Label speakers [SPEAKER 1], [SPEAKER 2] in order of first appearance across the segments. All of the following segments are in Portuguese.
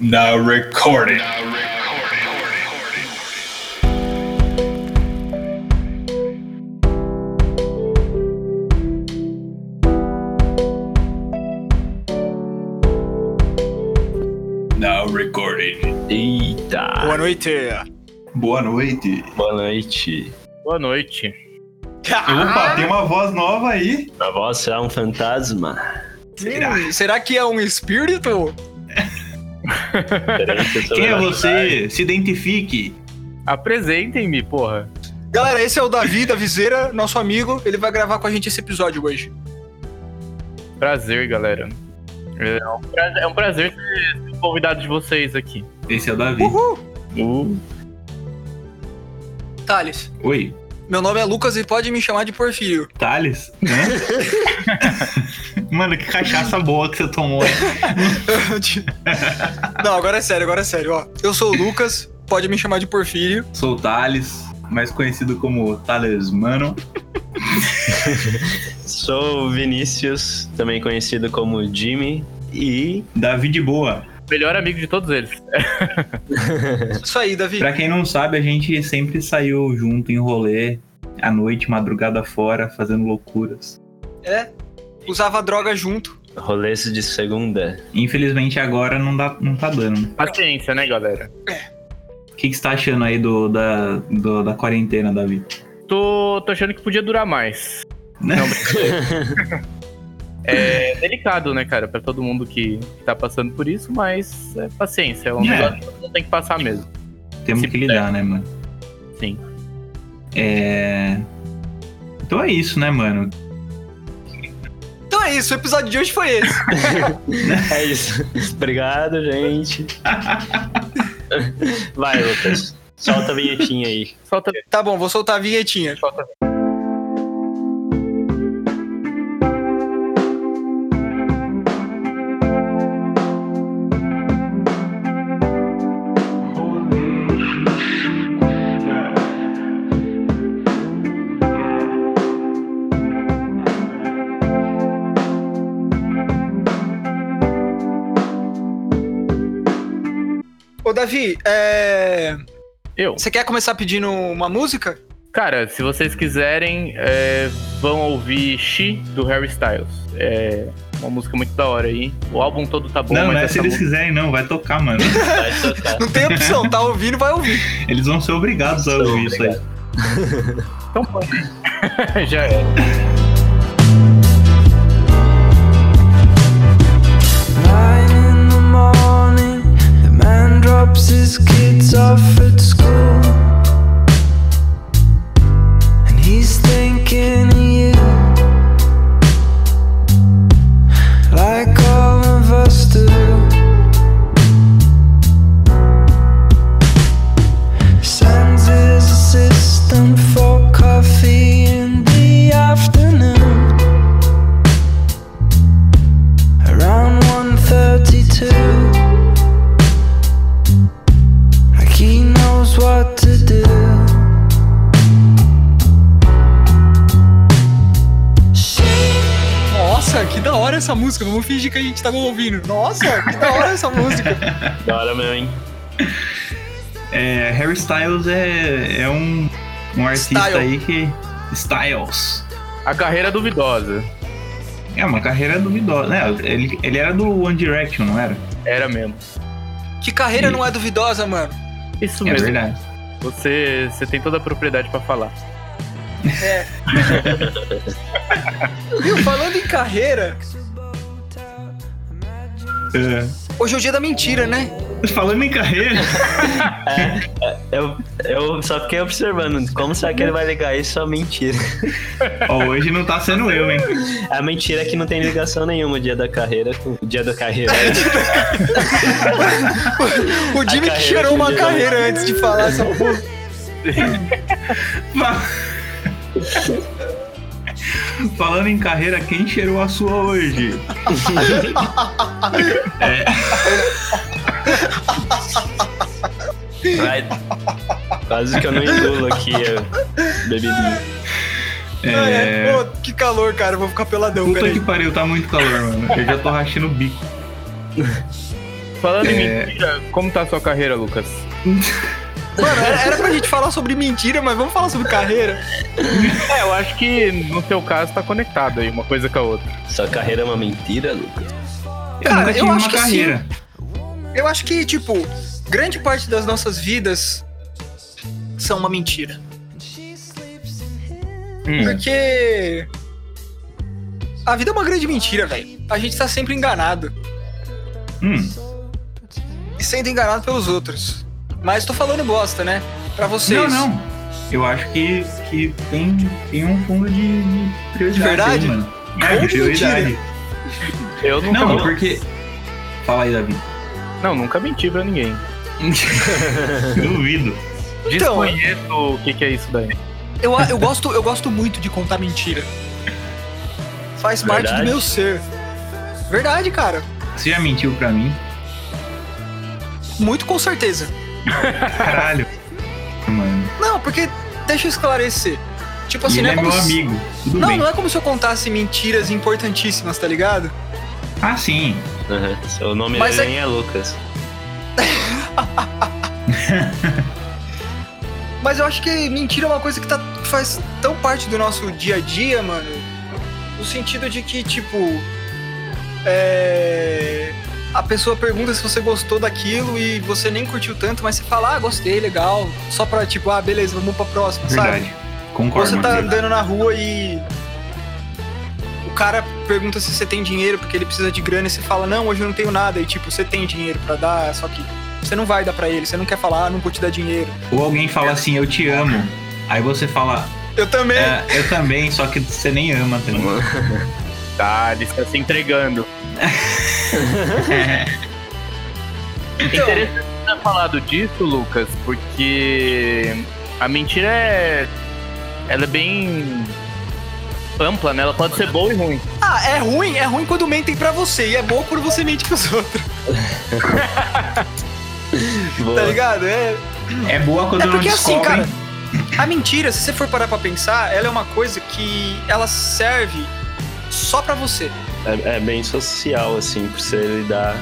[SPEAKER 1] Now recording. Now recording.
[SPEAKER 2] Eita!
[SPEAKER 3] Boa noite.
[SPEAKER 1] Boa noite.
[SPEAKER 2] Boa noite.
[SPEAKER 4] Boa noite.
[SPEAKER 1] Opa, tem uma voz nova aí.
[SPEAKER 2] A voz será um fantasma?
[SPEAKER 1] Será?
[SPEAKER 3] Hum, será que é um espírito?
[SPEAKER 2] Diferente,
[SPEAKER 1] Quem é
[SPEAKER 2] sobrenatural.
[SPEAKER 1] você? Se identifique.
[SPEAKER 4] Apresentem-me, porra.
[SPEAKER 3] Galera, esse é o Davi da Viseira, nosso amigo. Ele vai gravar com a gente esse episódio hoje.
[SPEAKER 4] Prazer, galera. É um prazer, é um prazer ser ser convidado de vocês aqui.
[SPEAKER 1] Esse é o Davi.
[SPEAKER 3] Uhul!
[SPEAKER 2] Uh,
[SPEAKER 3] Thales.
[SPEAKER 1] Oi,
[SPEAKER 3] Meu nome é Lucas e pode me chamar de Porfírio.
[SPEAKER 1] Thales? Hã? Mano, que cachaça boa que você tomou.
[SPEAKER 3] Não, agora é sério, agora é sério, ó. Eu sou o Lucas, pode me chamar de Porfírio.
[SPEAKER 1] Sou o Thales, mais conhecido como Talismano.
[SPEAKER 2] sou o Vinícius, também conhecido como Jimmy. E
[SPEAKER 1] Davi de Boa.
[SPEAKER 4] Melhor amigo de todos eles.
[SPEAKER 3] Isso aí, Davi.
[SPEAKER 1] Pra quem não sabe, a gente sempre saiu junto em rolê, à noite, madrugada fora, fazendo loucuras.
[SPEAKER 3] É. Usava droga junto.
[SPEAKER 2] rolês de segunda.
[SPEAKER 1] Infelizmente agora não, dá, não tá dando.
[SPEAKER 4] Paciência, né, galera?
[SPEAKER 1] O que, que você tá achando aí do, da, do- da quarentena, Davi?
[SPEAKER 4] Tô, tô achando que podia durar mais. Não, brincadeira. É delicado, né, cara, pra todo mundo que tá passando por isso, mas é paciência. É um
[SPEAKER 1] É.
[SPEAKER 4] negócio que todo mundo tem que passar mesmo.
[SPEAKER 1] Temos
[SPEAKER 4] Se
[SPEAKER 1] que lidar, né, mano?
[SPEAKER 4] Sim.
[SPEAKER 1] É. Então é isso, né, mano?
[SPEAKER 3] Então é isso, o episódio de hoje foi esse.
[SPEAKER 2] É isso. Obrigado, gente. Vai, Lucas. Solta a vinhetinha aí.
[SPEAKER 4] Solta
[SPEAKER 3] Tá bom, vou soltar a vinhetinha. Ô, Davi, é...
[SPEAKER 4] eu.
[SPEAKER 3] você quer começar pedindo uma música?
[SPEAKER 4] Cara, se vocês quiserem, é, vão ouvir She do Harry Styles. É uma música muito da hora aí. O álbum todo tá bom,
[SPEAKER 5] não,
[SPEAKER 4] mas
[SPEAKER 5] não é se
[SPEAKER 4] essa
[SPEAKER 5] eles
[SPEAKER 4] música...
[SPEAKER 5] quiserem, não. Vai tocar, mano.
[SPEAKER 2] Vai tocar.
[SPEAKER 3] Não tem opção, tá ouvindo, vai ouvir.
[SPEAKER 5] Eles vão ser obrigados a ouvir isso aí.
[SPEAKER 4] Então põe. Já é.
[SPEAKER 6] Nine in the morning, the man drops his kids off at school. And he's thinking of you. Like all of us do. Sends his assistant for coffee in the afternoon. Around 132 Like he knows what to do
[SPEAKER 3] Nossa, que da hora essa música. Vamos fingir que a gente tá ouvindo. Nossa, que da hora essa música.
[SPEAKER 2] Da hora mesmo, hein?
[SPEAKER 5] É, Harry Styles é, é um, um artista
[SPEAKER 3] Style.
[SPEAKER 5] aí que. Styles.
[SPEAKER 4] A carreira duvidosa.
[SPEAKER 5] É uma carreira duvidosa. né? ele, ele era do One Direction, não era?
[SPEAKER 4] Era mesmo.
[SPEAKER 3] Que carreira não é duvidosa, mano.
[SPEAKER 4] Isso
[SPEAKER 5] É
[SPEAKER 4] mesmo.
[SPEAKER 5] verdade.
[SPEAKER 4] Você, você tem toda a propriedade pra falar.
[SPEAKER 3] Viu? Falando em carreira,
[SPEAKER 5] É.
[SPEAKER 3] hoje é o dia da mentira, né?
[SPEAKER 5] Falando em carreira,
[SPEAKER 2] Eu, eu só fiquei observando. Como será que ele vai ligar isso à mentira?
[SPEAKER 5] ó, hoje não tá sendo eu, hein?
[SPEAKER 2] A mentira é que não tem ligação nenhuma o dia da carreira com o dia da carreira.
[SPEAKER 3] O Jimmy
[SPEAKER 2] carreira
[SPEAKER 3] que cheirou
[SPEAKER 2] que
[SPEAKER 3] uma
[SPEAKER 2] dia da-
[SPEAKER 3] carreira antes de falar essa porra.
[SPEAKER 5] Falando em carreira, quem cheirou a sua hoje?
[SPEAKER 2] Vai. Quase que eu não engulo aqui a bebidinha.
[SPEAKER 3] É, pô, que calor, cara. Eu vou ficar peladão,
[SPEAKER 5] Puta
[SPEAKER 3] peraí.
[SPEAKER 5] que pariu, tá muito calor, mano. Eu já tô rachando o bico.
[SPEAKER 4] Falando em
[SPEAKER 1] É.
[SPEAKER 4] mentira, como tá a sua carreira, Lucas?
[SPEAKER 3] Mano, era, era pra gente falar sobre mentira, mas vamos falar sobre carreira.
[SPEAKER 4] É, eu acho que no seu caso tá conectado aí, uma coisa com a outra.
[SPEAKER 2] Sua carreira é uma mentira, Lucas?
[SPEAKER 1] Eu
[SPEAKER 3] Cara,
[SPEAKER 1] nunca
[SPEAKER 3] eu
[SPEAKER 1] tive
[SPEAKER 3] acho
[SPEAKER 1] uma
[SPEAKER 3] que assim,
[SPEAKER 1] carreira.
[SPEAKER 3] Eu acho que, tipo, grande parte das nossas vidas são uma mentira.
[SPEAKER 4] Hum,
[SPEAKER 3] Porque. A vida é uma grande mentira, velho. A gente tá sempre enganado.
[SPEAKER 1] Hum.
[SPEAKER 3] E sendo enganado pelos outros. Mas tô falando bosta, né? Pra vocês.
[SPEAKER 1] Não, não. Eu acho que, que tem, tem um fundo de, de prioridade. aí,
[SPEAKER 3] Verdade?
[SPEAKER 1] mano. É, de
[SPEAKER 3] Ou
[SPEAKER 1] prioridade.
[SPEAKER 4] Eu nunca,
[SPEAKER 1] Não,
[SPEAKER 4] men-
[SPEAKER 1] porque. Fala aí, Davi.
[SPEAKER 4] não, nunca menti pra ninguém.
[SPEAKER 1] Duvido.
[SPEAKER 3] Então-
[SPEAKER 4] Desconheço o que, que é isso daí.
[SPEAKER 3] Eu, eu, gosto, eu gosto muito de contar mentira. Faz parte do
[SPEAKER 2] Verdade?
[SPEAKER 3] meu ser. Verdade, cara.
[SPEAKER 1] Você já mentiu pra mim?
[SPEAKER 3] Muito com certeza.
[SPEAKER 1] Caralho. Mano.
[SPEAKER 3] Não, porque deixa eu esclarecer.
[SPEAKER 1] e
[SPEAKER 3] Tipo assim,
[SPEAKER 1] ele
[SPEAKER 3] não
[SPEAKER 1] é
[SPEAKER 3] é como
[SPEAKER 1] meu
[SPEAKER 3] se-
[SPEAKER 1] amigo. Tudo
[SPEAKER 3] Não,
[SPEAKER 1] bem.
[SPEAKER 3] não é como se eu contasse mentiras importantíssimas, tá ligado?
[SPEAKER 1] Ah, sim.
[SPEAKER 2] Aham, Seu nome
[SPEAKER 3] Mas é-
[SPEAKER 2] nem é Lucas.
[SPEAKER 3] Mas eu acho que mentira é uma coisa que, tá, que faz tão parte do nosso dia a dia, mano. No sentido de que, tipo. É. A pessoa pergunta se você gostou daquilo e você nem curtiu tanto, mas você fala, ah, gostei, legal. Só pra, tipo, ah, beleza, vamos pra próxima, sabe?
[SPEAKER 1] Verdade. Concordo.
[SPEAKER 3] Você
[SPEAKER 1] mano,
[SPEAKER 3] tá
[SPEAKER 1] verdade.
[SPEAKER 3] andando na rua e. O cara pergunta se você tem dinheiro porque ele precisa de grana e você fala, não, hoje eu não tenho nada. E tipo, você tem dinheiro pra dar, só que você não vai dar pra ele, você não quer falar, ah, não vou te dar dinheiro.
[SPEAKER 1] Ou alguém fala assim, eu te amo. Aí você fala,
[SPEAKER 3] Eu também.
[SPEAKER 1] é, eu também, só que você nem ama também.
[SPEAKER 4] Tá, ele está se entregando. É
[SPEAKER 3] Então-
[SPEAKER 4] Interessante você ter falado disso, Lucas, porque a mentira é. Ela é bem ampla, né? Ela pode ser boa e ruim.
[SPEAKER 3] Ah, é ruim, é ruim quando mentem pra você e é bom quando você mente pros outros,
[SPEAKER 2] Boa.
[SPEAKER 3] tá ligado? É,
[SPEAKER 1] É boa quando
[SPEAKER 3] é
[SPEAKER 1] não
[SPEAKER 3] porque assim,
[SPEAKER 1] descobrem.
[SPEAKER 3] cara, a mentira, se você for parar pra pensar, ela é uma coisa que ela serve só pra você.
[SPEAKER 2] É, é bem social, assim, pra você lidar.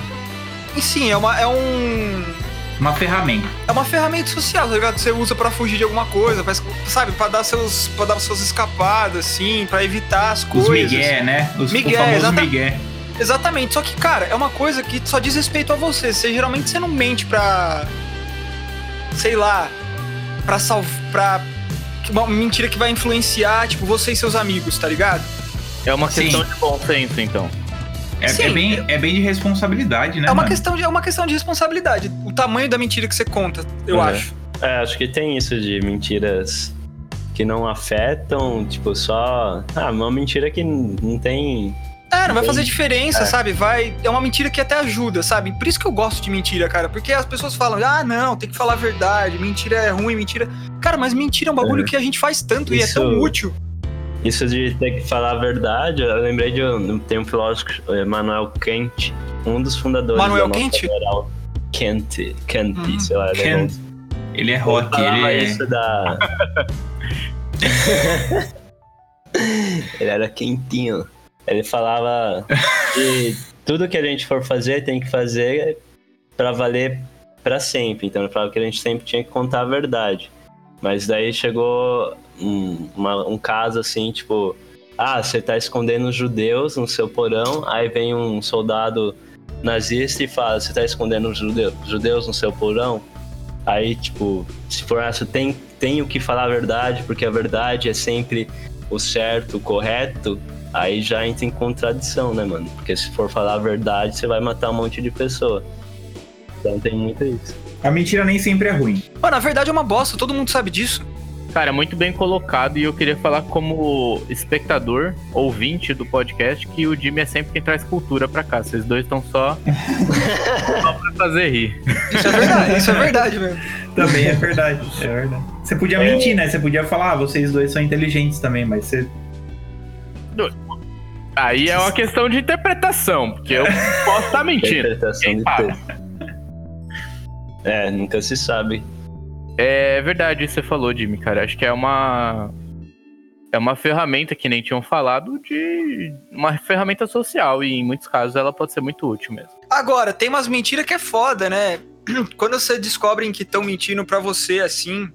[SPEAKER 3] E sim, é uma é um
[SPEAKER 1] Uma ferramenta.
[SPEAKER 3] é uma ferramenta social, tá ligado? Você usa pra fugir de alguma coisa, pra, sabe, Pra dar seus para dar suas escapadas assim, pra evitar as
[SPEAKER 1] Os
[SPEAKER 3] coisas.
[SPEAKER 1] migué, né? Os
[SPEAKER 3] Migué,
[SPEAKER 1] o famoso
[SPEAKER 3] exata-
[SPEAKER 1] migué.
[SPEAKER 3] Exatamente, só que, cara, é uma coisa que só diz respeito a você. Você geralmente você não mente pra. Sei lá. Pra salvar. Pra. Uma mentira que vai influenciar, tipo, você e seus amigos, tá ligado?
[SPEAKER 4] É uma
[SPEAKER 1] Sim.
[SPEAKER 4] questão de bom senso, então.
[SPEAKER 1] É,
[SPEAKER 3] Sim.
[SPEAKER 1] é bem, é bem de responsabilidade, né,
[SPEAKER 3] É uma,
[SPEAKER 1] mano?
[SPEAKER 3] questão de, é uma questão de responsabilidade. O tamanho da mentira que você conta, eu
[SPEAKER 2] Uhum.
[SPEAKER 3] acho.
[SPEAKER 2] É, acho que tem isso de mentiras que não afetam, tipo, só. Ah, uma mentira que n- não tem.
[SPEAKER 3] É, não vai
[SPEAKER 2] Entendi.
[SPEAKER 3] fazer diferença,
[SPEAKER 2] É.
[SPEAKER 3] sabe? Vai. É uma mentira que até ajuda, sabe? Por isso que eu gosto de mentira, cara. Porque as pessoas falam, ah, não, tem que falar a verdade, mentira é ruim, mentira. Cara, mas mentira é um bagulho que a gente faz tanto e é
[SPEAKER 2] Isso-
[SPEAKER 3] tão útil.
[SPEAKER 2] Isso de ter que falar a verdade, eu lembrei de um, tem um filósofo, eh, Manuel Kant, um dos fundadores da
[SPEAKER 3] Manuel
[SPEAKER 2] nossa
[SPEAKER 3] Kant?
[SPEAKER 2] Moral. Kant, Kant,
[SPEAKER 3] Hum.
[SPEAKER 2] sei lá. né?
[SPEAKER 1] Kant. Ele é hot,
[SPEAKER 3] Ah,
[SPEAKER 1] ele
[SPEAKER 2] falava
[SPEAKER 1] é...
[SPEAKER 2] isso da. ele era quentinho. Ele falava que tudo que a gente for fazer tem que fazer pra valer pra sempre. Então ele falava que a gente sempre tinha que contar a verdade. Mas daí chegou um, uma- um caso assim, tipo, ah, você tá escondendo os judeus no seu porão, aí vem um soldado nazista e fala, você tá escondendo os judeu- judeus no seu porão? Aí, tipo, se for essa, tem, tenho que falar a verdade, porque a verdade é sempre o certo, o correto, aí já entra em contradição, né, mano? Porque se for falar a verdade, você vai matar um monte de pessoa. Então tem muito isso.
[SPEAKER 1] A mentira nem sempre é ruim.
[SPEAKER 3] Mano, na verdade é uma bosta, todo mundo sabe disso.
[SPEAKER 4] Cara, muito bem colocado e eu queria falar como espectador, ouvinte do podcast, que o Jimmy é sempre quem traz cultura pra cá. Vocês dois estão só... só pra fazer rir.
[SPEAKER 3] Isso é verdade, isso é verdade mesmo.
[SPEAKER 1] Também é verdade, é verdade. Você podia mentir, né? Você podia falar, ah, vocês dois são inteligentes também, mas você...
[SPEAKER 4] Aí é uma questão de interpretação, porque eu posso estar mentindo.
[SPEAKER 2] Interpretação de
[SPEAKER 4] Quem
[SPEAKER 2] tudo. É, nunca se sabe.
[SPEAKER 4] É verdade, isso que você falou, Jimmy, cara. Acho que é uma. é uma ferramenta que nem tinham falado de uma ferramenta social e em muitos casos ela pode ser muito útil mesmo.
[SPEAKER 3] Agora, tem umas mentiras que é foda, né? Quando você descobrem que estão mentindo pra você assim,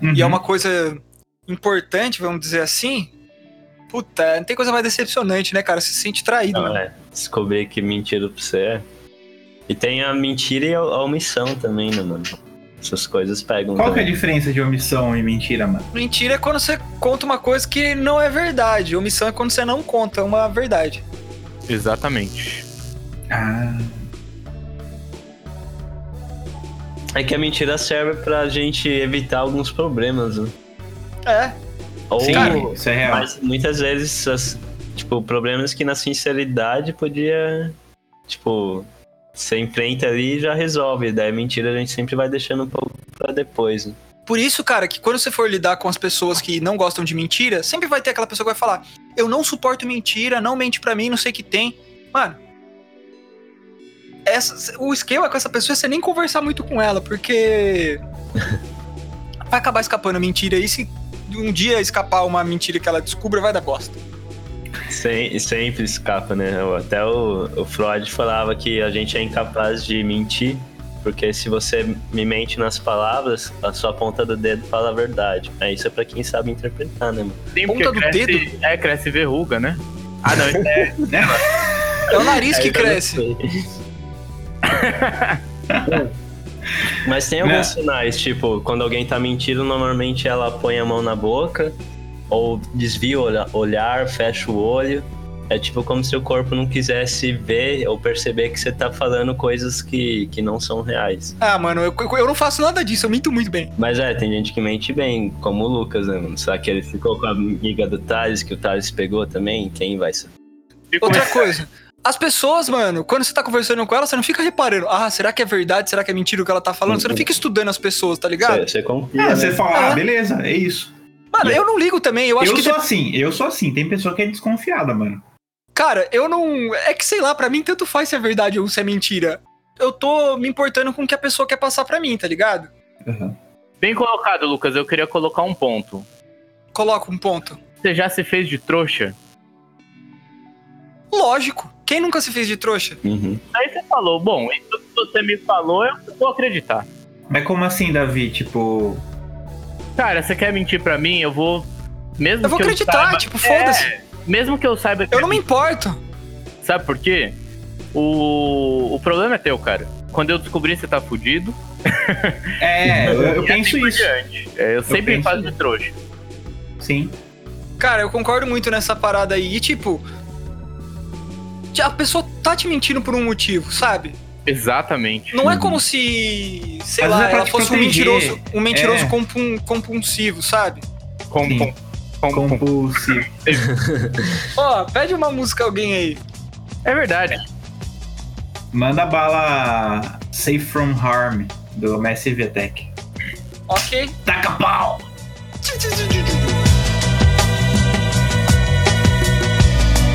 [SPEAKER 3] e
[SPEAKER 2] Uhum.
[SPEAKER 3] é uma coisa importante, vamos dizer assim. Puta, não tem coisa mais decepcionante, né, cara? Você se sente traído.
[SPEAKER 2] Não, é. Descobrir que mentira pra você é. E tem a mentira e a, a omissão também, né, mano? Essas coisas pegam.
[SPEAKER 1] Qual que é
[SPEAKER 2] também.
[SPEAKER 1] a diferença de omissão e mentira, mano?
[SPEAKER 3] Mentira é quando você conta uma coisa que não é verdade. Omissão é quando você não conta uma verdade.
[SPEAKER 4] Exatamente.
[SPEAKER 1] Ah,
[SPEAKER 2] É que a mentira serve pra gente evitar alguns problemas, né?
[SPEAKER 3] É.
[SPEAKER 2] Ou,
[SPEAKER 1] sim,
[SPEAKER 3] Cara,
[SPEAKER 1] isso é real.
[SPEAKER 2] mas muitas vezes, as- tipo, problemas que na sinceridade podia, tipo, você enfrenta ali e já resolve. Daí mentira a gente sempre vai deixando um pouco pra depois, né?
[SPEAKER 3] Por isso, cara, que quando você for lidar com as pessoas que não gostam de mentira, sempre vai ter aquela pessoa que vai falar: Eu não suporto mentira, não mente pra mim, não sei o que tem. Mano. essa- o esquema com essa pessoa é você nem conversar muito com ela, porque. Vai acabar escapando a mentira. E se um dia escapar uma mentira que ela descubra, vai dar bosta.
[SPEAKER 2] Sem- sempre escapa, né? O- Até o, o Freud falava que a gente é incapaz de mentir, porque se você me mente nas palavras, a sua ponta do dedo fala a verdade. É isso é pra quem sabe interpretar, né, mano?
[SPEAKER 4] Tem
[SPEAKER 3] Ponta do
[SPEAKER 4] cresce,
[SPEAKER 3] dedo?
[SPEAKER 4] É, cresce verruga, né? Ah, não, isso é,
[SPEAKER 3] É o nariz que
[SPEAKER 2] Aí eu não
[SPEAKER 3] cresce.
[SPEAKER 2] sei. Mas tem alguns sinais, tipo, quando alguém tá mentindo, normalmente ela põe a mão na boca, ou desvia o olha- olhar, fecha o olho. É tipo como se o corpo não quisesse ver ou perceber que você tá falando coisas que, que não são reais.
[SPEAKER 3] Ah, mano, eu, eu não faço nada disso, eu minto muito bem.
[SPEAKER 2] Mas é, tem gente que mente bem, como o Lucas, né, mano? Será que ele ficou com a amiga do Thales, que o Thales pegou também? Quem vai saber?
[SPEAKER 4] fica
[SPEAKER 3] Outra coisa. As pessoas, mano, quando você tá conversando com ela, você não fica reparando. Ah, será que é verdade? Será que é mentira o que ela tá falando? Você não fica estudando as pessoas, tá ligado?
[SPEAKER 2] Você, você confia,
[SPEAKER 1] É,
[SPEAKER 2] né?
[SPEAKER 1] você fala,
[SPEAKER 3] Ah.
[SPEAKER 1] ah, beleza, é isso.
[SPEAKER 3] Mano, eu não ligo também. Eu acho
[SPEAKER 1] Eu,
[SPEAKER 3] que.
[SPEAKER 1] sou assim, eu sou assim. Tem pessoa que é desconfiada, mano.
[SPEAKER 3] Cara, eu não. É que sei lá, pra mim tanto faz se é verdade ou se é mentira. Eu tô me importando com o que a pessoa quer passar pra mim, tá ligado?
[SPEAKER 4] Bem colocado, Lucas. Eu queria colocar um ponto.
[SPEAKER 3] Coloca um ponto.
[SPEAKER 4] Você já se fez de trouxa?
[SPEAKER 3] Lógico. Quem nunca se fez de trouxa?
[SPEAKER 2] Uhum.
[SPEAKER 4] Aí você falou, bom, isso que você me falou, eu vou acreditar.
[SPEAKER 1] Mas como assim, Davi? Tipo,
[SPEAKER 4] Cara, você quer mentir pra mim? Eu vou. Mesmo
[SPEAKER 3] Eu vou
[SPEAKER 4] que
[SPEAKER 3] acreditar,
[SPEAKER 4] saiba-
[SPEAKER 3] tipo, foda-se.
[SPEAKER 4] É, mesmo que eu saiba que
[SPEAKER 3] Eu não me importo.
[SPEAKER 4] Sabe por quê? O, o problema é teu, cara. Quando eu descobri que você tá fudido,
[SPEAKER 1] é, eu, eu penso
[SPEAKER 4] assim, por
[SPEAKER 1] isso.
[SPEAKER 4] diante. É, eu sempre
[SPEAKER 1] penso
[SPEAKER 4] faço
[SPEAKER 1] isso.
[SPEAKER 4] de trouxa.
[SPEAKER 1] Sim.
[SPEAKER 3] Cara, eu concordo muito nessa parada aí. E tipo. A pessoa tá te mentindo por um motivo, sabe?
[SPEAKER 4] Exatamente.
[SPEAKER 3] Não é como se, sei
[SPEAKER 1] Uhum. Às
[SPEAKER 3] lá,
[SPEAKER 1] vezes é pra
[SPEAKER 3] ela
[SPEAKER 1] te
[SPEAKER 3] fosse um
[SPEAKER 1] proteger.
[SPEAKER 3] mentiroso, um mentiroso
[SPEAKER 1] É.
[SPEAKER 3] compun- compulsivo, sabe?
[SPEAKER 4] Com,
[SPEAKER 3] assim.
[SPEAKER 1] Sim.
[SPEAKER 4] com, com- com-
[SPEAKER 1] Compulsivo.
[SPEAKER 3] Ó, pede uma música a alguém aí.
[SPEAKER 4] É verdade.
[SPEAKER 1] Manda bala Safe from Harm, do Massive Attack.
[SPEAKER 3] Ok?
[SPEAKER 1] Taca pau!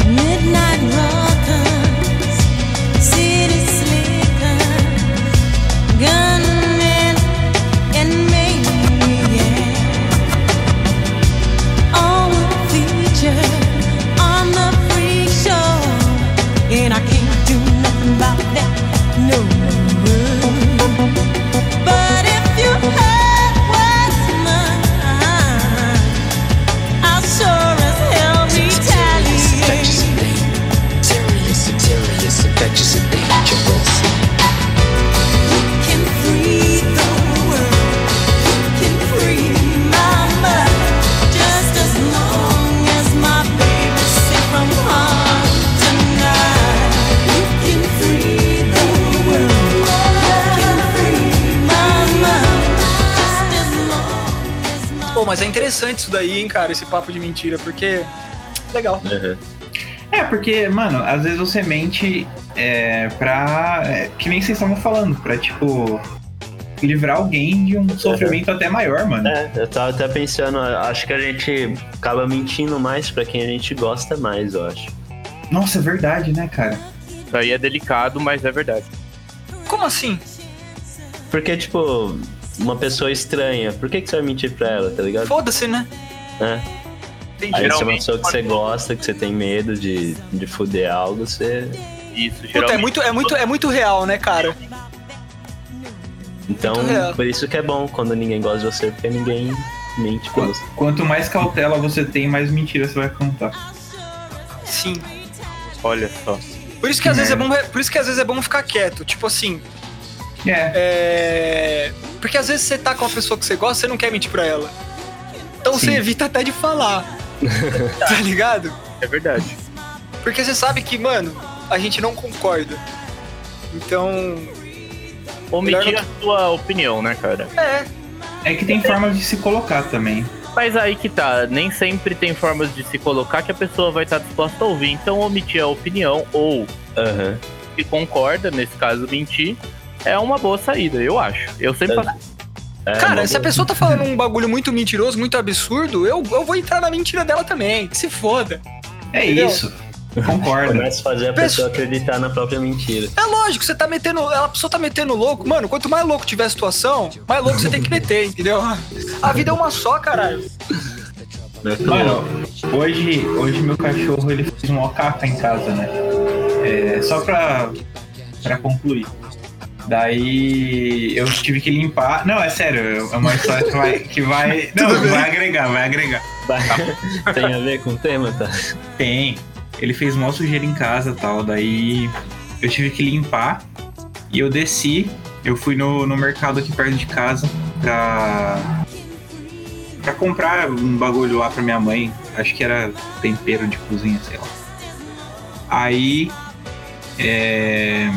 [SPEAKER 7] Midnight rockers, city slickers, gunmen and maniacs. All featured on the freak show, and I can't do nothing about that. No, but if you heard what's mine. I'll sure as hell retaliate.
[SPEAKER 8] Serious, serious, infectious, and dangerous.
[SPEAKER 7] Can free the world. Can free my mind. Just as long as my baby's safe from harm tonight. Can free the world. Can free my mind. Just as long as my
[SPEAKER 3] Pô, mas é interessante isso daí, hein, cara, esse papo de mentira, porque. Legal.
[SPEAKER 2] Uhum.
[SPEAKER 1] É, porque, mano, às vezes você mente é, pra. é, que nem vocês estavam falando, pra, tipo, livrar alguém de um sofrimento até maior, mano.
[SPEAKER 2] É, eu tava até pensando, eu acho que a gente acaba mentindo mais pra quem a gente gosta mais, eu acho.
[SPEAKER 1] Nossa, é verdade, né, cara?
[SPEAKER 4] Isso aí é delicado, mas é verdade.
[SPEAKER 3] Como assim?
[SPEAKER 2] Porque, tipo, uma pessoa estranha, por que, que você vai mentir pra ela, tá ligado?
[SPEAKER 3] Foda-se, né?
[SPEAKER 2] É. Aí se é uma
[SPEAKER 4] geralmente
[SPEAKER 2] pessoa que você gosta, que você tem medo de, de fuder algo, você.
[SPEAKER 4] Isso,
[SPEAKER 3] Puta, é
[SPEAKER 4] geralmente.
[SPEAKER 3] muito, é, muito, é muito real, né, cara?
[SPEAKER 2] Então,
[SPEAKER 3] Muito real.
[SPEAKER 2] por isso que é bom quando ninguém gosta de você, porque ninguém mente pra
[SPEAKER 1] Qu-
[SPEAKER 2] você.
[SPEAKER 1] Quanto mais cautela você tem, mais mentira você vai contar.
[SPEAKER 3] Sim.
[SPEAKER 4] Olha só.
[SPEAKER 3] Por isso que às vezes é bom, por isso que às vezes é bom ficar quieto. Tipo assim,
[SPEAKER 1] É,
[SPEAKER 3] é... porque às vezes você tá com uma pessoa que você gosta, você não quer mentir pra ela. Então você
[SPEAKER 1] Sim.
[SPEAKER 3] evita até de falar. tá ligado?
[SPEAKER 4] É verdade.
[SPEAKER 3] Porque você sabe que, mano, a gente não concorda. Então,
[SPEAKER 4] Omitir
[SPEAKER 3] Melhor
[SPEAKER 4] a sua opinião, né, cara?
[SPEAKER 3] é,
[SPEAKER 1] é que tem formas de se colocar também.
[SPEAKER 4] Mas aí que tá, nem sempre tem formas de se colocar que a pessoa vai estar disposta a ouvir. Então omitir a opinião ou
[SPEAKER 2] Aham.
[SPEAKER 4] se concorda, nesse caso mentir, é uma boa saída, eu acho. Eu sempre
[SPEAKER 2] É.
[SPEAKER 4] faço.
[SPEAKER 2] É,
[SPEAKER 3] Cara,
[SPEAKER 2] uma
[SPEAKER 3] se a
[SPEAKER 2] boa-
[SPEAKER 3] pessoa tá falando um bagulho muito mentiroso, muito absurdo, eu, eu vou entrar na mentira dela também. Que se foda.
[SPEAKER 1] É
[SPEAKER 3] Entendeu?
[SPEAKER 1] isso. Concorda.
[SPEAKER 2] Começa a fazer a pessoa
[SPEAKER 3] Pessoa-
[SPEAKER 2] acreditar na própria mentira.
[SPEAKER 3] É lógico, você tá metendo. A pessoa tá metendo louco. Mano, quanto mais louco tiver a situação, mais louco você tem que meter, entendeu? A vida é uma só, caralho.
[SPEAKER 2] Né?
[SPEAKER 1] Mano, hoje, hoje meu cachorro ele fez um alcatra em casa, né? É, só pra, pra concluir. Daí eu tive que limpar. Não, é sério, é uma história que vai. Que vai não, vai agregar, vai agregar.
[SPEAKER 2] Tem a ver com o tema, tá?
[SPEAKER 1] Tem. Ele fez mó sujeira em casa e tal. Daí eu tive que limpar. E eu desci. Eu fui no, no mercado aqui perto de casa pra. pra comprar um bagulho lá pra minha mãe. Acho que era tempero de cozinha, sei lá. Aí. é,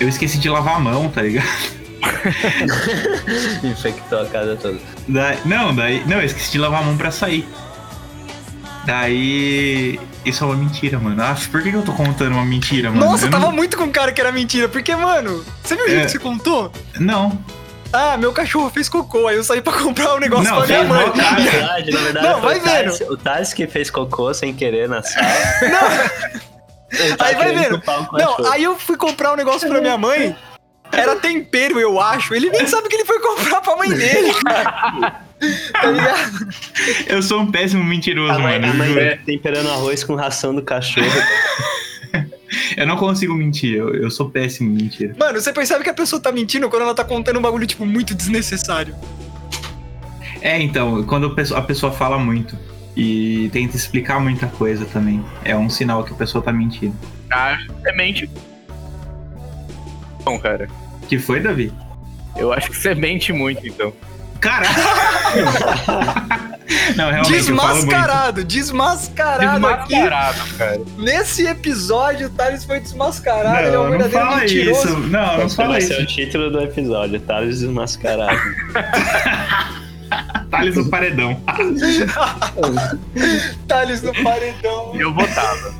[SPEAKER 1] Eu esqueci de lavar a mão, tá ligado?
[SPEAKER 2] Infectou a casa toda.
[SPEAKER 1] Da- não, daí. Não, eu esqueci de lavar a mão pra sair. Daí. Isso é uma mentira, mano. Ah, por que que eu tô contando uma mentira, mano?
[SPEAKER 3] Nossa,
[SPEAKER 1] eu
[SPEAKER 3] tava
[SPEAKER 1] não...
[SPEAKER 3] muito com cara que era mentira. Porque, mano, você viu o jeito
[SPEAKER 1] É.
[SPEAKER 3] que você contou?
[SPEAKER 1] Não,
[SPEAKER 3] Ah, meu cachorro fez cocô. Aí eu saí pra comprar um negócio
[SPEAKER 1] Não,
[SPEAKER 3] pra minha
[SPEAKER 1] fez
[SPEAKER 3] mãe.
[SPEAKER 1] mó
[SPEAKER 2] Na
[SPEAKER 1] cara.
[SPEAKER 2] verdade, na verdade,
[SPEAKER 3] Não,
[SPEAKER 2] foi
[SPEAKER 3] vai
[SPEAKER 2] o Thales- o Thales que fez cocô sem querer na sala. Ele tá
[SPEAKER 3] Aí vai
[SPEAKER 2] querendo
[SPEAKER 3] vendo.
[SPEAKER 2] culpar o cachorro.
[SPEAKER 3] Não, aí eu fui comprar um negócio pra minha mãe. Era tempero, eu acho. Ele nem sabe o que ele foi comprar pra mãe dele, cara. Tá ligado?
[SPEAKER 1] eu sou um péssimo mentiroso,
[SPEAKER 2] A mãe,
[SPEAKER 1] mano. Eu,
[SPEAKER 2] a Tá mãe
[SPEAKER 1] juro.
[SPEAKER 2] temperando arroz com ração do cachorro.
[SPEAKER 1] eu não consigo mentir, eu, eu sou péssimo em mentira.
[SPEAKER 3] Mano, você percebe que a pessoa tá mentindo quando ela tá contando um bagulho, tipo, muito desnecessário.
[SPEAKER 1] É, então, quando a pessoa, a pessoa fala muito e tenta explicar muita coisa também, é um sinal que a pessoa tá mentindo.
[SPEAKER 4] Acho que você mente. Bom, cara.
[SPEAKER 1] Que foi, Davi?
[SPEAKER 4] Eu acho que você mente muito, então.
[SPEAKER 1] Caralho! não, realmente, eu falo muito.
[SPEAKER 3] desmascarado, desmascarado aqui.
[SPEAKER 4] Desmascarado, cara.
[SPEAKER 3] Nesse episódio, o Thales foi desmascarado. ele é
[SPEAKER 1] Não,
[SPEAKER 3] um
[SPEAKER 1] não
[SPEAKER 3] verdadeiro
[SPEAKER 1] fala
[SPEAKER 3] mentiroso.
[SPEAKER 1] isso. Não, não
[SPEAKER 2] Acho que
[SPEAKER 1] fala
[SPEAKER 2] vai ser
[SPEAKER 1] isso.
[SPEAKER 2] o título do episódio, Thales desmascarado.
[SPEAKER 1] Thales Tá no paredão.
[SPEAKER 3] Thales no paredão.
[SPEAKER 4] Eu votava.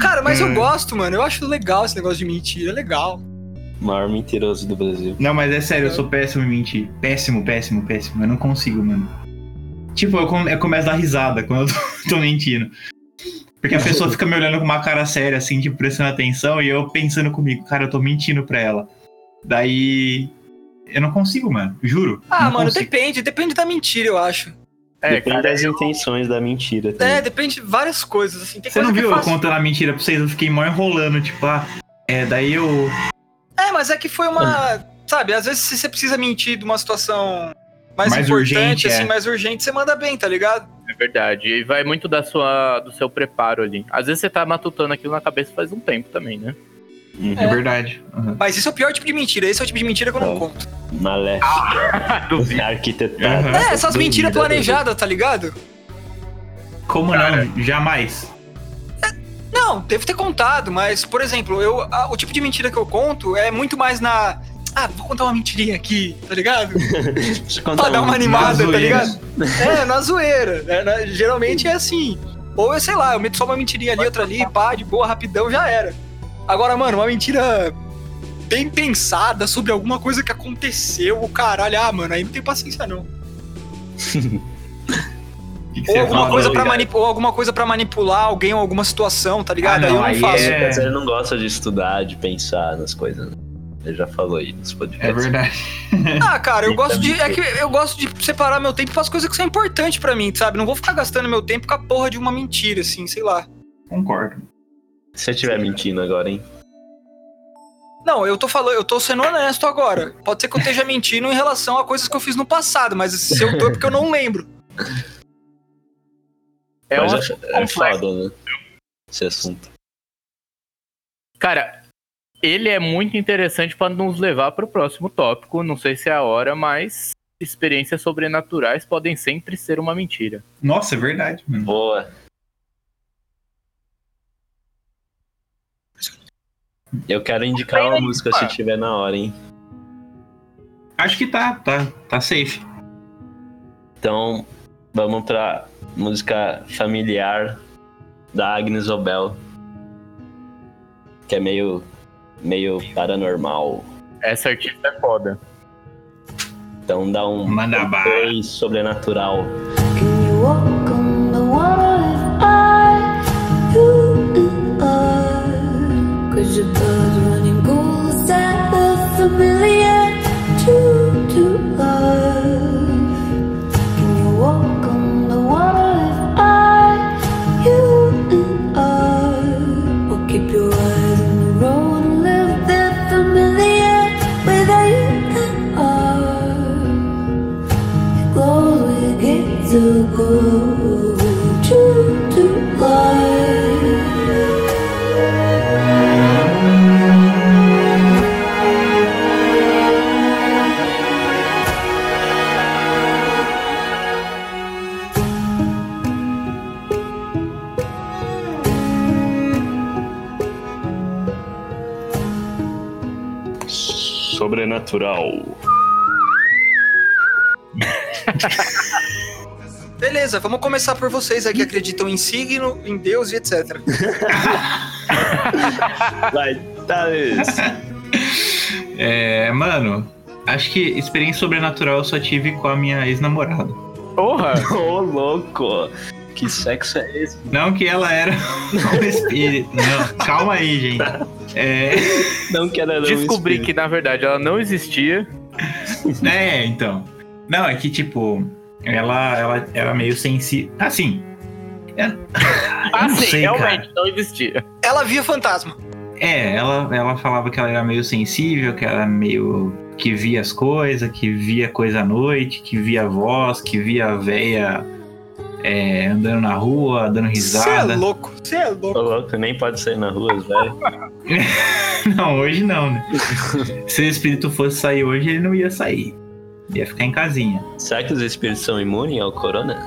[SPEAKER 3] Cara, mas
[SPEAKER 1] É.
[SPEAKER 3] eu gosto, mano. Eu acho legal esse negócio de mentira. É legal.
[SPEAKER 2] O maior mentiroso do Brasil.
[SPEAKER 1] Não, mas é sério, eu sou péssimo em mentir. Péssimo, péssimo, péssimo. Eu não consigo, mano. Tipo, eu, come- eu começo a dar risada quando eu tô, tô mentindo. Porque a pessoa fica me olhando com uma cara séria, assim, tipo, prestando atenção, e eu pensando comigo, cara, eu tô mentindo pra ela. Daí. Eu não consigo, mano. Juro.
[SPEAKER 3] Ah,
[SPEAKER 1] não
[SPEAKER 3] mano,
[SPEAKER 1] consigo.
[SPEAKER 3] depende. Depende da mentira, eu acho.
[SPEAKER 4] É,
[SPEAKER 2] Depende
[SPEAKER 4] cara.
[SPEAKER 2] das intenções da mentira. também.
[SPEAKER 3] É, depende de várias coisas. Assim. Tem
[SPEAKER 1] Você não
[SPEAKER 3] coisa que
[SPEAKER 1] viu
[SPEAKER 3] é
[SPEAKER 1] eu
[SPEAKER 3] fácil.
[SPEAKER 1] contando a mentira pra vocês? Eu fiquei mó enrolando, tipo, ah. É, daí eu.
[SPEAKER 3] É, mas é que foi
[SPEAKER 1] Hum.
[SPEAKER 3] uma. Sabe, às vezes se você precisa mentir de uma situação mais,
[SPEAKER 1] Mais
[SPEAKER 3] importante,
[SPEAKER 1] urgente,
[SPEAKER 3] assim,
[SPEAKER 1] é.
[SPEAKER 3] mais urgente, você manda bem, tá ligado?
[SPEAKER 4] É verdade. E vai muito da sua, do seu preparo ali. Às vezes você tá matutando aquilo na cabeça faz um tempo também, né?
[SPEAKER 1] É, verdade. Uhum.
[SPEAKER 3] Mas esse é o pior tipo de mentira. Esse é o tipo de mentira que eu não
[SPEAKER 2] Não.
[SPEAKER 3] conto.
[SPEAKER 2] Maléfico.
[SPEAKER 1] Ah,
[SPEAKER 4] duvido.
[SPEAKER 2] Arquitetado.
[SPEAKER 1] Aham.
[SPEAKER 3] É, essas
[SPEAKER 2] Duvido,
[SPEAKER 3] mentiras
[SPEAKER 2] duvido.
[SPEAKER 3] planejadas, tá ligado?
[SPEAKER 1] Como
[SPEAKER 4] Cara.
[SPEAKER 1] não? Jamais.
[SPEAKER 3] Não, devo ter contado, mas, por exemplo, eu, a- o tipo de mentira que eu conto é muito mais na. Ah, vou contar uma mentirinha aqui, tá ligado?
[SPEAKER 1] É.
[SPEAKER 2] Deixa eu contar
[SPEAKER 3] Pra dar uma animada, tá
[SPEAKER 1] zoeira.
[SPEAKER 3] ligado? É, na zoeira. né? Na- geralmente é assim. Ou eu sei lá, eu meto só uma mentirinha ali, outra ali, pá, de boa, rapidão, já era. Agora, mano, uma mentira bem pensada sobre alguma coisa que aconteceu, o caralho, ah, mano, aí não tem paciência não.
[SPEAKER 1] O que que
[SPEAKER 3] Ou
[SPEAKER 1] você
[SPEAKER 3] alguma,
[SPEAKER 1] fala,
[SPEAKER 3] coisa
[SPEAKER 1] Davi?
[SPEAKER 3] pra
[SPEAKER 2] ligado?
[SPEAKER 3] manipu- ou alguma coisa pra manipular alguém ou alguma situação, tá ligado?
[SPEAKER 1] Ah, não,
[SPEAKER 3] aí eu
[SPEAKER 1] aí
[SPEAKER 3] não faço.
[SPEAKER 1] é-
[SPEAKER 2] Mas ele não gosta de estudar, de pensar nas coisas. né? Ele já falou aí nos podcasts.
[SPEAKER 1] É verdade.
[SPEAKER 3] Ah, cara, eu
[SPEAKER 2] E
[SPEAKER 3] gosto de.
[SPEAKER 2] também
[SPEAKER 3] É que eu gosto de separar meu tempo para as coisas que são importantes pra mim, sabe? Não vou ficar gastando meu tempo com a porra de uma mentira, assim, sei lá.
[SPEAKER 1] Concordo.
[SPEAKER 2] Se eu estiver mentindo agora, hein?
[SPEAKER 3] Não, eu tô falando, eu tô sendo honesto agora. Pode ser que eu esteja mentindo em relação a coisas que eu fiz no passado, mas se eu tô é porque eu não lembro.
[SPEAKER 4] É
[SPEAKER 2] Mas
[SPEAKER 4] um-
[SPEAKER 2] é
[SPEAKER 4] complexo.
[SPEAKER 2] foda, né? Esse assunto.
[SPEAKER 4] Cara, ele é muito interessante pra nos levar pro próximo tópico. Não sei se é a hora, mas experiências sobrenaturais podem sempre ser uma mentira.
[SPEAKER 1] Nossa, é verdade, mano.
[SPEAKER 2] Boa. Eu quero indicar uma música se tiver na hora, hein?
[SPEAKER 1] Acho que tá, tá, tá safe.
[SPEAKER 2] Então, vamos pra música familiar da Agnes Obel. Que é meio, meio paranormal.
[SPEAKER 4] Essa artista é foda.
[SPEAKER 2] Então dá um
[SPEAKER 1] Manda
[SPEAKER 2] um
[SPEAKER 1] bala.
[SPEAKER 2] play sobrenatural.
[SPEAKER 7] Can you walk on the water if I, you are? Could your blood running goals at the familiar true to love? Can you walk on the water if I, you are? Or keep your eyes on the road and live the familiar way that you are? Glow we get to go true to life.
[SPEAKER 2] Sobrenatural.
[SPEAKER 3] Beleza, vamos começar por vocês aí que acreditam em signo, em Deus e etc.
[SPEAKER 2] Vai, Thales.
[SPEAKER 1] É, mano, acho que experiência sobrenatural eu só tive com a minha ex-namorada.
[SPEAKER 4] Porra!
[SPEAKER 2] Ô, louco. Que sexo é esse?
[SPEAKER 1] Não que ela era um espírito. Não, calma aí, gente. É,
[SPEAKER 2] Não quero era um
[SPEAKER 4] Descobri
[SPEAKER 2] espírito.
[SPEAKER 4] que na verdade ela não existia.
[SPEAKER 1] É, então. Não, é que, tipo, ela, ela era meio sensível. Assim.
[SPEAKER 4] Ah,
[SPEAKER 1] não
[SPEAKER 4] sim,
[SPEAKER 1] sei,
[SPEAKER 4] realmente não existia.
[SPEAKER 3] Ela via fantasma.
[SPEAKER 1] É, ela, ela falava que ela era meio sensível, que era meio. que via as coisas, que via coisa à noite, que via a voz, que via a véia é, andando na rua, dando
[SPEAKER 3] Você é
[SPEAKER 1] risada.
[SPEAKER 3] louco, você é louco.
[SPEAKER 2] Ô, louco, nem pode sair na rua, velho.
[SPEAKER 1] Não, hoje não, né? Se o espírito fosse sair hoje, ele não ia sair. Ia ficar em casinha.
[SPEAKER 2] Será que os espíritos são imunes ao corona?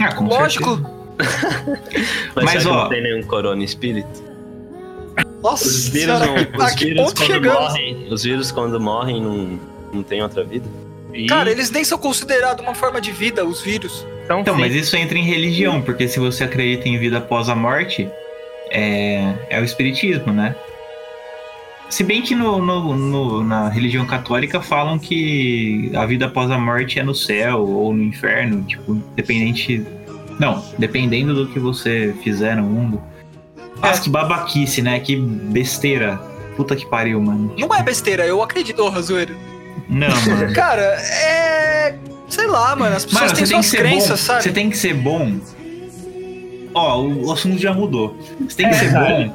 [SPEAKER 1] Ah, com
[SPEAKER 3] Lógico.
[SPEAKER 1] certeza.
[SPEAKER 2] Mas,
[SPEAKER 1] Mas,
[SPEAKER 2] será que
[SPEAKER 1] ó.
[SPEAKER 2] não tem nenhum corona espírito?
[SPEAKER 3] Nossa,
[SPEAKER 2] Os vírus, não,
[SPEAKER 3] a
[SPEAKER 2] os
[SPEAKER 3] que tá
[SPEAKER 2] vírus
[SPEAKER 3] ponto
[SPEAKER 2] quando
[SPEAKER 3] chegamos?
[SPEAKER 2] morrem, os vírus quando morrem não, não tem outra vida?
[SPEAKER 4] E
[SPEAKER 3] Cara, eles nem são considerados uma forma de vida, os vírus.
[SPEAKER 4] são
[SPEAKER 1] Então,
[SPEAKER 4] sim.
[SPEAKER 1] mas isso entra em religião, porque se você acredita em vida após a morte, é, é o espiritismo, né? Se bem que no, no- no- na religião católica falam que a vida após a morte é no céu ou no inferno, tipo, dependente. Não, dependendo do que você fizer no mundo. Nossa, que babaquice, né? Que besteira. Puta que pariu, mano.
[SPEAKER 3] Não é besteira, eu acredito, ô Razoeiro.
[SPEAKER 1] Não, mano.
[SPEAKER 3] Cara, é. Sei lá, mano, as pessoas
[SPEAKER 1] Mano,
[SPEAKER 3] têm
[SPEAKER 1] você tem que
[SPEAKER 3] suas
[SPEAKER 1] ser
[SPEAKER 3] crenças,
[SPEAKER 1] bom.
[SPEAKER 3] sabe?
[SPEAKER 1] Você tem que ser bom. Ó, o, o assunto já mudou. Você tem que ser bom.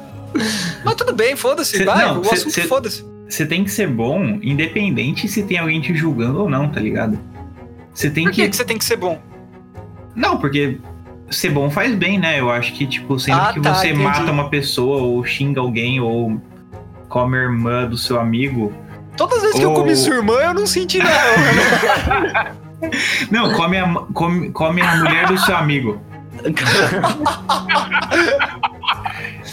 [SPEAKER 3] Mas tudo bem, foda-se,
[SPEAKER 1] Cê-
[SPEAKER 3] vai,
[SPEAKER 1] não,
[SPEAKER 3] o
[SPEAKER 1] cê-
[SPEAKER 3] assunto
[SPEAKER 1] cê-
[SPEAKER 3] foda-se.
[SPEAKER 1] Você tem que ser bom, independente se tem alguém te julgando ou não, tá ligado? Você tem
[SPEAKER 3] Por que
[SPEAKER 1] que.
[SPEAKER 3] que você tem que ser bom?
[SPEAKER 1] Não, porque ser bom faz bem, né? Eu acho que, tipo, sempre
[SPEAKER 3] Ah,
[SPEAKER 1] que
[SPEAKER 3] tá,
[SPEAKER 1] você
[SPEAKER 3] entendi.
[SPEAKER 1] mata uma pessoa ou xinga alguém ou come a irmã do seu amigo.
[SPEAKER 3] Todas as vezes que eu
[SPEAKER 1] Ô.
[SPEAKER 3] comi sua irmã, eu não senti nada.
[SPEAKER 1] Não, come a, come, come a mulher do seu amigo.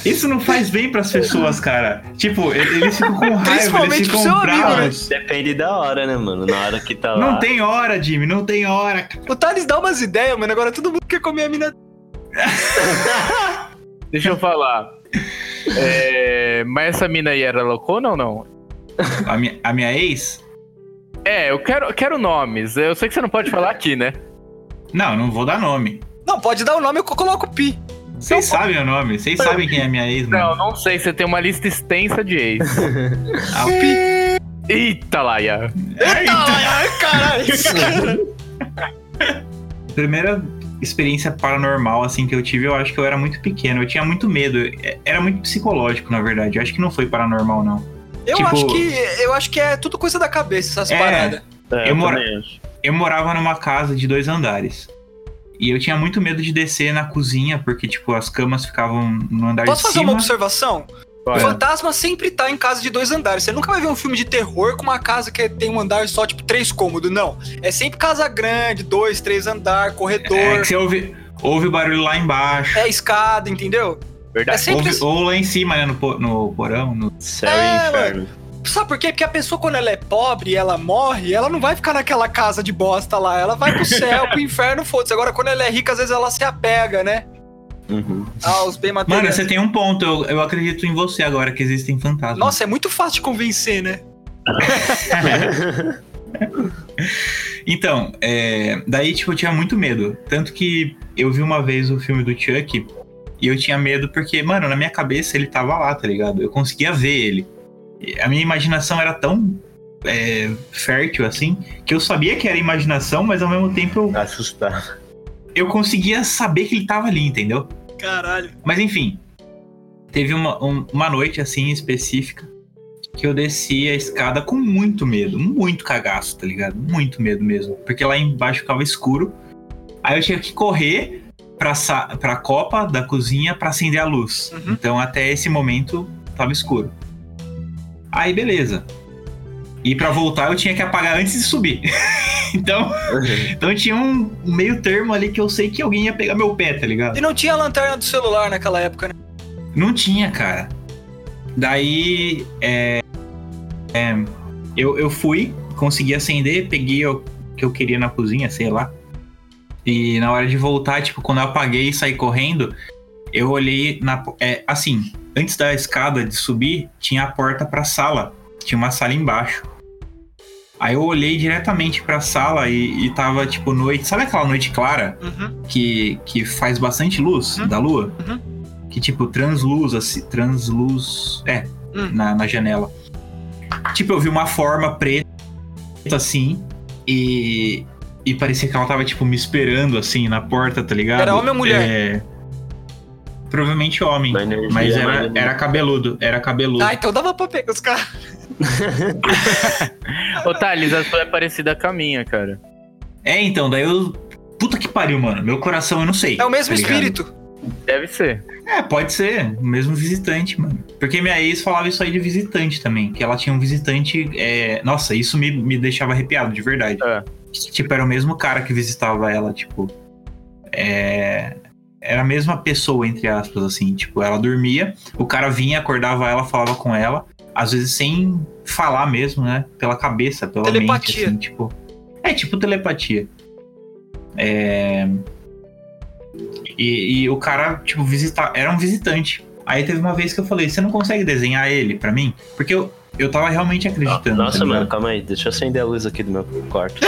[SPEAKER 1] Isso não faz bem pras pessoas, cara. Tipo, e- eles ficam com raiva,
[SPEAKER 3] Principalmente
[SPEAKER 1] eles
[SPEAKER 3] pro
[SPEAKER 1] ficam
[SPEAKER 3] seu amigo, né?
[SPEAKER 1] bravos.
[SPEAKER 2] Depende da hora, né, mano? Na hora que tá lá.
[SPEAKER 1] Não tem hora, Jimmy, não tem hora.
[SPEAKER 3] O Thales dá umas ideias, mano. Agora todo mundo quer comer a mina.
[SPEAKER 4] Deixa eu falar. É, mas essa mina aí era loucona ou não?
[SPEAKER 1] A minha, a minha ex?
[SPEAKER 4] É, eu quero, quero nomes. Eu sei que você não pode falar aqui, né?
[SPEAKER 1] Não, não vou dar nome.
[SPEAKER 3] Não, pode dar o nome, eu coloco o pi.
[SPEAKER 1] Vocês sabem o nome, vocês sabem quem é a minha ex,
[SPEAKER 4] Não,
[SPEAKER 1] mano.
[SPEAKER 4] não sei. Você tem uma lista extensa de ex.
[SPEAKER 1] A Pi.
[SPEAKER 4] Eita, Laia!
[SPEAKER 3] Ai, caralho.
[SPEAKER 1] Primeira experiência paranormal, assim, que eu tive, eu acho que eu era muito pequeno. Eu tinha muito medo. É- Era muito psicológico, na verdade. Eu acho que não foi paranormal, não.
[SPEAKER 3] Eu
[SPEAKER 1] Tipo-
[SPEAKER 3] acho que eu acho que é tudo coisa da cabeça essas
[SPEAKER 1] É.
[SPEAKER 3] paradas.
[SPEAKER 2] É,
[SPEAKER 1] Eu moro-
[SPEAKER 2] também acho.
[SPEAKER 1] eu morava numa casa de dois andares. E eu tinha muito medo de descer na cozinha, porque, tipo, as camas ficavam no andar
[SPEAKER 3] Posso
[SPEAKER 1] de
[SPEAKER 3] fazer
[SPEAKER 1] cima.
[SPEAKER 3] uma observação? O fantasma sempre tá em casa de dois andares. Você nunca vai ver um filme de terror com uma casa que tem um andar só, tipo, três cômodos. Não. É sempre casa grande, dois, três andar, corredor,
[SPEAKER 1] É
[SPEAKER 3] é,
[SPEAKER 1] que você ouve, ouve o barulho lá embaixo.
[SPEAKER 3] escada, entendeu? É
[SPEAKER 4] Verdade.
[SPEAKER 3] sempre.
[SPEAKER 1] Ouve- ou lá em cima, né? No, po- no porão. no-
[SPEAKER 2] Céu
[SPEAKER 3] É,
[SPEAKER 2] e inferno.
[SPEAKER 3] Sabe por quê? Porque a pessoa, quando ela é pobre e ela morre, ela não vai ficar naquela casa de bosta lá. Ela vai pro céu, pro inferno, foda-se. Agora, quando ela é rica, às vezes ela se apega, né?
[SPEAKER 2] Uhum.
[SPEAKER 3] Aos bem
[SPEAKER 1] Mano,
[SPEAKER 3] materiais.
[SPEAKER 1] você tem um ponto. Eu, eu acredito em você agora que existem fantasmas.
[SPEAKER 3] Nossa, é muito fácil de convencer, né?
[SPEAKER 1] Então, é, daí, tipo, eu tinha muito medo. Tanto que eu vi uma vez o filme do Chuck e eu tinha medo porque, mano, na minha cabeça ele tava lá, tá ligado? Eu conseguia ver ele. E A minha imaginação era tão é, fértil, assim, que eu sabia que era imaginação, mas ao mesmo tempo eu,
[SPEAKER 2] Assustado.
[SPEAKER 1] eu conseguia saber que ele tava ali, entendeu?
[SPEAKER 3] Caralho.
[SPEAKER 1] Mas enfim, teve uma, um- uma noite assim específica que eu desci a escada com muito medo, muito cagaço, tá ligado? Muito medo mesmo. Porque lá embaixo ficava escuro. Aí eu tinha que correr pra, sa- pra copa da cozinha pra acender a luz.
[SPEAKER 3] Uhum.
[SPEAKER 1] Então até esse momento tava escuro. Aí beleza. E pra voltar eu tinha que apagar antes de subir. então, então tinha um meio termo ali que eu sei que alguém ia pegar meu pé, tá ligado?
[SPEAKER 3] E não tinha lanterna do celular naquela época, né?
[SPEAKER 1] Não tinha, cara. Daí. É, é, eu, eu fui, consegui acender, peguei o que eu queria na cozinha, sei lá. E na hora de voltar, tipo, quando eu apaguei e saí correndo, eu olhei na. po- É, assim, antes da escada de subir, tinha a porta pra sala. Tinha uma sala embaixo. Aí eu olhei diretamente pra sala e, e tava, tipo, noite. Sabe aquela noite clara?
[SPEAKER 3] Uhum.
[SPEAKER 1] que, que faz bastante luz
[SPEAKER 3] Uhum.
[SPEAKER 1] da lua.
[SPEAKER 3] Uhum.
[SPEAKER 1] Que tipo, transluz, assim, transluz. É,
[SPEAKER 3] Hum.
[SPEAKER 1] na, na janela. Tipo, eu vi uma forma preta assim e. E parecia que ela tava, tipo, me esperando assim na porta, tá ligado?
[SPEAKER 3] Era homem ou mulher?
[SPEAKER 1] É, Provavelmente homem.
[SPEAKER 2] Uma energia
[SPEAKER 1] Mas era,
[SPEAKER 2] maligna.
[SPEAKER 1] era cabeludo, era cabeludo.
[SPEAKER 3] Ah, então dava pra pegar os caras.
[SPEAKER 4] Ô, Thales, a sua é parecida com a minha, cara.
[SPEAKER 1] É, então, daí eu. Puta que pariu, mano. Meu coração, eu não sei.
[SPEAKER 3] É o mesmo
[SPEAKER 1] tá ligado?
[SPEAKER 3] espírito.
[SPEAKER 4] Deve ser.
[SPEAKER 1] É, pode ser, o mesmo visitante, mano. Porque minha ex falava isso aí de visitante também, que ela tinha um visitante. é, Nossa, isso me, me deixava arrepiado, de verdade.
[SPEAKER 4] É.
[SPEAKER 1] Tipo, era o mesmo cara que visitava ela, tipo. é, Era a mesma pessoa, entre aspas, assim. Tipo, ela dormia, o cara vinha, acordava ela, falava com ela, às vezes sem falar mesmo, né? Pela cabeça, pela
[SPEAKER 3] Telepatia.
[SPEAKER 1] mente, assim, tipo. É, tipo telepatia. É. E, e o cara, tipo, visita... era um visitante. Aí teve uma vez que eu falei, você não consegue desenhar ele pra mim? Porque eu, eu tava realmente acreditando.
[SPEAKER 2] Ah, Nossa,
[SPEAKER 1] tá ligado?
[SPEAKER 2] mano, calma aí. Deixa eu acender a luz aqui do meu quarto.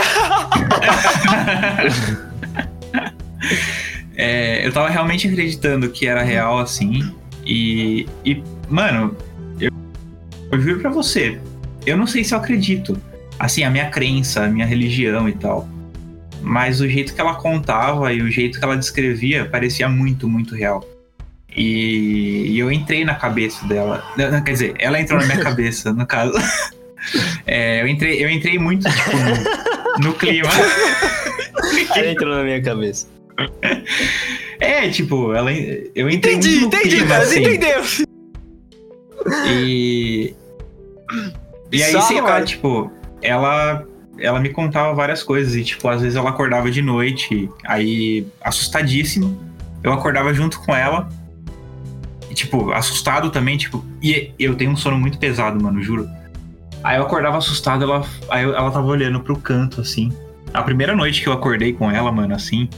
[SPEAKER 1] É, eu tava realmente acreditando que era real, assim. E, e, mano, eu, eu juro pra você, eu não sei se eu acredito. Assim, a minha crença, a minha religião e tal. Mas o jeito que ela contava e o jeito que ela descrevia parecia muito, muito real. E, e eu entrei na cabeça dela. Não, não, Quer dizer, ela entrou na minha cabeça, no caso. É, eu, entrei, eu entrei muito tipo, no- no clima.
[SPEAKER 2] Ela entrou na minha cabeça.
[SPEAKER 1] É, tipo, ela, eu entrei
[SPEAKER 3] Entendi,
[SPEAKER 1] muito no
[SPEAKER 3] entendi,
[SPEAKER 1] clima,
[SPEAKER 3] cara.
[SPEAKER 1] assim,
[SPEAKER 3] Entendeu?
[SPEAKER 1] E, e aí,
[SPEAKER 3] Bizarro,
[SPEAKER 1] sei lá,
[SPEAKER 3] cara.
[SPEAKER 1] tipo, ela, ela me contava várias coisas. E, tipo, às vezes ela acordava de noite, aí, assustadíssima. Eu acordava junto com ela. E, tipo, assustado também, tipo. E eu tenho um sono muito pesado, mano, juro. Aí eu acordava assustado, ela, aí eu- ela tava olhando pro canto, assim. A primeira noite que eu acordei com ela, mano, assim.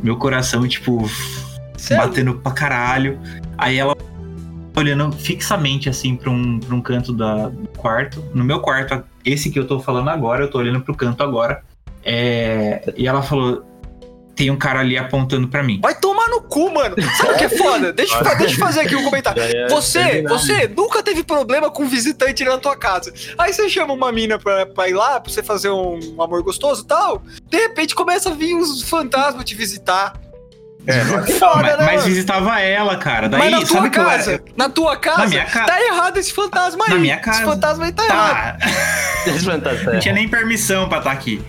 [SPEAKER 1] Meu coração, tipo,
[SPEAKER 3] Sério?
[SPEAKER 1] batendo pra caralho. Aí ela olhando fixamente assim pra um, pra um canto da, do quarto. No meu quarto, esse que eu tô falando agora, eu tô olhando pro canto agora. É, e ela falou: tem um cara ali apontando pra mim.
[SPEAKER 3] Vai tomar tomar no cu, mano. Sabe o que é foda? Deixa, eu fa- deixa eu fazer aqui um comentário.
[SPEAKER 2] Já
[SPEAKER 1] É,
[SPEAKER 2] ia
[SPEAKER 3] Você,
[SPEAKER 2] terminar.
[SPEAKER 3] você nunca teve problema com um visitante na tua casa. Aí você chama uma mina pra, pra ir lá, pra você fazer um amor gostoso e tal. De repente começa a vir uns fantasmas te visitar. É, foda,
[SPEAKER 1] Mas,
[SPEAKER 3] né,
[SPEAKER 1] mas
[SPEAKER 3] mano?
[SPEAKER 1] visitava ela, cara. Daí,
[SPEAKER 3] Mas na tua
[SPEAKER 1] sabe que eu era-
[SPEAKER 3] casa, na tua casa,
[SPEAKER 1] minha ca-
[SPEAKER 3] tá errado esse fantasma aí.
[SPEAKER 1] Na minha casa.
[SPEAKER 3] Esse fantasma aí tá, errado.
[SPEAKER 1] Tá, não tinha nem permissão pra estar aqui.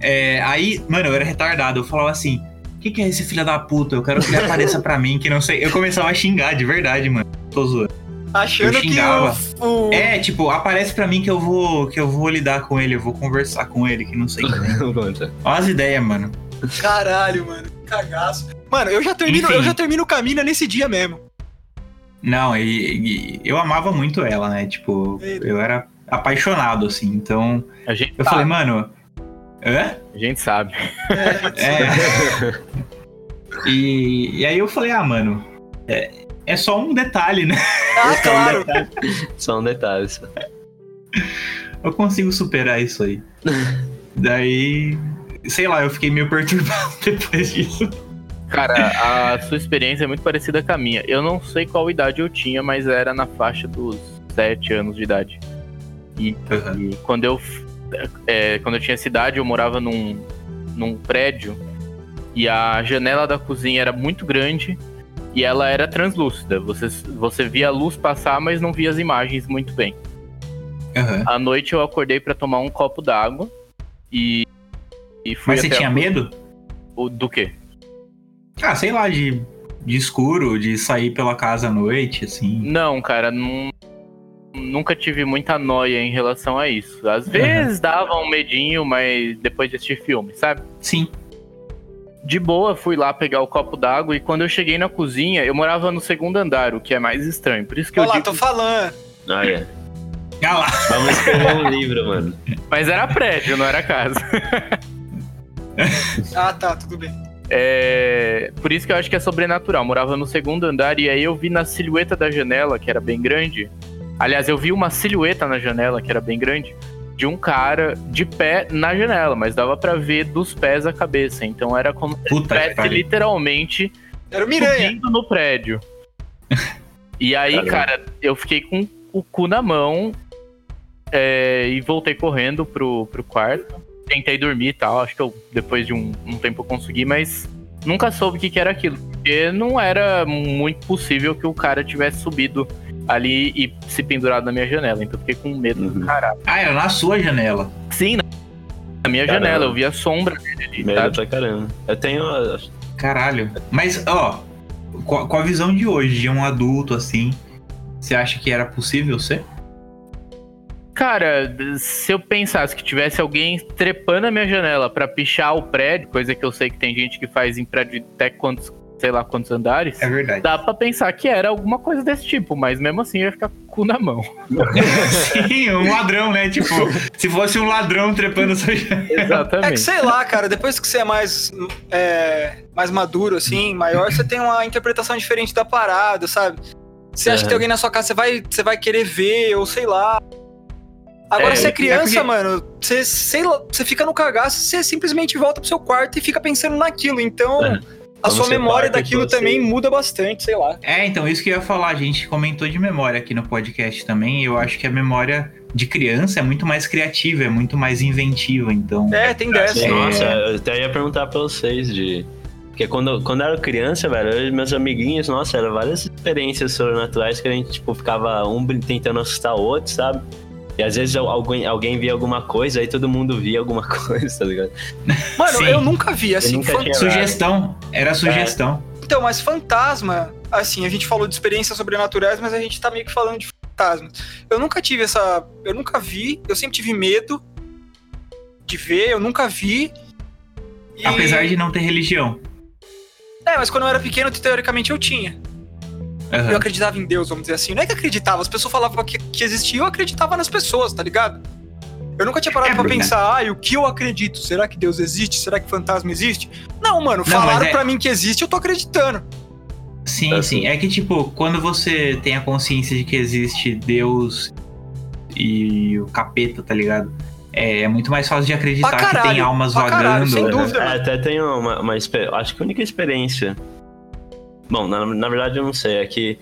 [SPEAKER 1] É, aí, mano, eu era retardado. Eu falava assim: o que, que é esse filho da puta? Eu quero que ele apareça pra mim, que não sei. Eu começava a xingar de verdade, mano. Tô zoando.
[SPEAKER 3] Achando
[SPEAKER 1] Eu
[SPEAKER 3] que
[SPEAKER 1] xingava.
[SPEAKER 3] o, o-
[SPEAKER 1] É, tipo, aparece pra mim que eu vou que eu vou lidar com ele, eu vou conversar com ele, que não sei. Olha as ideias, mano.
[SPEAKER 3] Caralho, mano. que Cagaço. Mano, eu já termino,
[SPEAKER 1] Enfim.
[SPEAKER 3] eu já termino o caminho nesse dia mesmo.
[SPEAKER 1] Não, e, e eu amava muito ela, né? Tipo, eu era apaixonado, assim. Então,
[SPEAKER 4] A gente,
[SPEAKER 1] eu falei, mano. Hã?
[SPEAKER 4] a gente sabe.
[SPEAKER 1] É. e, e aí eu falei, ah, mano, é, é só um detalhe, né?
[SPEAKER 3] Ah, claro.
[SPEAKER 2] Só um detalhe. só.
[SPEAKER 1] Eu consigo superar isso aí. Daí, sei lá, eu fiquei meio perturbado depois disso.
[SPEAKER 4] Cara, a sua experiência é muito parecida com a minha. Eu não sei qual idade eu tinha, mas era na faixa dos 7 anos de idade. E,
[SPEAKER 1] Uhum.
[SPEAKER 4] e quando eu f- é, quando eu tinha essa idade, eu morava num, num prédio e a janela da cozinha era muito grande e ela era translúcida. Você, você via a luz passar, mas não via as imagens muito bem.
[SPEAKER 1] Aham.
[SPEAKER 4] À noite eu acordei pra tomar um copo d'água e, e fui
[SPEAKER 1] Mas você
[SPEAKER 4] até a-
[SPEAKER 1] tinha medo?
[SPEAKER 4] o- do quê?
[SPEAKER 1] Ah, sei lá, de, de escuro, de sair pela casa à noite, assim.
[SPEAKER 4] Não, cara, nun- nunca tive muita noia em relação a isso.
[SPEAKER 1] Uhum.
[SPEAKER 4] Às vezes dava um medinho, mas depois de assistir filme, sabe?
[SPEAKER 1] Sim.
[SPEAKER 4] De boa, fui lá pegar o copo d'água e quando eu cheguei na cozinha, eu morava no segundo andar, o que é mais estranho. Por isso que
[SPEAKER 3] Olha
[SPEAKER 4] eu
[SPEAKER 3] lá,
[SPEAKER 4] digo...
[SPEAKER 3] tô falando.
[SPEAKER 2] Ah, é.
[SPEAKER 1] Ah lá.
[SPEAKER 2] Vamos escrever um livro, mano.
[SPEAKER 4] Mas era prédio, não era casa.
[SPEAKER 3] Ah, tá, tudo bem.
[SPEAKER 4] É, Por isso que eu acho que é sobrenatural. Morava no segundo andar e aí eu vi na silhueta da janela, que era bem grande. Aliás, eu vi uma silhueta na janela, que era bem grande, de um cara de pé na janela, mas dava pra ver dos pés a cabeça. Então era como se ele
[SPEAKER 1] Puta que
[SPEAKER 4] estivesse
[SPEAKER 1] pariu.
[SPEAKER 4] literalmente
[SPEAKER 3] Era o Miranha.
[SPEAKER 4] subindo no prédio. E aí,
[SPEAKER 2] Caramba.
[SPEAKER 4] cara, eu fiquei com o cu na mão é, e voltei correndo pro, pro quarto. Tentei dormir e tal. Acho que eu, depois de um, um tempo eu consegui, mas nunca soube o que, que era aquilo. Porque não era muito possível que o cara tivesse subido ali e se pendurado na minha janela. Então eu fiquei com medo do
[SPEAKER 2] Uhum.
[SPEAKER 4] caralho.
[SPEAKER 1] Ah, era na sua janela.
[SPEAKER 4] Sim, na na minha
[SPEAKER 2] Caramba.
[SPEAKER 4] janela, eu vi a sombra dele ali,
[SPEAKER 2] Merda
[SPEAKER 4] sabe?
[SPEAKER 2] pra caramba. Eu tenho.
[SPEAKER 1] Caralho. Mas, ó, com a- com a visão de hoje, de um adulto, assim, você acha que era possível ser?
[SPEAKER 4] Cara, se eu pensasse que tivesse alguém trepando a minha janela pra pichar o prédio, coisa que eu sei que tem gente que faz em prédio de até quantos, sei lá quantos andares,
[SPEAKER 1] É verdade.
[SPEAKER 4] dá pra pensar que era alguma coisa desse tipo, mas mesmo assim eu ia ficar com o cu na mão.
[SPEAKER 1] Sim, um ladrão, né? Tipo, se fosse um ladrão trepando essa janela.
[SPEAKER 3] É que
[SPEAKER 4] Exatamente.
[SPEAKER 3] sei lá, cara, depois que você é mais, é, mais maduro, assim, maior, você tem uma interpretação diferente da parada, sabe? Você acha que
[SPEAKER 2] Aham.
[SPEAKER 3] tem alguém na sua casa, você vai, você vai querer ver, ou sei lá. Agora,
[SPEAKER 4] É,
[SPEAKER 3] você é criança,
[SPEAKER 1] é porque-
[SPEAKER 3] mano, você, sei lá, você fica no cagaço, você simplesmente volta pro seu quarto e fica pensando naquilo. Então,
[SPEAKER 2] É.
[SPEAKER 3] a
[SPEAKER 2] Como
[SPEAKER 3] sua
[SPEAKER 2] você
[SPEAKER 3] memória
[SPEAKER 2] parte
[SPEAKER 3] daquilo
[SPEAKER 2] de você.
[SPEAKER 3] também muda bastante, sei lá.
[SPEAKER 1] É, então, isso que eu ia falar, a gente comentou de memória aqui no podcast também. Eu acho que a memória de criança é muito mais criativa, é muito mais inventiva, então.
[SPEAKER 3] É, tem dessa.
[SPEAKER 1] É.
[SPEAKER 2] Nossa, eu até ia perguntar pra vocês de. Porque quando, quando eu era criança, velho, eu e meus amiguinhos, nossa, eram várias experiências sobrenaturais que a gente, tipo, ficava um brin- tentando assustar o outro, sabe? E às vezes al- alguém, alguém via alguma coisa, aí todo mundo via alguma coisa, tá ligado?
[SPEAKER 3] Mano,
[SPEAKER 1] Sim.
[SPEAKER 3] eu nunca vi, assim,
[SPEAKER 2] nunca
[SPEAKER 3] fan-
[SPEAKER 2] tinha
[SPEAKER 1] Sugestão, era sugestão.
[SPEAKER 3] Então, mas fantasma, assim, a gente falou de experiências sobrenaturais, mas a gente tá meio que falando de fantasmas. Eu nunca tive essa. Eu nunca vi, eu sempre tive medo de ver, eu nunca vi. E-
[SPEAKER 1] Apesar de não ter religião.
[SPEAKER 3] É, mas quando eu era pequeno, teoricamente eu tinha.
[SPEAKER 1] Aham.
[SPEAKER 3] Eu acreditava em Deus, vamos dizer assim. Não é que acreditava, as pessoas falavam que, que existia, eu acreditava nas pessoas, tá ligado? Eu nunca tinha parado
[SPEAKER 1] É,
[SPEAKER 3] pra
[SPEAKER 1] Bruno.
[SPEAKER 3] pensar, ai, o que eu acredito? Será que Deus existe? Será que fantasma existe? Não, mano, falaram
[SPEAKER 1] mas é-
[SPEAKER 3] pra mim que existe, eu tô acreditando.
[SPEAKER 1] Sim,
[SPEAKER 2] Tá
[SPEAKER 1] sim. É que, tipo, quando você tem a consciência de que existe Deus e o capeta, tá ligado? É, é muito mais fácil de acreditar
[SPEAKER 3] Pra
[SPEAKER 1] que tem
[SPEAKER 3] caralho,
[SPEAKER 1] almas
[SPEAKER 3] pra
[SPEAKER 1] vagando.
[SPEAKER 3] caralho, sem dúvida.
[SPEAKER 2] É, até tenho uma, uma exper- acho que a única experiência. Bom, na, na verdade eu não sei, é que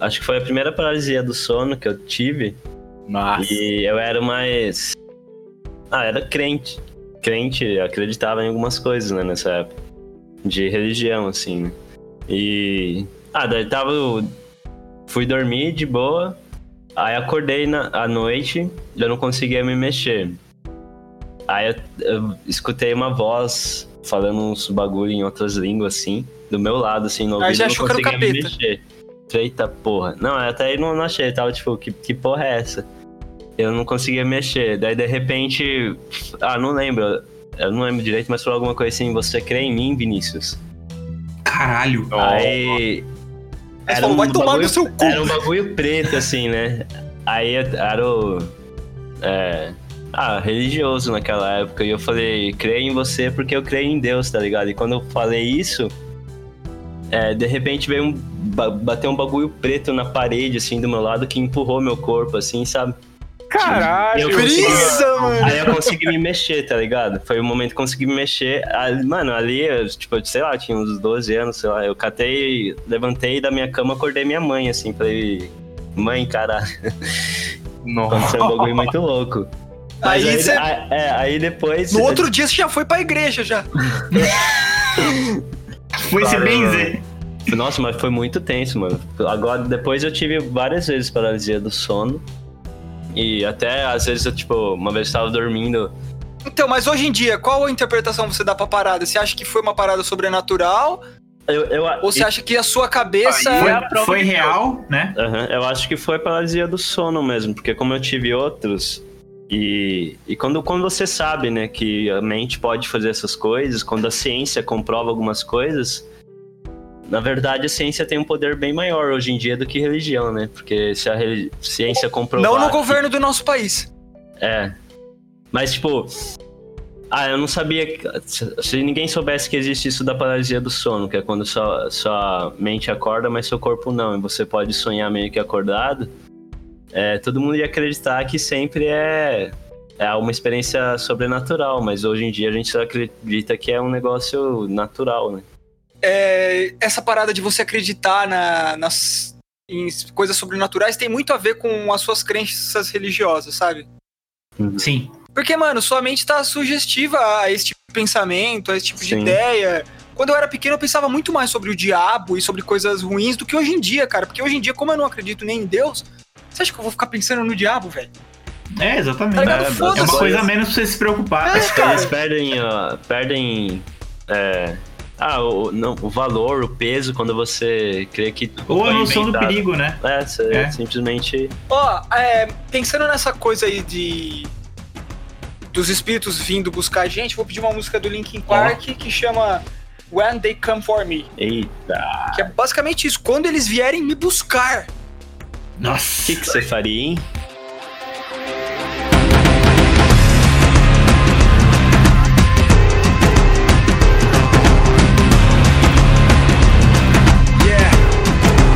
[SPEAKER 2] acho que foi a primeira paralisia do sono que eu tive
[SPEAKER 4] Nossa.
[SPEAKER 2] e eu era mais ah, era crente. Crente, eu acreditava em algumas coisas, né, nessa época de religião assim. né? E ah, daí tava eu fui dormir de boa. Aí acordei na, à noite, eu não conseguia me mexer. Aí eu, eu escutei uma voz falando uns bagulho em outras línguas, assim, do meu lado, assim, no
[SPEAKER 3] Aí
[SPEAKER 2] ouvido,
[SPEAKER 3] já
[SPEAKER 2] eu não
[SPEAKER 3] achou que era o
[SPEAKER 2] conseguia me
[SPEAKER 3] capeta.
[SPEAKER 2] mexer. Falei, eita porra. Não, até aí não, não achei, tava tipo, que, que porra é essa? Eu não conseguia mexer. Daí, de repente, ah, não lembro, eu não lembro direito, mas falou alguma coisa assim, você crê em mim, Vinícius?
[SPEAKER 1] Caralho.
[SPEAKER 2] Aí...
[SPEAKER 3] Ele
[SPEAKER 2] era
[SPEAKER 3] falou,
[SPEAKER 2] um
[SPEAKER 3] vai tomar
[SPEAKER 2] bagulho
[SPEAKER 3] no seu cu.
[SPEAKER 2] era um bagulho preto, assim, né? Aí eu era o. É, ah, religioso naquela época. E eu falei, creio em você porque eu creio em Deus, tá ligado? E quando eu falei isso, é, de repente veio um. ba- Bateu um bagulho preto na parede, assim, do meu lado, que empurrou meu corpo, assim, sabe?
[SPEAKER 4] Caralho.
[SPEAKER 2] Eu consegui-
[SPEAKER 3] Brisa, mano.
[SPEAKER 2] Aí eu consegui me mexer, tá ligado? Foi o momento que eu consegui me mexer. Ali- mano, ali, eu, tipo, sei lá, tinha uns 12 anos, sei lá. Eu catei, levantei da minha cama, acordei minha mãe, assim. Falei, mãe, caralho,
[SPEAKER 4] Nossa.
[SPEAKER 2] aconteceu um bagulho muito louco. Mas
[SPEAKER 3] Aí você-
[SPEAKER 2] a- é, aí depois... tipo,
[SPEAKER 3] No outro dia você já foi pra igreja já.
[SPEAKER 1] Foi se
[SPEAKER 2] Cara,
[SPEAKER 1] benzer.
[SPEAKER 2] Nossa, mas foi muito tenso, mano. Agora, depois eu tive várias vezes paralisia do sono. E até, às vezes, eu, tipo, uma vez eu tava dormindo...
[SPEAKER 3] Então, mas hoje em dia, qual a interpretação você dá pra parada? Você acha que foi uma parada sobrenatural?
[SPEAKER 2] Eu, eu,
[SPEAKER 3] Ou você acha que a sua cabeça.
[SPEAKER 4] Aí-
[SPEAKER 1] Foi,
[SPEAKER 4] é a prova
[SPEAKER 1] foi
[SPEAKER 4] de Deus.
[SPEAKER 1] real, né?
[SPEAKER 2] Aham, Eu acho que foi paralisia do sono mesmo, porque como eu tive outros. E, e quando, quando você sabe, né, que a mente pode fazer essas coisas, quando a ciência comprova algumas coisas, na verdade a ciência tem um poder bem maior hoje em dia do que religião, né? Porque se a reli- ciência comprovar.
[SPEAKER 3] Não no
[SPEAKER 2] que-
[SPEAKER 3] governo do nosso país.
[SPEAKER 2] É. Mas, tipo. Ah, eu não sabia. que- Se se ninguém soubesse que existe isso da paralisia do sono, que é quando sua, sua mente acorda, mas seu corpo não, e você pode sonhar meio que acordado, é, todo mundo ia acreditar que sempre é, é uma experiência sobrenatural, mas hoje em dia a gente só acredita que é um negócio natural, né?
[SPEAKER 3] É, essa parada de você acreditar na- nas em coisas sobrenaturais tem muito a ver com as suas crenças religiosas, sabe?
[SPEAKER 1] Sim.
[SPEAKER 3] Porque, mano, sua mente tá sugestiva a esse tipo de pensamento, a esse tipo de
[SPEAKER 2] Sim.
[SPEAKER 3] ideia. Quando eu era pequeno, eu pensava muito mais sobre o diabo e sobre coisas ruins do que hoje em dia, cara. Porque hoje em dia, como eu não acredito nem em Deus, você acha que eu vou ficar pensando no diabo, velho?
[SPEAKER 1] É, exatamente.
[SPEAKER 3] Tá ligado?
[SPEAKER 1] É, é uma
[SPEAKER 3] Foda-se.
[SPEAKER 1] coisa a menos pra você se preocupar.
[SPEAKER 3] É,
[SPEAKER 2] Então, Eles
[SPEAKER 3] cara.
[SPEAKER 2] perdem, ó, perdem é, ah, o, não, o valor, o peso, quando você crê que.
[SPEAKER 1] Ou a
[SPEAKER 2] foi
[SPEAKER 1] noção do
[SPEAKER 2] inventado.
[SPEAKER 1] perigo, né?
[SPEAKER 2] É, você
[SPEAKER 1] É.
[SPEAKER 2] simplesmente.
[SPEAKER 3] Ó, é, pensando nessa coisa aí de. dos espíritos vindo buscar a gente, vou pedir uma música do Linkin Park que chama When They Come For Me.
[SPEAKER 2] Eita!
[SPEAKER 3] Que é basicamente isso, quando eles vierem me buscar.
[SPEAKER 2] O que, que você faria, hein?
[SPEAKER 6] I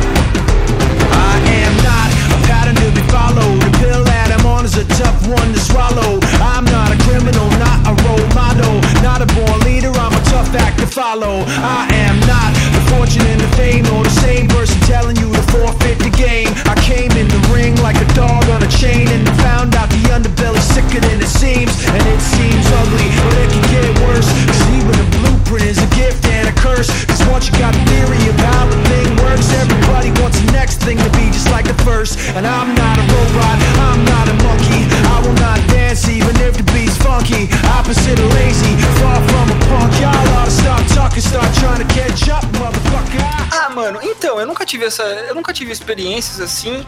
[SPEAKER 6] am not a pattern to be followed. The pill that I'm on is a tough one to swallow. I'm not a criminal, not a role model. Not a born leader, I'm a tough act to follow. I am not the fortune and the fame or the same person telling you to forfeit the game. I came in the ring like a dog on a chain and found out the underbelly's sicker than it seems. And it seems ugly, but it can get worse. Cause even the blueprint is a gift and a curse. Cause once you got a theory of how the thing works, everybody wants the next thing to be just like the first. And I'm not a robot, I'm not a monkey. I will not dance even if the beat's funky. Opposite of lazy, far from a punk. Y'all ought to stop talking, start trying to catch up, motherfucker.
[SPEAKER 3] Ah, mano, então, eu nunca tive essa. Eu nunca tive experiências assim.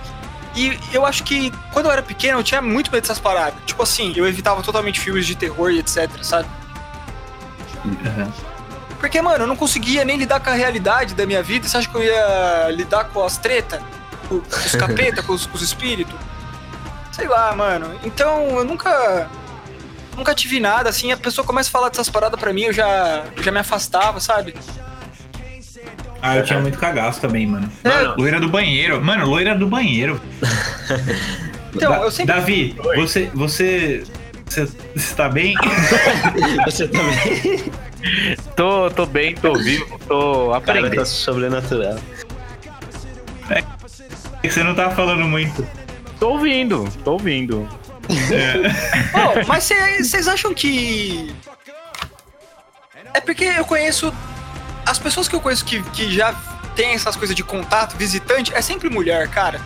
[SPEAKER 3] E eu acho que quando eu era pequeno, eu tinha muito medo dessas paradas. Tipo assim, eu evitava totalmente filmes de terror e etc, sabe? Porque, mano, eu não conseguia nem lidar com a realidade da minha vida. Você acha que eu ia lidar com as tretas? Com com os capeta, com os, com os espíritos? Sei lá, mano. Então, eu nunca. Nunca tive nada, assim. A pessoa começa a falar dessas paradas pra mim, eu já, eu já me afastava, sabe?
[SPEAKER 1] Ah, eu tinha muito cagaço também, mano.
[SPEAKER 2] Mano,
[SPEAKER 1] Loira do banheiro. Mano, loira do banheiro.
[SPEAKER 3] Então,
[SPEAKER 1] Da-
[SPEAKER 3] eu sempre. um
[SPEAKER 1] Davi, você, você Você você tá bem?
[SPEAKER 2] Você também.
[SPEAKER 4] Tô, tô bem, tô vivo, tô
[SPEAKER 2] O cara tá
[SPEAKER 4] aprendendo.
[SPEAKER 2] sobrenatural.
[SPEAKER 1] Você não tá falando muito.
[SPEAKER 4] Tô ouvindo, tô ouvindo.
[SPEAKER 3] Ô, mas cê- vocês acham que. É porque eu conheço. As pessoas que eu conheço que, que já tem essas coisas de contato, visitante, é sempre mulher, cara.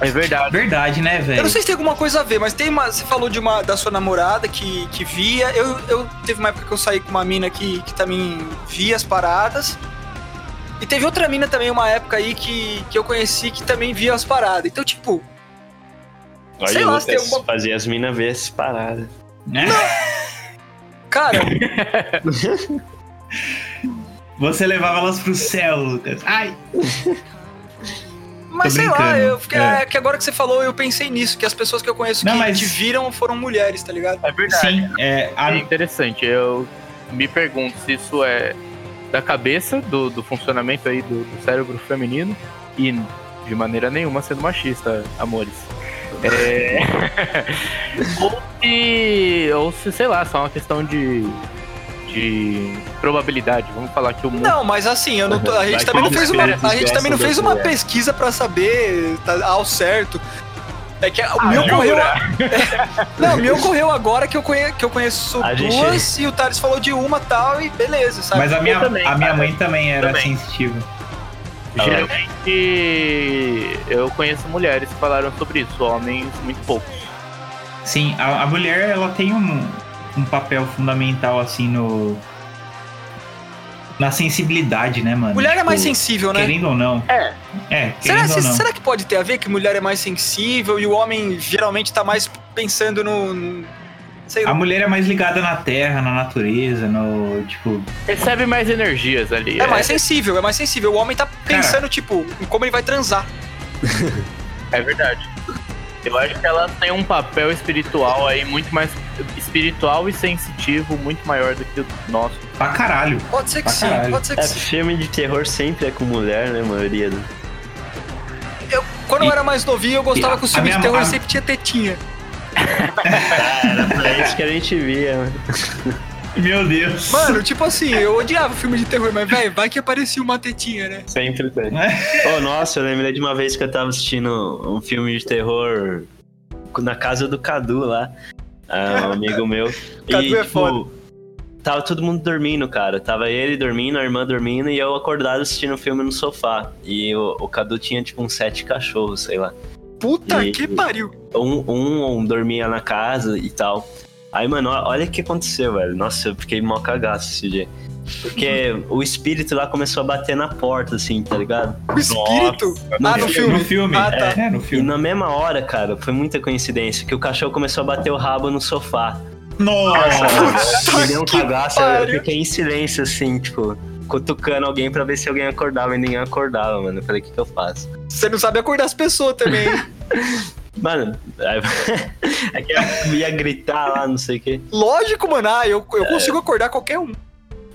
[SPEAKER 4] É verdade.
[SPEAKER 1] Verdade, né,
[SPEAKER 3] Eu
[SPEAKER 1] velho?
[SPEAKER 3] não sei se tem alguma coisa a ver, mas tem uma. Você falou de uma da sua namorada que, que via. Eu, eu teve uma época que eu saí com uma mina que, que também via as paradas. E teve outra mina também, uma época aí que, que eu conheci que também via as paradas. Então, tipo,
[SPEAKER 2] Olha,
[SPEAKER 3] Sei
[SPEAKER 2] o
[SPEAKER 3] lá,
[SPEAKER 2] Lucas
[SPEAKER 3] se tem alguma-
[SPEAKER 2] fazia as minas ver essa parada.
[SPEAKER 1] Né?
[SPEAKER 3] cara,
[SPEAKER 1] Você levava elas pro céu, Lucas. Ai!
[SPEAKER 3] mas
[SPEAKER 1] Tô
[SPEAKER 3] sei lá,
[SPEAKER 1] brincando.
[SPEAKER 3] eu fiquei,
[SPEAKER 1] É.
[SPEAKER 3] é que agora que você falou, eu pensei nisso, que as pessoas que eu conheço
[SPEAKER 1] Não,
[SPEAKER 3] que
[SPEAKER 1] mas-
[SPEAKER 3] te viram foram mulheres, tá ligado?
[SPEAKER 4] É verdade.
[SPEAKER 1] Sim, é, a-
[SPEAKER 4] É interessante. Eu me pergunto se isso é da cabeça, do, do funcionamento aí do, do cérebro feminino e de maneira nenhuma sendo machista, amores. É... ou, se, ou se, sei lá, só uma questão de, de probabilidade. Vamos falar que o mundo.
[SPEAKER 3] Não, mas assim, eu não tô- a
[SPEAKER 2] Vai
[SPEAKER 3] gente também não
[SPEAKER 2] que
[SPEAKER 3] fez
[SPEAKER 2] os
[SPEAKER 3] uma,
[SPEAKER 2] espíritos
[SPEAKER 3] a gente também não
[SPEAKER 2] gostam
[SPEAKER 3] fez
[SPEAKER 2] das
[SPEAKER 3] uma
[SPEAKER 2] mulheres.
[SPEAKER 3] pesquisa pra saber tá, ao certo. É que
[SPEAKER 1] Ah,
[SPEAKER 3] o meu ocorreu. Não, o meu ocorreu agora que eu conheço, que eu conheço
[SPEAKER 2] A gente-
[SPEAKER 3] duas e o Thales falou de uma tal e beleza, sabe?
[SPEAKER 1] mas a minha,
[SPEAKER 4] também,
[SPEAKER 1] a minha
[SPEAKER 4] cara.
[SPEAKER 1] mãe também era
[SPEAKER 4] Também.
[SPEAKER 1] sensitiva.
[SPEAKER 4] Geralmente eu conheço mulheres que falaram sobre isso, homens muito poucos.
[SPEAKER 1] Sim, a, a mulher ela tem um, um papel fundamental assim no na sensibilidade, né, mano?
[SPEAKER 3] Mulher é mais
[SPEAKER 1] Tipo,
[SPEAKER 3] sensível, né?
[SPEAKER 1] Querendo ou não.
[SPEAKER 4] É.
[SPEAKER 1] É,
[SPEAKER 3] Será,
[SPEAKER 1] querendo ou não.
[SPEAKER 3] será que pode ter a ver que mulher é mais sensível e o homem geralmente tá mais pensando no. no- sei
[SPEAKER 1] A
[SPEAKER 3] lá.
[SPEAKER 1] mulher é mais ligada na terra, na natureza, no tipo,
[SPEAKER 4] Recebe mais energias ali.
[SPEAKER 3] É mais sensível, é mais sensível. O homem tá pensando, tipo, em como ele vai transar.
[SPEAKER 4] É verdade. Eu acho que ela tem um papel espiritual aí muito mais espiritual e sensitivo muito maior do que o nosso.
[SPEAKER 1] pra caralho.
[SPEAKER 3] Pode ser que
[SPEAKER 1] Pra
[SPEAKER 3] sim,
[SPEAKER 1] caralho.
[SPEAKER 3] pode ser que
[SPEAKER 2] É,
[SPEAKER 3] sim.
[SPEAKER 2] filme de terror sempre é com mulher, né, maioria? do-
[SPEAKER 3] Eu- quando eu era mais novinho, eu gostava
[SPEAKER 1] e-
[SPEAKER 3] que o
[SPEAKER 1] a
[SPEAKER 3] filme de
[SPEAKER 1] minha
[SPEAKER 3] terror
[SPEAKER 1] ma-
[SPEAKER 3] sempre tinha tetinha.
[SPEAKER 2] É isso que a gente via, mano.
[SPEAKER 1] Meu Deus.
[SPEAKER 3] Mano, tipo assim, eu odiava filme de terror, mas, velho, vai que aparecia uma tetinha, né?
[SPEAKER 2] Sempre tem. oh, nossa, eu lembrei de uma vez que eu tava assistindo um filme de terror na casa do Cadu lá. Ah, um amigo meu. tipo,
[SPEAKER 3] Cadu é foda.
[SPEAKER 2] Tava todo mundo dormindo, cara. Tava ele dormindo, a irmã dormindo e eu acordado assistindo o filme no sofá. E o, o Cadu tinha tipo uns sete cachorros, sei lá.
[SPEAKER 3] Puta
[SPEAKER 2] E-
[SPEAKER 3] que pariu.
[SPEAKER 2] um, um, um dormia na casa e tal. Aí, mano, ó- olha o que aconteceu, velho. Nossa, eu fiquei mó cagaço esse dia. Porque o espírito lá começou a bater na porta, assim, tá ligado?
[SPEAKER 3] O espírito. ah, no filme.
[SPEAKER 1] tá No filme.
[SPEAKER 3] Ah, tá.
[SPEAKER 1] É, no
[SPEAKER 2] E
[SPEAKER 1] filme.
[SPEAKER 2] na mesma hora, cara, foi muita coincidência, que o cachorro começou a bater o rabo no sofá.
[SPEAKER 1] Nossa.
[SPEAKER 2] Me deu um
[SPEAKER 3] que
[SPEAKER 2] cagaço, eu
[SPEAKER 3] pariu.
[SPEAKER 2] fiquei em silêncio, assim, tipo, cutucando alguém pra ver se alguém acordava e ninguém acordava, mano. Eu falei, o que, que eu faço?
[SPEAKER 3] Você não sabe acordar as pessoas também. hein?
[SPEAKER 2] Mano, aí, aí eu ia gritar lá, não sei o quê.
[SPEAKER 3] Lógico, mano. Ah, eu, eu consigo acordar qualquer um.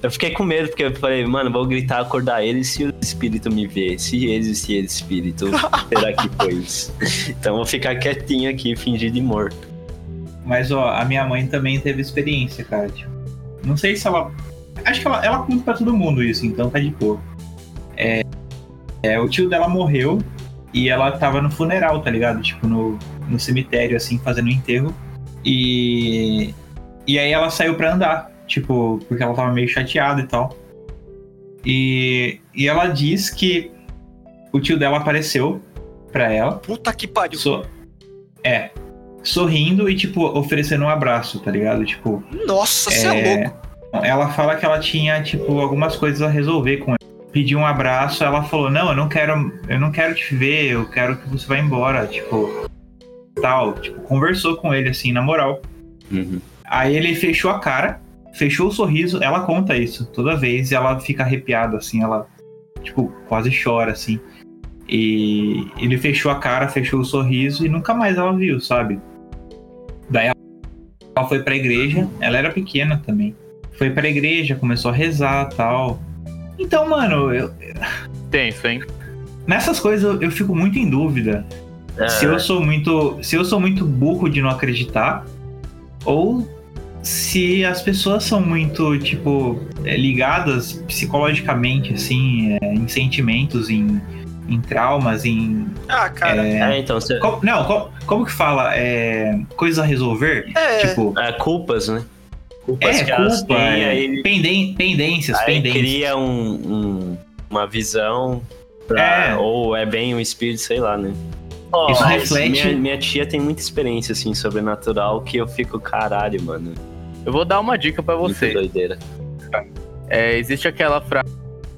[SPEAKER 2] Eu fiquei com medo, porque eu falei, mano, vou gritar, acordar ele se o espírito me ver. Se existe esse espírito, será que foi isso? Então eu vou ficar quietinho aqui, fingir de morto.
[SPEAKER 1] Mas ó, a minha mãe também teve experiência, cara. Tipo, não sei se ela. Acho que ela, ela conta pra todo mundo isso, então tá de boa. É, é, o tio dela morreu e ela tava no funeral, tá ligado? Tipo, no, no cemitério, assim, fazendo o enterro. E. E aí ela saiu pra andar, tipo, porque ela tava meio chateada e tal. E, e ela diz que o tio dela apareceu pra ela.
[SPEAKER 3] Puta que pariu.
[SPEAKER 1] So... É. Sorrindo e, tipo, oferecendo um abraço, tá ligado? Tipo,
[SPEAKER 3] Nossa, você é louco.
[SPEAKER 1] ela fala que ela tinha, tipo, algumas coisas a resolver com ele. Pediu um abraço, ela falou, não, eu não quero, eu não quero te ver, eu quero que você vá embora, tipo, tal. Tipo, conversou com ele, assim, na moral. Uhum. Aí ele fechou a cara, fechou o sorriso, ela conta isso toda vez e ela fica arrepiada, assim, ela, tipo, quase chora, assim. E ele fechou a cara, fechou o sorriso e nunca mais ela viu, sabe? Daí ela- ela foi pra igreja, ela era pequena também. Foi pra igreja, começou a rezar tal. Então, mano, eu-
[SPEAKER 4] Tenso, hein?
[SPEAKER 1] nessas coisas eu, eu fico muito em dúvida.
[SPEAKER 2] É,
[SPEAKER 1] Se eu sou muito. Se eu sou muito burro de não acreditar, Ou se as pessoas são muito, tipo, é, ligadas psicologicamente, assim, é, em sentimentos, em, em traumas, em.
[SPEAKER 3] Ah, cara.
[SPEAKER 2] É, então, você,
[SPEAKER 1] Co- não, co- como que fala? É, coisas a resolver?
[SPEAKER 3] É.
[SPEAKER 1] Tipo,
[SPEAKER 2] é, culpas, né? Culpas
[SPEAKER 1] é
[SPEAKER 2] que elas
[SPEAKER 1] culpa,
[SPEAKER 2] têm,
[SPEAKER 1] é,
[SPEAKER 2] aí,
[SPEAKER 1] penden- pendências,
[SPEAKER 2] aí
[SPEAKER 1] pendências.
[SPEAKER 2] cria um, um- uma visão pra-
[SPEAKER 1] É.
[SPEAKER 2] ou é bem um espírito, sei lá, né?
[SPEAKER 1] Isso
[SPEAKER 2] Mas
[SPEAKER 1] reflete-
[SPEAKER 2] Minha, minha tia tem muita experiência, assim, sobrenatural, que eu fico, caralho, mano.
[SPEAKER 4] Eu vou dar uma dica pra
[SPEAKER 2] Muito
[SPEAKER 4] você.
[SPEAKER 2] doideira.
[SPEAKER 4] É, existe aquela fra-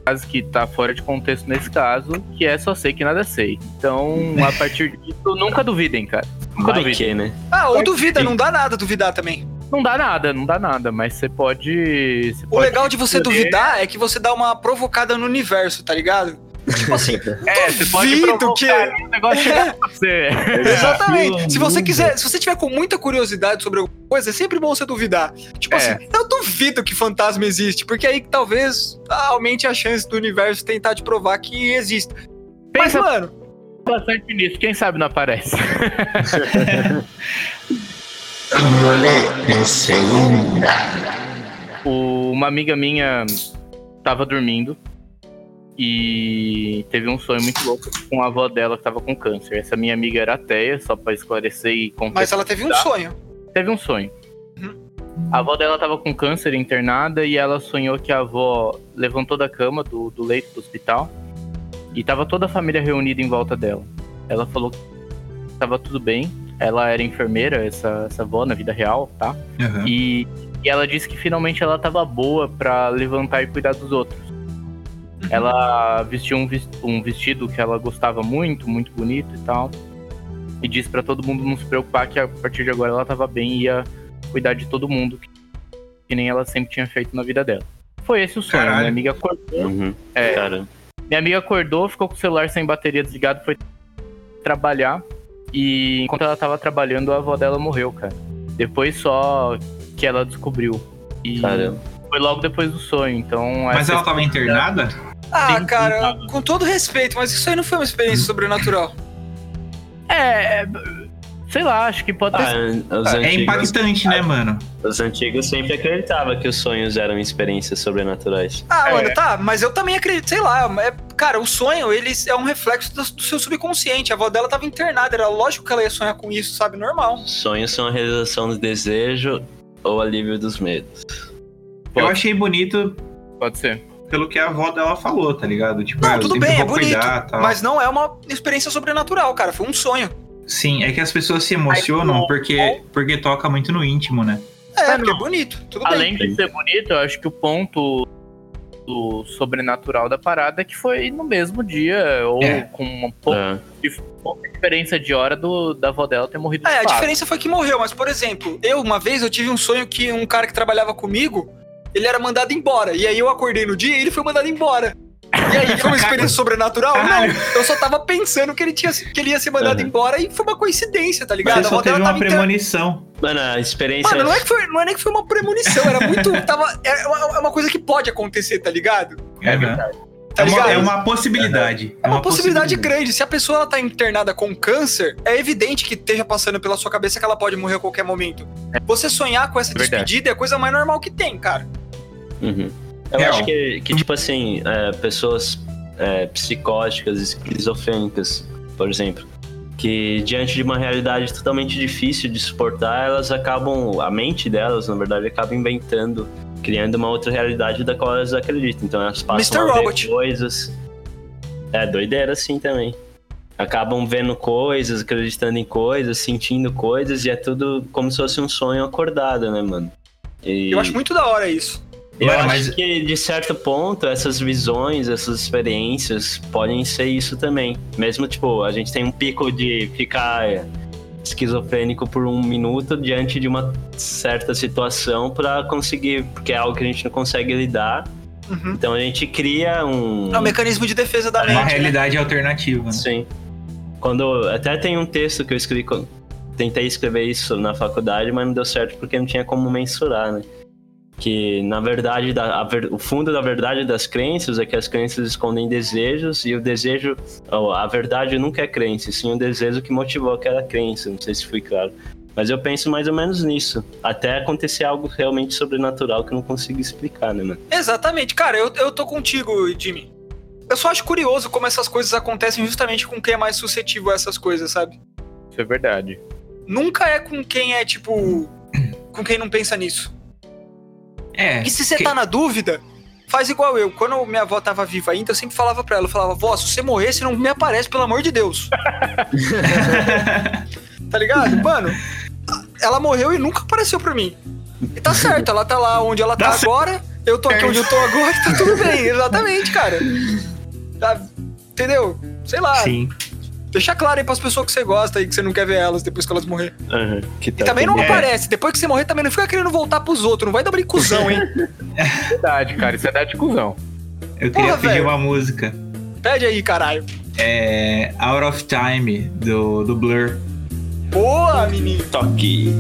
[SPEAKER 4] frase que tá fora de contexto nesse caso, que é só sei que nada sei. Então, a partir disso, nunca duvidem, cara. Nunca
[SPEAKER 2] Vai
[SPEAKER 4] duvidem.
[SPEAKER 2] que, né?
[SPEAKER 3] Ah, ou duvida, não dá nada duvidar também.
[SPEAKER 4] Não dá nada, não dá nada, mas você pode. Você
[SPEAKER 3] O
[SPEAKER 4] pode
[SPEAKER 3] legal de você
[SPEAKER 4] escolher.
[SPEAKER 3] duvidar é que você dá uma provocada no universo, tá ligado? Tipo assim,
[SPEAKER 4] É, você pode
[SPEAKER 3] duvido
[SPEAKER 4] provocar
[SPEAKER 3] que-
[SPEAKER 4] ali, o negócio chega pra você.
[SPEAKER 3] Exatamente. Se você quiser, se você tiver com muita curiosidade sobre alguma coisa, é sempre bom você duvidar. Tipo
[SPEAKER 4] É.
[SPEAKER 3] assim, eu duvido que fantasma existe, porque aí talvez aumente a chance do universo tentar te provar que existe. Mas,
[SPEAKER 4] Pensa
[SPEAKER 3] mano,
[SPEAKER 4] bastante Tá nisso, quem sabe não aparece. O- uma amiga minha tava dormindo e teve um sonho muito louco com a avó dela que tava com câncer. Essa minha amiga era ateia, só pra esclarecer e contextualizar.
[SPEAKER 3] mas ela teve um sonho.
[SPEAKER 4] teve um sonho. A avó dela tava com câncer internada e ela sonhou que a avó levantou da cama do, do leito do hospital e tava toda a família reunida em volta dela. Ela falou que tava tudo bem. Ela era enfermeira, essa, essa avó na vida real, tá?
[SPEAKER 1] Aham.
[SPEAKER 4] E, e ela disse que finalmente ela tava boa pra levantar e cuidar dos outros. Ela vestiu um, ves- um vestido que ela gostava muito, muito bonito e tal. E disse pra todo mundo não se preocupar que a partir de agora ela tava bem e ia cuidar de todo mundo, que, que nem ela sempre tinha feito na vida dela. Foi esse o sonho.
[SPEAKER 1] Caralho.
[SPEAKER 4] Minha amiga acordou.
[SPEAKER 2] Uhum.
[SPEAKER 4] É.
[SPEAKER 2] Cara,
[SPEAKER 4] Minha amiga acordou, ficou com o celular sem bateria desligado, foi trabalhar. E enquanto ela tava trabalhando, a avó dela morreu, cara. Depois só que ela descobriu. E
[SPEAKER 2] cara.
[SPEAKER 4] foi logo depois do sonho, então.
[SPEAKER 1] Mas
[SPEAKER 4] essa-
[SPEAKER 1] ela
[SPEAKER 2] Uhum.
[SPEAKER 1] tava internada?
[SPEAKER 3] Ah,
[SPEAKER 4] Tem- um tá.
[SPEAKER 3] cara, com todo respeito, mas isso aí não foi uma experiência sobrenatural.
[SPEAKER 4] É. é, Sei lá, acho que pode ter.
[SPEAKER 2] Ah, os,
[SPEAKER 1] É
[SPEAKER 2] antigos,
[SPEAKER 1] impactante, né, mano?
[SPEAKER 2] os antigos sempre acreditavam que os sonhos eram experiências sobrenaturais.
[SPEAKER 3] Ah,
[SPEAKER 4] É.
[SPEAKER 3] mano, tá, mas eu também acredito, sei lá. é- cara, o sonho, ele é um reflexo do, do seu subconsciente. A avó dela tava internada, era lógico que ela ia sonhar com isso, sabe? Normal.
[SPEAKER 2] Sonhos são a realização do desejo ou alívio dos medos.
[SPEAKER 1] Eu achei bonito
[SPEAKER 4] Pode ser.
[SPEAKER 1] pelo que a avó dela falou, tá ligado? Tipo, ah,
[SPEAKER 3] Não,
[SPEAKER 1] eu
[SPEAKER 3] tudo
[SPEAKER 1] sempre
[SPEAKER 3] bem, é
[SPEAKER 1] vou
[SPEAKER 3] bonito.
[SPEAKER 1] cuidar,
[SPEAKER 4] Ah.
[SPEAKER 1] tal.
[SPEAKER 3] Mas não é uma experiência sobrenatural, cara. Foi um sonho.
[SPEAKER 1] Sim, é que as pessoas se emocionam
[SPEAKER 4] Aí,
[SPEAKER 1] porque, porque toca muito no íntimo, né?
[SPEAKER 3] É,
[SPEAKER 4] Ah,
[SPEAKER 3] porque é
[SPEAKER 4] não.
[SPEAKER 3] bonito, tudo bem.
[SPEAKER 4] Além de ser bonito, eu acho que o ponto do sobrenatural da parada é que foi no mesmo dia, ou
[SPEAKER 1] É.
[SPEAKER 4] com um pouco
[SPEAKER 2] Ah,
[SPEAKER 4] de diferença de hora do, da avó dela ter morrido de
[SPEAKER 3] É, a
[SPEAKER 4] fato.
[SPEAKER 3] diferença foi que morreu, mas, por exemplo, eu uma vez eu tive um sonho que um cara que trabalhava comigo, ele era mandado embora. E aí eu acordei no dia e ele foi mandado embora. E aí, foi uma experiência sobrenatural? Não, eu só tava pensando que ele, tinha, que ele ia ser mandado
[SPEAKER 2] Uhum.
[SPEAKER 3] embora e foi uma coincidência, tá ligado?
[SPEAKER 1] Você
[SPEAKER 3] A avó
[SPEAKER 1] só teve
[SPEAKER 3] dela
[SPEAKER 1] uma
[SPEAKER 3] tava inter-
[SPEAKER 1] premonição.
[SPEAKER 2] Mano, a experiência.
[SPEAKER 3] Mano, não é, que foi, não é nem que foi uma premonição, era muito. Tava, é, uma, é uma coisa que pode acontecer, tá ligado?
[SPEAKER 1] É,
[SPEAKER 4] verdade.
[SPEAKER 3] Tá
[SPEAKER 1] é, uma,
[SPEAKER 3] ligado?
[SPEAKER 1] é uma possibilidade.
[SPEAKER 3] É uma, possibilidade grande. Se a pessoa ela tá internada com câncer, é evidente que esteja passando pela sua cabeça que ela pode morrer a qualquer momento. Você sonhar com essa
[SPEAKER 4] Verdade.
[SPEAKER 3] despedida é a coisa mais normal que tem, cara.
[SPEAKER 2] Uhum. Eu
[SPEAKER 1] Real.
[SPEAKER 2] acho que, que, tipo assim, é, pessoas é, psicóticas, esquizofrênicas, por exemplo, que diante de uma realidade totalmente difícil de suportar, elas acabam, a mente delas, na verdade, acaba inventando, criando uma outra realidade da qual elas acreditam. Então elas passam
[SPEAKER 3] Mr.
[SPEAKER 2] a ver
[SPEAKER 3] Robot.
[SPEAKER 2] coisas. É, doideira assim também. Acabam vendo coisas, acreditando em coisas, sentindo coisas, e é tudo como se fosse um sonho acordado, né, mano? E-
[SPEAKER 3] Eu acho muito da hora isso.
[SPEAKER 2] eu
[SPEAKER 1] Mano,
[SPEAKER 2] acho
[SPEAKER 1] mas-
[SPEAKER 2] que de certo ponto essas visões, essas experiências podem ser isso também. Mesmo tipo, a gente tem um pico de ficar é, esquizofrênico por um minuto diante de uma certa situação pra conseguir, porque é algo que a gente não consegue lidar.
[SPEAKER 3] Uhum.
[SPEAKER 2] Então a gente cria um
[SPEAKER 3] É um mecanismo de defesa da
[SPEAKER 1] Uma
[SPEAKER 3] mente. né?
[SPEAKER 1] realidade alternativa. né?
[SPEAKER 2] Sim. Quando até tem um texto que eu escrevi, quando- tentei escrever isso na faculdade, mas não deu certo porque não tinha como mensurar, né? Que na verdade da- a ver- o fundo da verdade das crenças é que as crenças escondem desejos e o desejo, um ó, a verdade nunca é crença, e sim o desejo que motivou aquela crença. Não sei se fui claro. Mas eu penso mais ou menos nisso. Até acontecer algo realmente sobrenatural que eu não consigo explicar, né, mano?
[SPEAKER 3] Exatamente. Cara, eu, eu tô contigo, Jimmy. Eu só acho curioso como essas coisas acontecem justamente com quem é mais suscetível a essas coisas, sabe?
[SPEAKER 4] Isso é verdade.
[SPEAKER 3] Nunca é com quem é, tipo. com quem não pensa nisso.
[SPEAKER 1] É.
[SPEAKER 3] E se você tá na dúvida, faz igual eu. Quando minha avó tava viva ainda, eu sempre falava pra ela, eu falava, vó, se você morrer, você não me aparece, pelo amor de Deus. tá ligado? Mano, ela morreu e nunca apareceu pra mim. E tá certo, ela tá lá onde ela tá
[SPEAKER 1] Tá certo.
[SPEAKER 3] agora, eu tô aqui onde eu tô agora, tá tudo bem, exatamente, cara. Tá- entendeu? Sei lá,
[SPEAKER 1] Sim.
[SPEAKER 3] deixa claro aí pras pessoas que você gosta e que você não quer ver elas depois que elas morrer.
[SPEAKER 2] Aham. Que
[SPEAKER 3] E
[SPEAKER 2] tá
[SPEAKER 3] também não
[SPEAKER 2] tudo-
[SPEAKER 1] bem.
[SPEAKER 3] aparece, depois que você morrer também não fica querendo voltar pros outros, não vai dar brincuzão, hein?
[SPEAKER 4] Verdade, cara. Isso é dar de cuzão.
[SPEAKER 1] Eu queria
[SPEAKER 3] Porra,
[SPEAKER 1] pedir
[SPEAKER 3] velho.
[SPEAKER 1] uma música.
[SPEAKER 3] Pede aí, caralho.
[SPEAKER 1] É. Out of Time, do, do Blur.
[SPEAKER 3] Boa, menino.
[SPEAKER 2] Toque.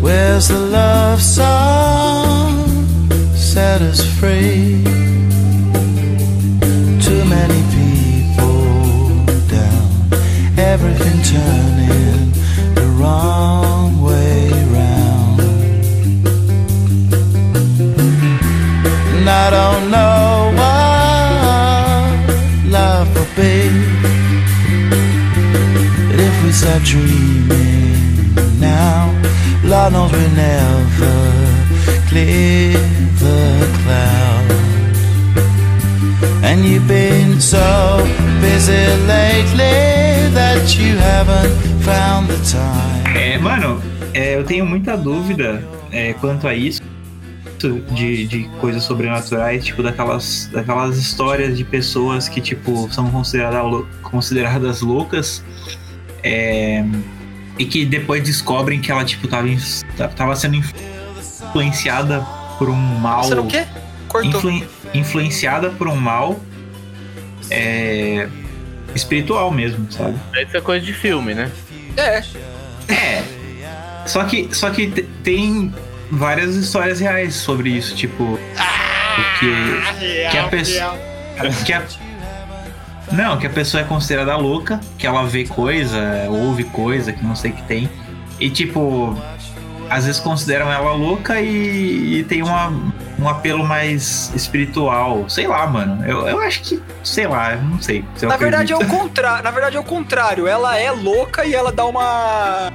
[SPEAKER 6] Where's the love song set us free? Too many people down, everything turning the wrong way round. And I don't know what love will be, but if we start dreaming now. Lord knows we never clear the clouds. And you've been so busy lately that you haven't found the time.
[SPEAKER 1] É, mano, é, eu tenho muita dúvida é, quanto a isso. De, de coisas sobrenaturais, tipo, daquelas, daquelas histórias de pessoas que, tipo, são considerada lou- consideradas loucas é, e que depois descobrem que ela, tipo, tava, ins- ta- tava sendo influenciada por um mal.
[SPEAKER 3] Você não quer? Cortou.
[SPEAKER 1] influen- influenciada por um mal é, espiritual mesmo, sabe?
[SPEAKER 4] Isso é coisa de filme, né?
[SPEAKER 3] É,
[SPEAKER 1] É. Só que, só que te- tem várias histórias reais sobre isso, tipo. Que, que a pessoa.
[SPEAKER 2] Então,
[SPEAKER 1] Que a, não, que a pessoa é considerada louca, que ela vê coisa, ouve coisa que não sei que tem. E tipo, às vezes consideram ela louca e, e tem uma, um apelo mais espiritual. Sei lá, mano. Eu, eu acho que. Sei lá, eu não sei. se eu
[SPEAKER 3] Na verdade, é
[SPEAKER 1] acredito.
[SPEAKER 3] o contrário. Na verdade, é o contrário. Ela é louca e ela dá uma.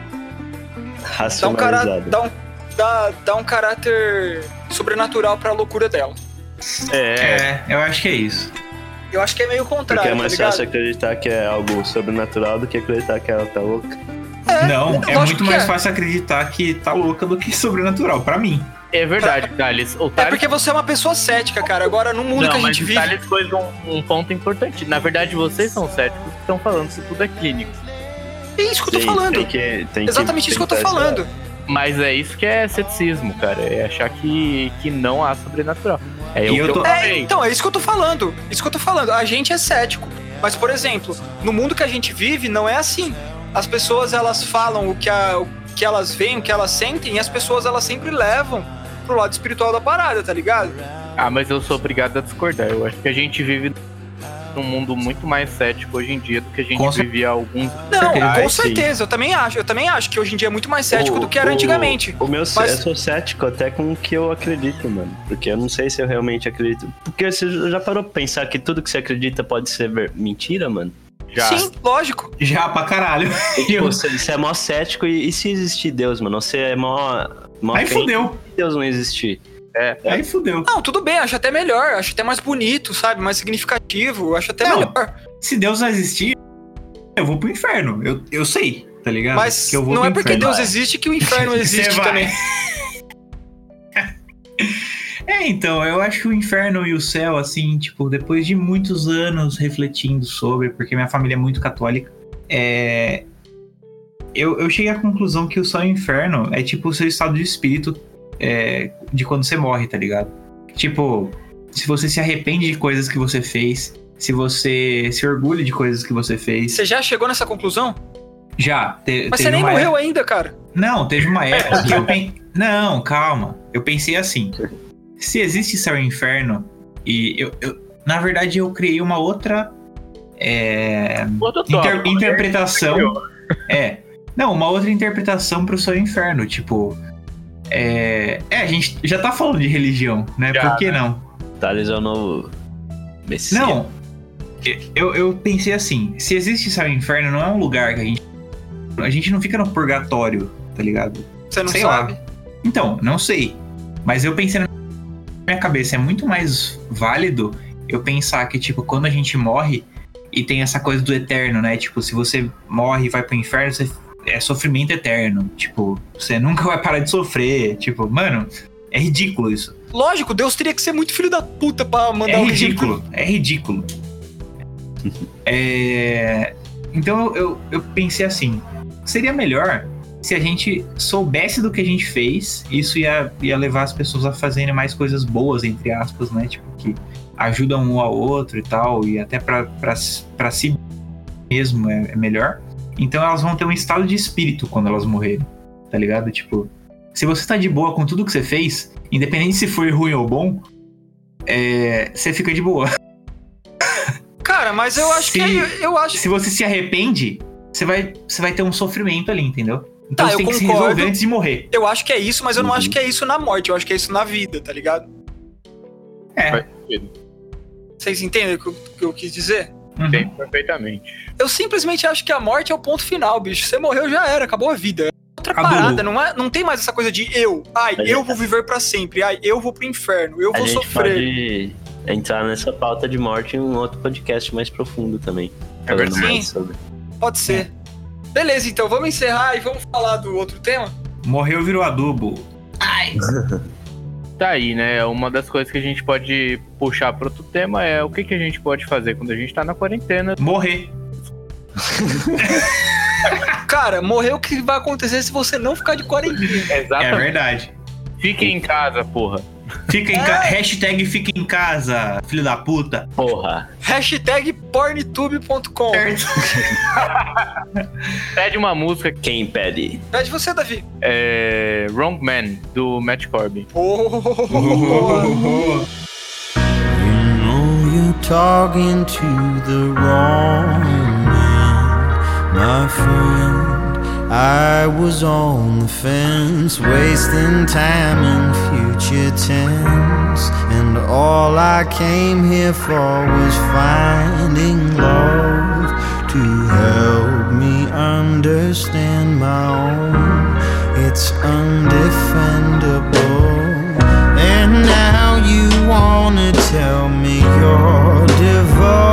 [SPEAKER 3] Dá um, cara...
[SPEAKER 2] Racionalizado.
[SPEAKER 3] dá, um... Dá, dá um caráter sobrenatural pra loucura dela. um
[SPEAKER 4] É.
[SPEAKER 1] É, eu acho que é isso.
[SPEAKER 3] Eu acho que é meio
[SPEAKER 2] Porque é
[SPEAKER 3] contrário, tá
[SPEAKER 2] mais
[SPEAKER 3] ligado?
[SPEAKER 2] fácil acreditar que é algo sobrenatural do que acreditar que ela tá louca.
[SPEAKER 1] Não, é
[SPEAKER 3] lógico
[SPEAKER 1] muito
[SPEAKER 3] que
[SPEAKER 1] mais
[SPEAKER 3] é.
[SPEAKER 1] fácil acreditar que tá louca do que sobrenatural, pra mim.
[SPEAKER 4] É verdade, Thales. O
[SPEAKER 3] É
[SPEAKER 4] Thales...
[SPEAKER 3] porque você é uma pessoa cética, cara. Agora, no mundo
[SPEAKER 4] Não,
[SPEAKER 3] que a
[SPEAKER 4] mas
[SPEAKER 3] gente
[SPEAKER 4] o
[SPEAKER 3] vive.
[SPEAKER 4] Thales foi um, um ponto importante. Na verdade, vocês são céticos que estão falando que tudo é clínico.
[SPEAKER 3] É isso que eu tô
[SPEAKER 2] Sim, tá
[SPEAKER 3] falando.
[SPEAKER 2] Tem que, tem
[SPEAKER 3] Exatamente isso que eu tô
[SPEAKER 2] tentar
[SPEAKER 3] falando.
[SPEAKER 4] Mas é isso que é ceticismo, cara. É achar que, que não há sobrenatural. É
[SPEAKER 1] E
[SPEAKER 4] o que
[SPEAKER 1] eu
[SPEAKER 4] eu
[SPEAKER 1] tô-
[SPEAKER 3] É,
[SPEAKER 4] falei.
[SPEAKER 3] então, é isso que eu tô falando. Isso que eu tô falando. A gente é cético. Mas, por exemplo, no mundo que a gente vive, não é assim. As pessoas, elas falam o que, a- o que elas veem, o que elas sentem, e as pessoas, elas sempre levam pro lado espiritual da parada, tá ligado?
[SPEAKER 4] Ah, mas eu sou obrigado a discordar. Eu acho que a gente vive num mundo muito mais cético hoje em dia do que a gente
[SPEAKER 1] Com cer-
[SPEAKER 4] vivia há alguns
[SPEAKER 3] Não,
[SPEAKER 1] Ah,
[SPEAKER 3] com
[SPEAKER 2] sim.
[SPEAKER 3] certeza. Eu também acho. Eu também acho que hoje em dia é muito mais cético
[SPEAKER 2] O-
[SPEAKER 3] do que era
[SPEAKER 2] o-
[SPEAKER 3] antigamente.
[SPEAKER 2] O meu
[SPEAKER 3] Mas-
[SPEAKER 2] eu sou cético até com o que eu acredito, mano. Porque eu não sei se eu realmente acredito. Porque você já parou pra pensar que tudo que você acredita pode ser ver- mentira, mano?
[SPEAKER 4] já.
[SPEAKER 3] Sim, lógico.
[SPEAKER 1] Já pra caralho.
[SPEAKER 2] Tipo, você, você é mó cético e, e se existir Deus, mano? Você é mó. mó
[SPEAKER 1] Aí
[SPEAKER 2] crente
[SPEAKER 1] fudeu.
[SPEAKER 2] que Deus não existir.
[SPEAKER 1] Aí fudeu.
[SPEAKER 3] Não, tudo bem, acho até melhor, acho até mais bonito, sabe? Mais significativo, acho até
[SPEAKER 1] Não.
[SPEAKER 3] melhor.
[SPEAKER 1] Se Deus não existir, eu vou pro inferno. Eu, eu sei, tá ligado?
[SPEAKER 3] Mas
[SPEAKER 1] Que eu vou
[SPEAKER 3] não
[SPEAKER 1] pro
[SPEAKER 3] é porque
[SPEAKER 1] inferno.
[SPEAKER 3] Deus existe que o inferno existe
[SPEAKER 1] Você vai.
[SPEAKER 3] também.
[SPEAKER 1] É, então, eu acho que o inferno e o céu, assim, tipo, depois de muitos anos refletindo sobre, porque minha família é muito católica, é. Eu, eu cheguei à conclusão que o céu e o inferno é tipo o seu estado de espírito é, de quando você morre, tá ligado? Tipo, se você se arrepende de coisas que você fez, se você se orgulha de coisas que você fez.
[SPEAKER 3] Você já chegou nessa conclusão?
[SPEAKER 1] Já, te,
[SPEAKER 3] Mas
[SPEAKER 1] teve
[SPEAKER 3] você nem
[SPEAKER 1] uma época-
[SPEAKER 3] morreu ainda, cara.
[SPEAKER 1] não, teve uma época que eu pensei. Não, calma. Eu pensei assim. Se existe céu e inferno, e eu. eu- na verdade, eu criei uma outra é,
[SPEAKER 4] Todo
[SPEAKER 1] inter-
[SPEAKER 4] tópico, né?
[SPEAKER 1] interpretação. É. Não, uma outra interpretação pro seu inferno, tipo. É, é, a gente já tá falando de religião, né?
[SPEAKER 4] Já,
[SPEAKER 1] Por que não?
[SPEAKER 2] Thales é o novo. Messias.
[SPEAKER 1] Não. Eu, eu pensei assim, se existe céu e inferno, não é um lugar que a gente. A gente não fica no purgatório, tá ligado?
[SPEAKER 3] Você não
[SPEAKER 1] Sei
[SPEAKER 3] sabe.
[SPEAKER 1] Então, não sei. Mas eu pensei na minha cabeça, é muito mais válido eu pensar que, tipo, quando a gente morre e tem essa coisa do eterno, né? Tipo, se você morre e vai pro inferno, você é sofrimento eterno. Tipo, você nunca vai parar de sofrer. Tipo, mano, é ridículo isso.
[SPEAKER 3] Lógico, Deus teria que ser muito filho da puta pra mandar
[SPEAKER 1] É
[SPEAKER 3] um alguém-
[SPEAKER 1] ridículo, é ridículo. É, Então eu, eu, eu pensei assim: seria melhor se a gente soubesse do que a gente fez, isso ia, ia levar as pessoas a fazerem mais coisas boas, entre aspas, né? Tipo, que ajudam um ao outro e tal, e até pra, pra, s- pra si mesmo é, é melhor. Então elas vão ter um estado de espírito quando elas morrerem, tá ligado? Tipo, se você tá de boa com tudo que você fez, independente se foi ruim ou bom, é, você fica de boa.
[SPEAKER 3] Cara, mas eu acho que.
[SPEAKER 1] Se-
[SPEAKER 3] é- Eu acho
[SPEAKER 1] Se você se arrepende, você vai, você vai ter um sofrimento ali, entendeu? Então
[SPEAKER 3] Tá,
[SPEAKER 1] você
[SPEAKER 3] eu
[SPEAKER 1] tem que se
[SPEAKER 3] concordo.
[SPEAKER 1] resolver antes de morrer.
[SPEAKER 3] Eu acho que é isso, mas eu não acho que é isso na morte, eu acho que é isso na vida, tá ligado?
[SPEAKER 1] É.
[SPEAKER 3] Vocês entendem o que eu- o que eu quis dizer?
[SPEAKER 1] Uhum.
[SPEAKER 4] Entendo perfeitamente.
[SPEAKER 3] Eu simplesmente acho que a morte é o ponto final, bicho. Você morreu, já era, acabou a vida. É Outra
[SPEAKER 1] Acabou.
[SPEAKER 3] parada, não, é, não tem mais essa coisa de eu, ai,
[SPEAKER 2] Mas
[SPEAKER 3] eu
[SPEAKER 2] é-
[SPEAKER 3] vou viver pra sempre, ai, eu vou pro inferno, eu
[SPEAKER 2] A
[SPEAKER 3] vou
[SPEAKER 2] gente
[SPEAKER 3] sofrer.
[SPEAKER 2] pode entrar nessa pauta de morte em um outro podcast mais profundo também.
[SPEAKER 4] É
[SPEAKER 2] Falando
[SPEAKER 3] verdade.
[SPEAKER 2] mais sobre.
[SPEAKER 3] Pode, ser. Beleza, então vamos encerrar e vamos falar do outro tema?
[SPEAKER 1] Morreu, virou adubo.
[SPEAKER 4] Tá aí, né? Uma das coisas que a gente pode puxar para outro tema é o que, que a gente pode fazer quando a gente tá na quarentena.
[SPEAKER 1] Morrer.
[SPEAKER 3] Cara, morrer o que vai acontecer se você não ficar de quarentena.
[SPEAKER 1] É
[SPEAKER 4] Exatamente.
[SPEAKER 1] verdade.
[SPEAKER 4] Fique em casa, porra.
[SPEAKER 1] Fica em ca... Hashtag fica em casa, filho da puta.
[SPEAKER 2] Porra!
[SPEAKER 3] Hashtag pornitube.com.
[SPEAKER 4] Pede uma música.
[SPEAKER 2] Quem impede?
[SPEAKER 3] Pede você, Davi.
[SPEAKER 4] É... Wrong Man, do Matt Corby.
[SPEAKER 3] Oh.
[SPEAKER 6] You know you're talking to the wrong man, my friend. I was on the fence, wasting time in future tense. And all I came here for was finding love to help me understand my own. It's undefendable. And now you wanna tell me you're devoted.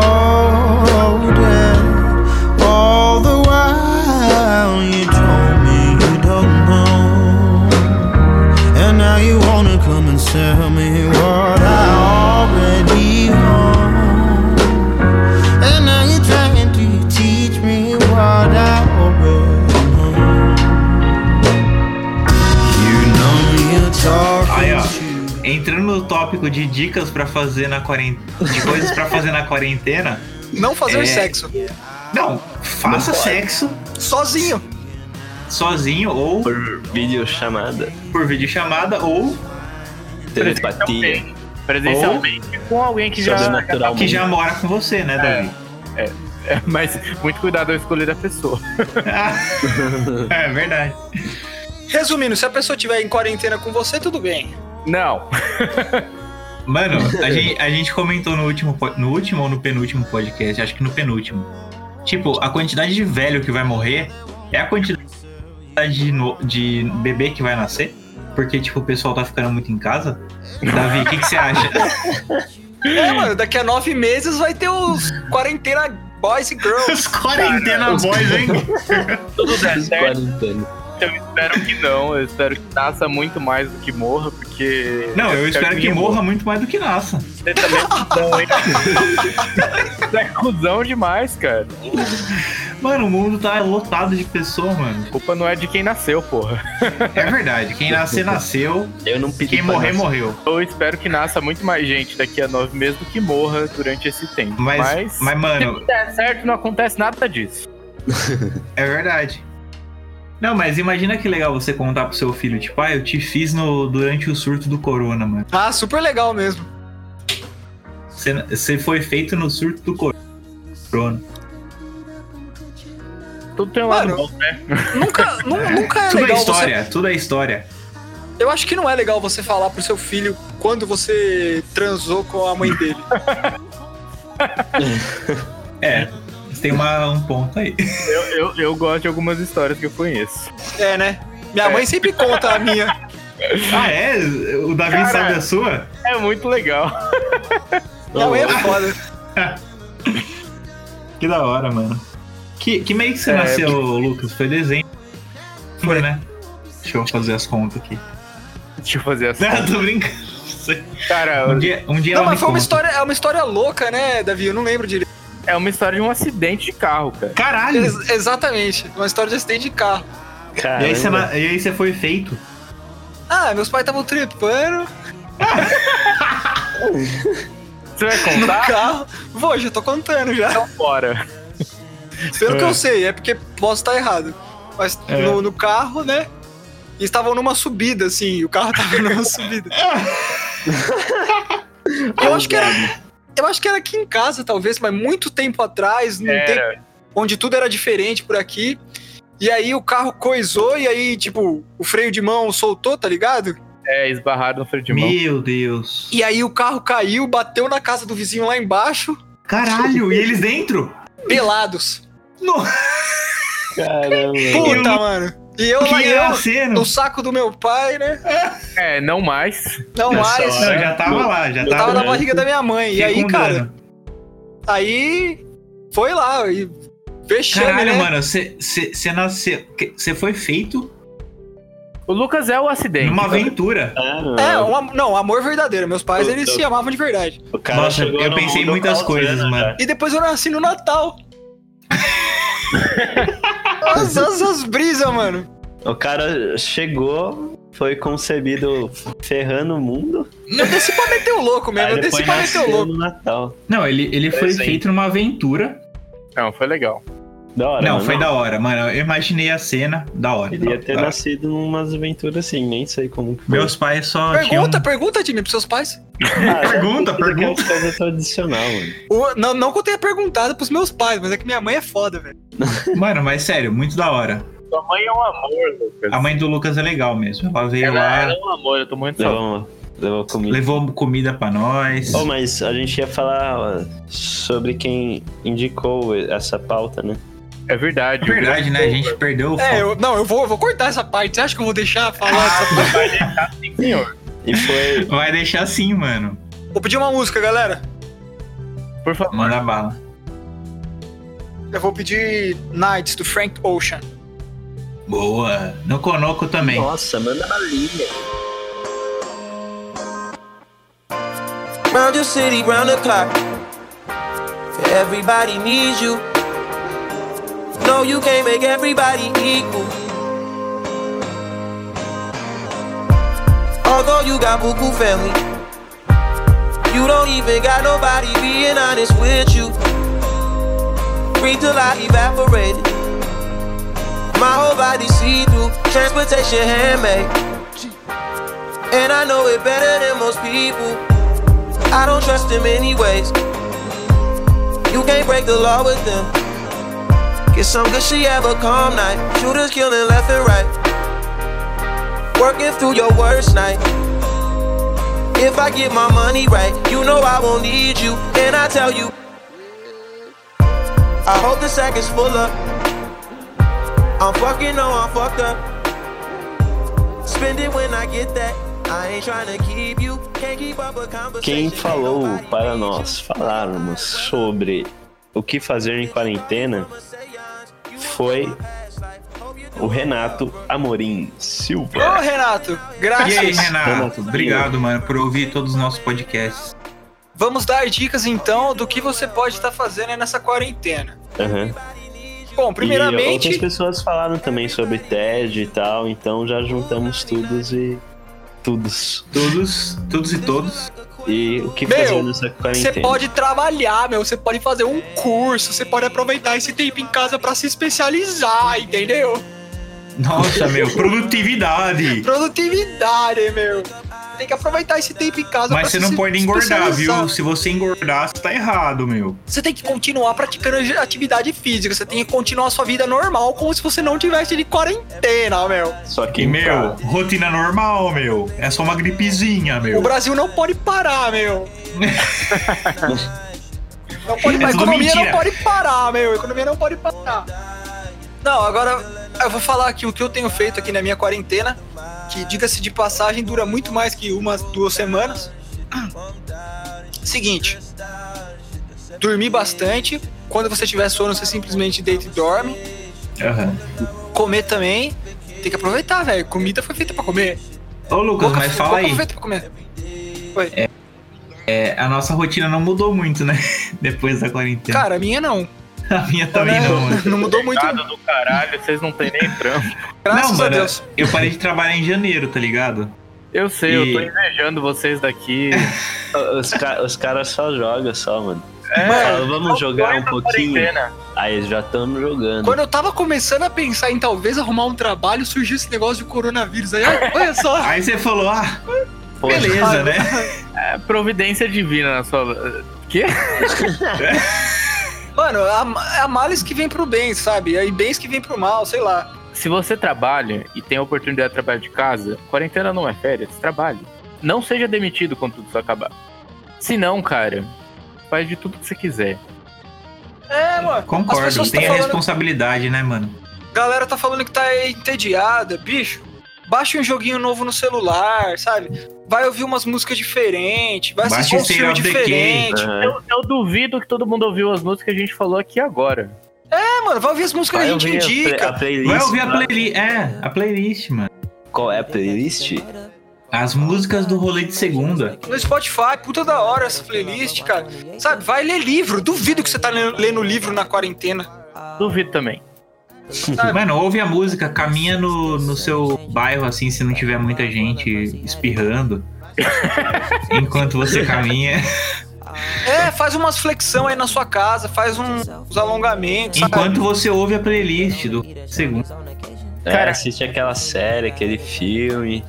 [SPEAKER 6] All the while you told me you don't know. And now you wanna come and tell me what I already know. And now you're trying to teach me what I already know. You know you're
[SPEAKER 1] Aí, ó.
[SPEAKER 6] talking to
[SPEAKER 1] Entrando no tópico de dicas pra fazer na quarentena. De coisas pra fazer na quarentena.
[SPEAKER 3] Não fazer
[SPEAKER 1] É.
[SPEAKER 3] sexo.
[SPEAKER 1] Não, faça sexo
[SPEAKER 3] Sozinho.
[SPEAKER 1] sozinho ou
[SPEAKER 2] Por videochamada.
[SPEAKER 1] por videochamada ou
[SPEAKER 2] Telepatia.
[SPEAKER 4] Presencialmente com alguém que já.
[SPEAKER 2] Sobrenaturalmente.
[SPEAKER 1] que já mora com você, né, Davi?
[SPEAKER 4] É, mas muito cuidado ao escolher da pessoa.
[SPEAKER 1] é verdade.
[SPEAKER 3] Resumindo, se a pessoa estiver em quarentena com você, tudo bem.
[SPEAKER 4] Não.
[SPEAKER 1] Mano, a gente, a gente comentou no último, po- no último ou no penúltimo podcast, acho que no penúltimo. Tipo, a quantidade de velho que vai morrer é a quantidade de, no- de bebê que vai nascer. Porque, tipo, o pessoal tá ficando muito em casa. Davi, o que, que você acha?
[SPEAKER 3] É, mano, daqui a nove meses vai ter os quarentena boys e girls.
[SPEAKER 1] Os quarentena
[SPEAKER 2] os-
[SPEAKER 1] boys, hein?
[SPEAKER 4] Tudo der certo.
[SPEAKER 2] Quarentena.
[SPEAKER 4] Eu espero que não. Eu espero que nasça muito mais do que morra, porque.
[SPEAKER 1] Não, eu espero que
[SPEAKER 4] ninguém
[SPEAKER 1] morra muito mais do que nasça.
[SPEAKER 4] Você também é cuzão, hein? Você é cuzão demais, cara.
[SPEAKER 1] Mano, o mundo tá lotado de pessoa, mano.
[SPEAKER 4] A culpa não é de quem nasceu, porra.
[SPEAKER 1] É verdade. Quem nascer, nasceu.
[SPEAKER 2] Eu não pedi
[SPEAKER 1] Quem
[SPEAKER 2] pra
[SPEAKER 1] morrer,
[SPEAKER 2] nascer.
[SPEAKER 1] morreu.
[SPEAKER 4] Eu espero que nasça muito mais gente daqui a nove meses do que morra durante esse tempo.
[SPEAKER 1] Mas, mas mano,
[SPEAKER 4] se der certo, não acontece nada disso.
[SPEAKER 1] É verdade. Não, mas imagina que legal você contar pro seu filho, tipo, ah, eu te fiz no, durante o surto do corona, mano.
[SPEAKER 3] Ah, super legal mesmo.
[SPEAKER 1] Você, você foi feito no surto do corona. Corona.
[SPEAKER 4] Tudo tem um lado
[SPEAKER 3] Mano,
[SPEAKER 4] bom, né?
[SPEAKER 3] Nunca, nu- nunca é
[SPEAKER 1] tudo é
[SPEAKER 3] legal você
[SPEAKER 1] história, tudo é história.
[SPEAKER 3] Eu acho que não é legal você falar pro seu filho quando você transou com a mãe dele.
[SPEAKER 1] É, você tem uma, um ponto aí.
[SPEAKER 4] Eu, eu, eu gosto de algumas histórias que eu conheço.
[SPEAKER 3] É, né? Minha mãe sempre conta a minha.
[SPEAKER 1] Ah, é? O Davi
[SPEAKER 4] Cara.
[SPEAKER 1] sabe a sua?
[SPEAKER 4] É muito legal.
[SPEAKER 3] Minha mãe é foda.
[SPEAKER 1] Que da hora, mano. Que, que meio que você
[SPEAKER 4] É,
[SPEAKER 1] nasceu, Lucas? Foi desenho. Foi, né? Deixa eu fazer as contas aqui.
[SPEAKER 4] Deixa eu fazer assim.
[SPEAKER 1] Não, tô brincando. Não sei.
[SPEAKER 4] Cara,
[SPEAKER 1] Um dia, um dia
[SPEAKER 3] Não,
[SPEAKER 1] ela me
[SPEAKER 3] mas foi uma
[SPEAKER 1] conta.
[SPEAKER 3] história, é uma história louca, né, Davi? Eu não lembro direito.
[SPEAKER 4] é uma história de um acidente de carro, cara.
[SPEAKER 1] Caralho!
[SPEAKER 3] Ex- exatamente. Uma história de acidente de carro.
[SPEAKER 1] E aí, você,
[SPEAKER 2] Caramba.
[SPEAKER 1] na- e aí você foi feito?
[SPEAKER 3] Ah, meus pais estavam trepando
[SPEAKER 4] Você vai
[SPEAKER 3] no
[SPEAKER 4] contar? Então
[SPEAKER 3] carro. Vou, já tô contando já.
[SPEAKER 4] Bora.
[SPEAKER 3] Pelo que eu sei, é porque posso estar errado. Mas
[SPEAKER 1] É.
[SPEAKER 3] no, no carro, né? E estavam numa subida, assim. O carro tava numa subida. eu acho que era. Eu acho que era aqui em casa, talvez, mas muito tempo atrás,
[SPEAKER 4] É,
[SPEAKER 3] num tempo
[SPEAKER 4] Era.
[SPEAKER 3] onde tudo era diferente por aqui. E aí o carro coisou e aí, tipo, o freio de mão soltou, tá ligado?
[SPEAKER 4] É, esbarrado no freio de mão.
[SPEAKER 1] Meu Deus.
[SPEAKER 3] E aí o carro caiu, bateu na casa do vizinho lá embaixo,
[SPEAKER 1] Caralho, e eles dentro?
[SPEAKER 3] pelados.
[SPEAKER 2] Caramba.
[SPEAKER 1] eu
[SPEAKER 3] Puta,
[SPEAKER 1] não-
[SPEAKER 3] mano. E eu lá
[SPEAKER 1] que é?
[SPEAKER 3] eu,
[SPEAKER 1] era cena?
[SPEAKER 3] no saco do meu pai, né?
[SPEAKER 4] É, não mais.
[SPEAKER 3] Não
[SPEAKER 2] Nessa
[SPEAKER 3] mais. né?
[SPEAKER 1] Não, eu já tava lá, já
[SPEAKER 2] Eu
[SPEAKER 3] Eu tava na
[SPEAKER 2] né?
[SPEAKER 3] barriga da minha mãe. E
[SPEAKER 1] Fiquei
[SPEAKER 3] aí,
[SPEAKER 1] com
[SPEAKER 3] cara,
[SPEAKER 1] dano.
[SPEAKER 3] aí foi lá. E fechame,
[SPEAKER 1] Caralho,
[SPEAKER 3] né?
[SPEAKER 1] mano, você nasceu. Você foi feito
[SPEAKER 4] O Lucas é o acidente.
[SPEAKER 1] numa aventura.
[SPEAKER 2] Caramba.
[SPEAKER 3] É, um, am- não, amor verdadeiro. Meus pais,
[SPEAKER 2] Eu-
[SPEAKER 3] eles
[SPEAKER 2] eu-
[SPEAKER 3] se amavam de verdade.
[SPEAKER 2] O cara
[SPEAKER 1] Nossa,
[SPEAKER 2] chegou
[SPEAKER 1] eu
[SPEAKER 2] no
[SPEAKER 1] pensei em
[SPEAKER 2] mundo né?
[SPEAKER 1] muitas
[SPEAKER 2] causando,
[SPEAKER 1] coisas, mano.
[SPEAKER 2] cara.
[SPEAKER 3] E depois eu nasci no Natal. as, as, as brisas, mano.
[SPEAKER 2] O cara chegou, foi concebido ferrando o mundo.
[SPEAKER 3] Eu desci pra meter o louco mesmo.
[SPEAKER 2] aí
[SPEAKER 3] Eu desci
[SPEAKER 2] depois
[SPEAKER 3] pra meter o
[SPEAKER 2] nasceu
[SPEAKER 3] louco.
[SPEAKER 2] no Natal.
[SPEAKER 1] Não, ele, ele foi
[SPEAKER 2] Desenho.
[SPEAKER 1] feito numa aventura.
[SPEAKER 4] Não, foi legal.
[SPEAKER 2] Da hora.
[SPEAKER 1] Não,
[SPEAKER 2] mano.
[SPEAKER 1] foi da hora, mano. Eu imaginei a cena, da hora.
[SPEAKER 2] Queria
[SPEAKER 1] da-
[SPEAKER 2] ter
[SPEAKER 1] da-
[SPEAKER 2] nascido numas aventuras assim, nem sei como que foi.
[SPEAKER 1] Meus pais só
[SPEAKER 3] Pergunta, pergunta, Jimmy, pros seus pais.
[SPEAKER 2] Ah, já
[SPEAKER 1] pergunta,
[SPEAKER 2] tudo que é
[SPEAKER 1] pergunta.
[SPEAKER 2] coisa tradicional, mano.
[SPEAKER 3] O- não, não que eu tenha perguntado pros meus pais, mas é que minha mãe é foda, velho.
[SPEAKER 1] tinham... Mano, mas sério, muito da hora.
[SPEAKER 4] Sua mãe é um amor, Lucas.
[SPEAKER 1] A mãe do Lucas é legal mesmo. Ela veio
[SPEAKER 4] Ela,
[SPEAKER 1] lá,
[SPEAKER 4] ela é um amor, eu tô muito saudade.
[SPEAKER 2] Levou, levou comida.
[SPEAKER 1] levou comida pra nós.
[SPEAKER 2] Oh, mas a gente ia falar ó, sobre quem indicou essa pauta, né?
[SPEAKER 4] É verdade.
[SPEAKER 1] É verdade, né? A gente perdeu o
[SPEAKER 3] É,
[SPEAKER 1] foco.
[SPEAKER 3] eu, não, eu vou, eu vou cortar essa parte. Você acha que eu vou deixar falar essa parte?
[SPEAKER 4] Sim, senhor.
[SPEAKER 2] E foi.
[SPEAKER 1] Vai deixar assim, mano.
[SPEAKER 3] Vou pedir uma música, galera.
[SPEAKER 4] Por favor.
[SPEAKER 1] Manda bala.
[SPEAKER 3] Eu vou pedir Nights, do Frank Ocean.
[SPEAKER 1] Boa. No Conoco também.
[SPEAKER 2] Nossa, manda balinha.
[SPEAKER 9] Round your city, round the clock. Everybody needs you. No, you can't make everybody equal. Although you got Buku family, you don't even got nobody being honest with you. Breathe till I evaporated. My whole body see through. Transportation handmade. And I know it better than most people. I don't trust them anyways. You can't break the law with them. Get some good, she have a calm night. Shooters killing left and right. Working through your worst night. If I get my money right, you know I won't need you. And I tell you, I hope the sack is full up. I'm fucking, no, I'm fucked up. Spend it when I get that. I ain't trying to keep you. Can't keep up a
[SPEAKER 2] Quem
[SPEAKER 9] conversation.
[SPEAKER 2] falou para nós falarmos sobre o que fazer em quarentena foi o Renato Amorim
[SPEAKER 3] Ô,
[SPEAKER 2] Silva.
[SPEAKER 1] E
[SPEAKER 3] Renato,
[SPEAKER 1] aí,
[SPEAKER 3] graças.
[SPEAKER 1] Renato? Obrigado, mano, por ouvir todos os nossos podcasts.
[SPEAKER 3] Vamos dar dicas então do que você pode estar fazendo aí nessa quarentena.
[SPEAKER 2] Aham.
[SPEAKER 3] Bom,
[SPEAKER 2] E outras
[SPEAKER 3] primeiramente,
[SPEAKER 2] pessoas falaram também sobre TED e tal, então já juntamos todos e. Todos.
[SPEAKER 1] Todos, todos e todos.
[SPEAKER 2] E o que
[SPEAKER 3] Meu,
[SPEAKER 2] fazer nessa quarentena?
[SPEAKER 3] você pode trabalhar, meu. Você pode fazer um curso, você pode aproveitar esse tempo em casa pra se especializar, entendeu?
[SPEAKER 1] Nossa, meu, produtividade.
[SPEAKER 3] Produtividade, meu. tem que aproveitar esse tempo em casa. pra
[SPEAKER 1] Mas você
[SPEAKER 3] se
[SPEAKER 1] não pode engordar,
[SPEAKER 3] especializar.
[SPEAKER 1] viu? Se você engordar, você tá errado, meu.
[SPEAKER 3] Você tem que continuar praticando atividade física. Você tem que continuar a sua vida normal, como se você não tivesse de quarentena, meu.
[SPEAKER 2] Só que,
[SPEAKER 1] E, meu,
[SPEAKER 2] cara,
[SPEAKER 1] rotina normal, meu. É só uma gripezinha,
[SPEAKER 3] O
[SPEAKER 1] meu.
[SPEAKER 3] Brasil não pode parar, meu. não pode,
[SPEAKER 1] É
[SPEAKER 3] a
[SPEAKER 1] tudo
[SPEAKER 3] economia
[SPEAKER 1] mentira.
[SPEAKER 3] não pode parar, meu. A economia não pode parar. Não, agora eu vou falar aqui o que eu tenho feito aqui na minha quarentena, que diga-se de passagem, dura muito mais que umas duas semanas. Seguinte, dormir bastante. Quando você tiver sono, você simplesmente deita e dorme.
[SPEAKER 1] Aham.
[SPEAKER 3] Comer também. Tem que aproveitar, velho. Comida foi feita pra comer.
[SPEAKER 1] Ô, Lucas,
[SPEAKER 3] Boca-
[SPEAKER 1] mas fala
[SPEAKER 3] boca
[SPEAKER 1] aí.
[SPEAKER 3] foi feita pra comer.
[SPEAKER 1] É, a nossa rotina não mudou muito, né? Depois da quarentena.
[SPEAKER 3] Cara, a minha não.
[SPEAKER 1] a minha também
[SPEAKER 3] né?
[SPEAKER 1] não. né?
[SPEAKER 3] Não mudou muito,
[SPEAKER 4] Nada do caralho, vocês não tem nem trampo.
[SPEAKER 3] graças
[SPEAKER 1] não,
[SPEAKER 3] a
[SPEAKER 1] mano,
[SPEAKER 3] Deus.
[SPEAKER 1] eu parei de trabalhar em janeiro, tá ligado?
[SPEAKER 4] Eu sei, eu tô
[SPEAKER 1] E-
[SPEAKER 4] invejando vocês daqui.
[SPEAKER 2] os, ca- os caras só jogam só, mano.
[SPEAKER 4] É,
[SPEAKER 2] Fala, vamos jogar um pouquinho.
[SPEAKER 4] quarentena.
[SPEAKER 2] Aí eles já estamos jogando.
[SPEAKER 3] Quando eu tava começando a pensar em talvez arrumar um trabalho, surgiu esse negócio de coronavírus. Aí, ah, olha só.
[SPEAKER 1] Aí você falou, ah,
[SPEAKER 2] Pô,
[SPEAKER 1] beleza, né?
[SPEAKER 4] É providência divina na sua. Quê?
[SPEAKER 3] Mano, é há, há males que vem pro bem, sabe? E bens que vem pro mal, sei lá.
[SPEAKER 4] Se você trabalha e tem a oportunidade de trabalhar de casa, quarentena não é férias, trabalhe. Não seja demitido quando tudo isso acabar. Se não, cara, faz de tudo que você quiser.
[SPEAKER 3] É, mano. As
[SPEAKER 1] Concordo,
[SPEAKER 3] pessoas
[SPEAKER 1] tem
[SPEAKER 3] tão
[SPEAKER 1] a
[SPEAKER 3] falando-
[SPEAKER 1] responsabilidade, né, mano?
[SPEAKER 3] galera tá falando que tá entediada, bicho. Baixa um joguinho novo no celular, sabe? Vai ouvir umas músicas diferentes, vai
[SPEAKER 1] Baixa
[SPEAKER 3] assistir um
[SPEAKER 1] o State
[SPEAKER 3] filme
[SPEAKER 1] of the
[SPEAKER 3] diferente.
[SPEAKER 2] Aham.
[SPEAKER 4] Eu, eu duvido que todo mundo ouviu as músicas que a gente falou aqui agora.
[SPEAKER 3] É, mano, vai ouvir as músicas
[SPEAKER 2] Vai
[SPEAKER 3] que a gente
[SPEAKER 2] ouvir play-
[SPEAKER 3] indica.
[SPEAKER 2] playlist.
[SPEAKER 1] Vai ouvir a
[SPEAKER 2] mano.
[SPEAKER 1] playlist. É, a playlist, mano.
[SPEAKER 2] Qual é a playlist?
[SPEAKER 1] As músicas do rolê de
[SPEAKER 2] ah,
[SPEAKER 1] segunda.
[SPEAKER 3] No Spotify, puta da hora essa playlist, cara. Sabe, vai ler livro. Duvido que você tá lendo lendo livro na quarentena.
[SPEAKER 4] Duvido também.
[SPEAKER 1] Mano, ouve a música, caminha no, no seu bairro, assim, se não tiver muita gente espirrando. enquanto você caminha.
[SPEAKER 3] É, faz umas flexão aí na sua casa, faz um- uns alongamentos, sabe?
[SPEAKER 1] Enquanto você ouve a playlist do segundo.
[SPEAKER 2] É,
[SPEAKER 4] Cara-
[SPEAKER 2] assiste aquela série, aquele filme.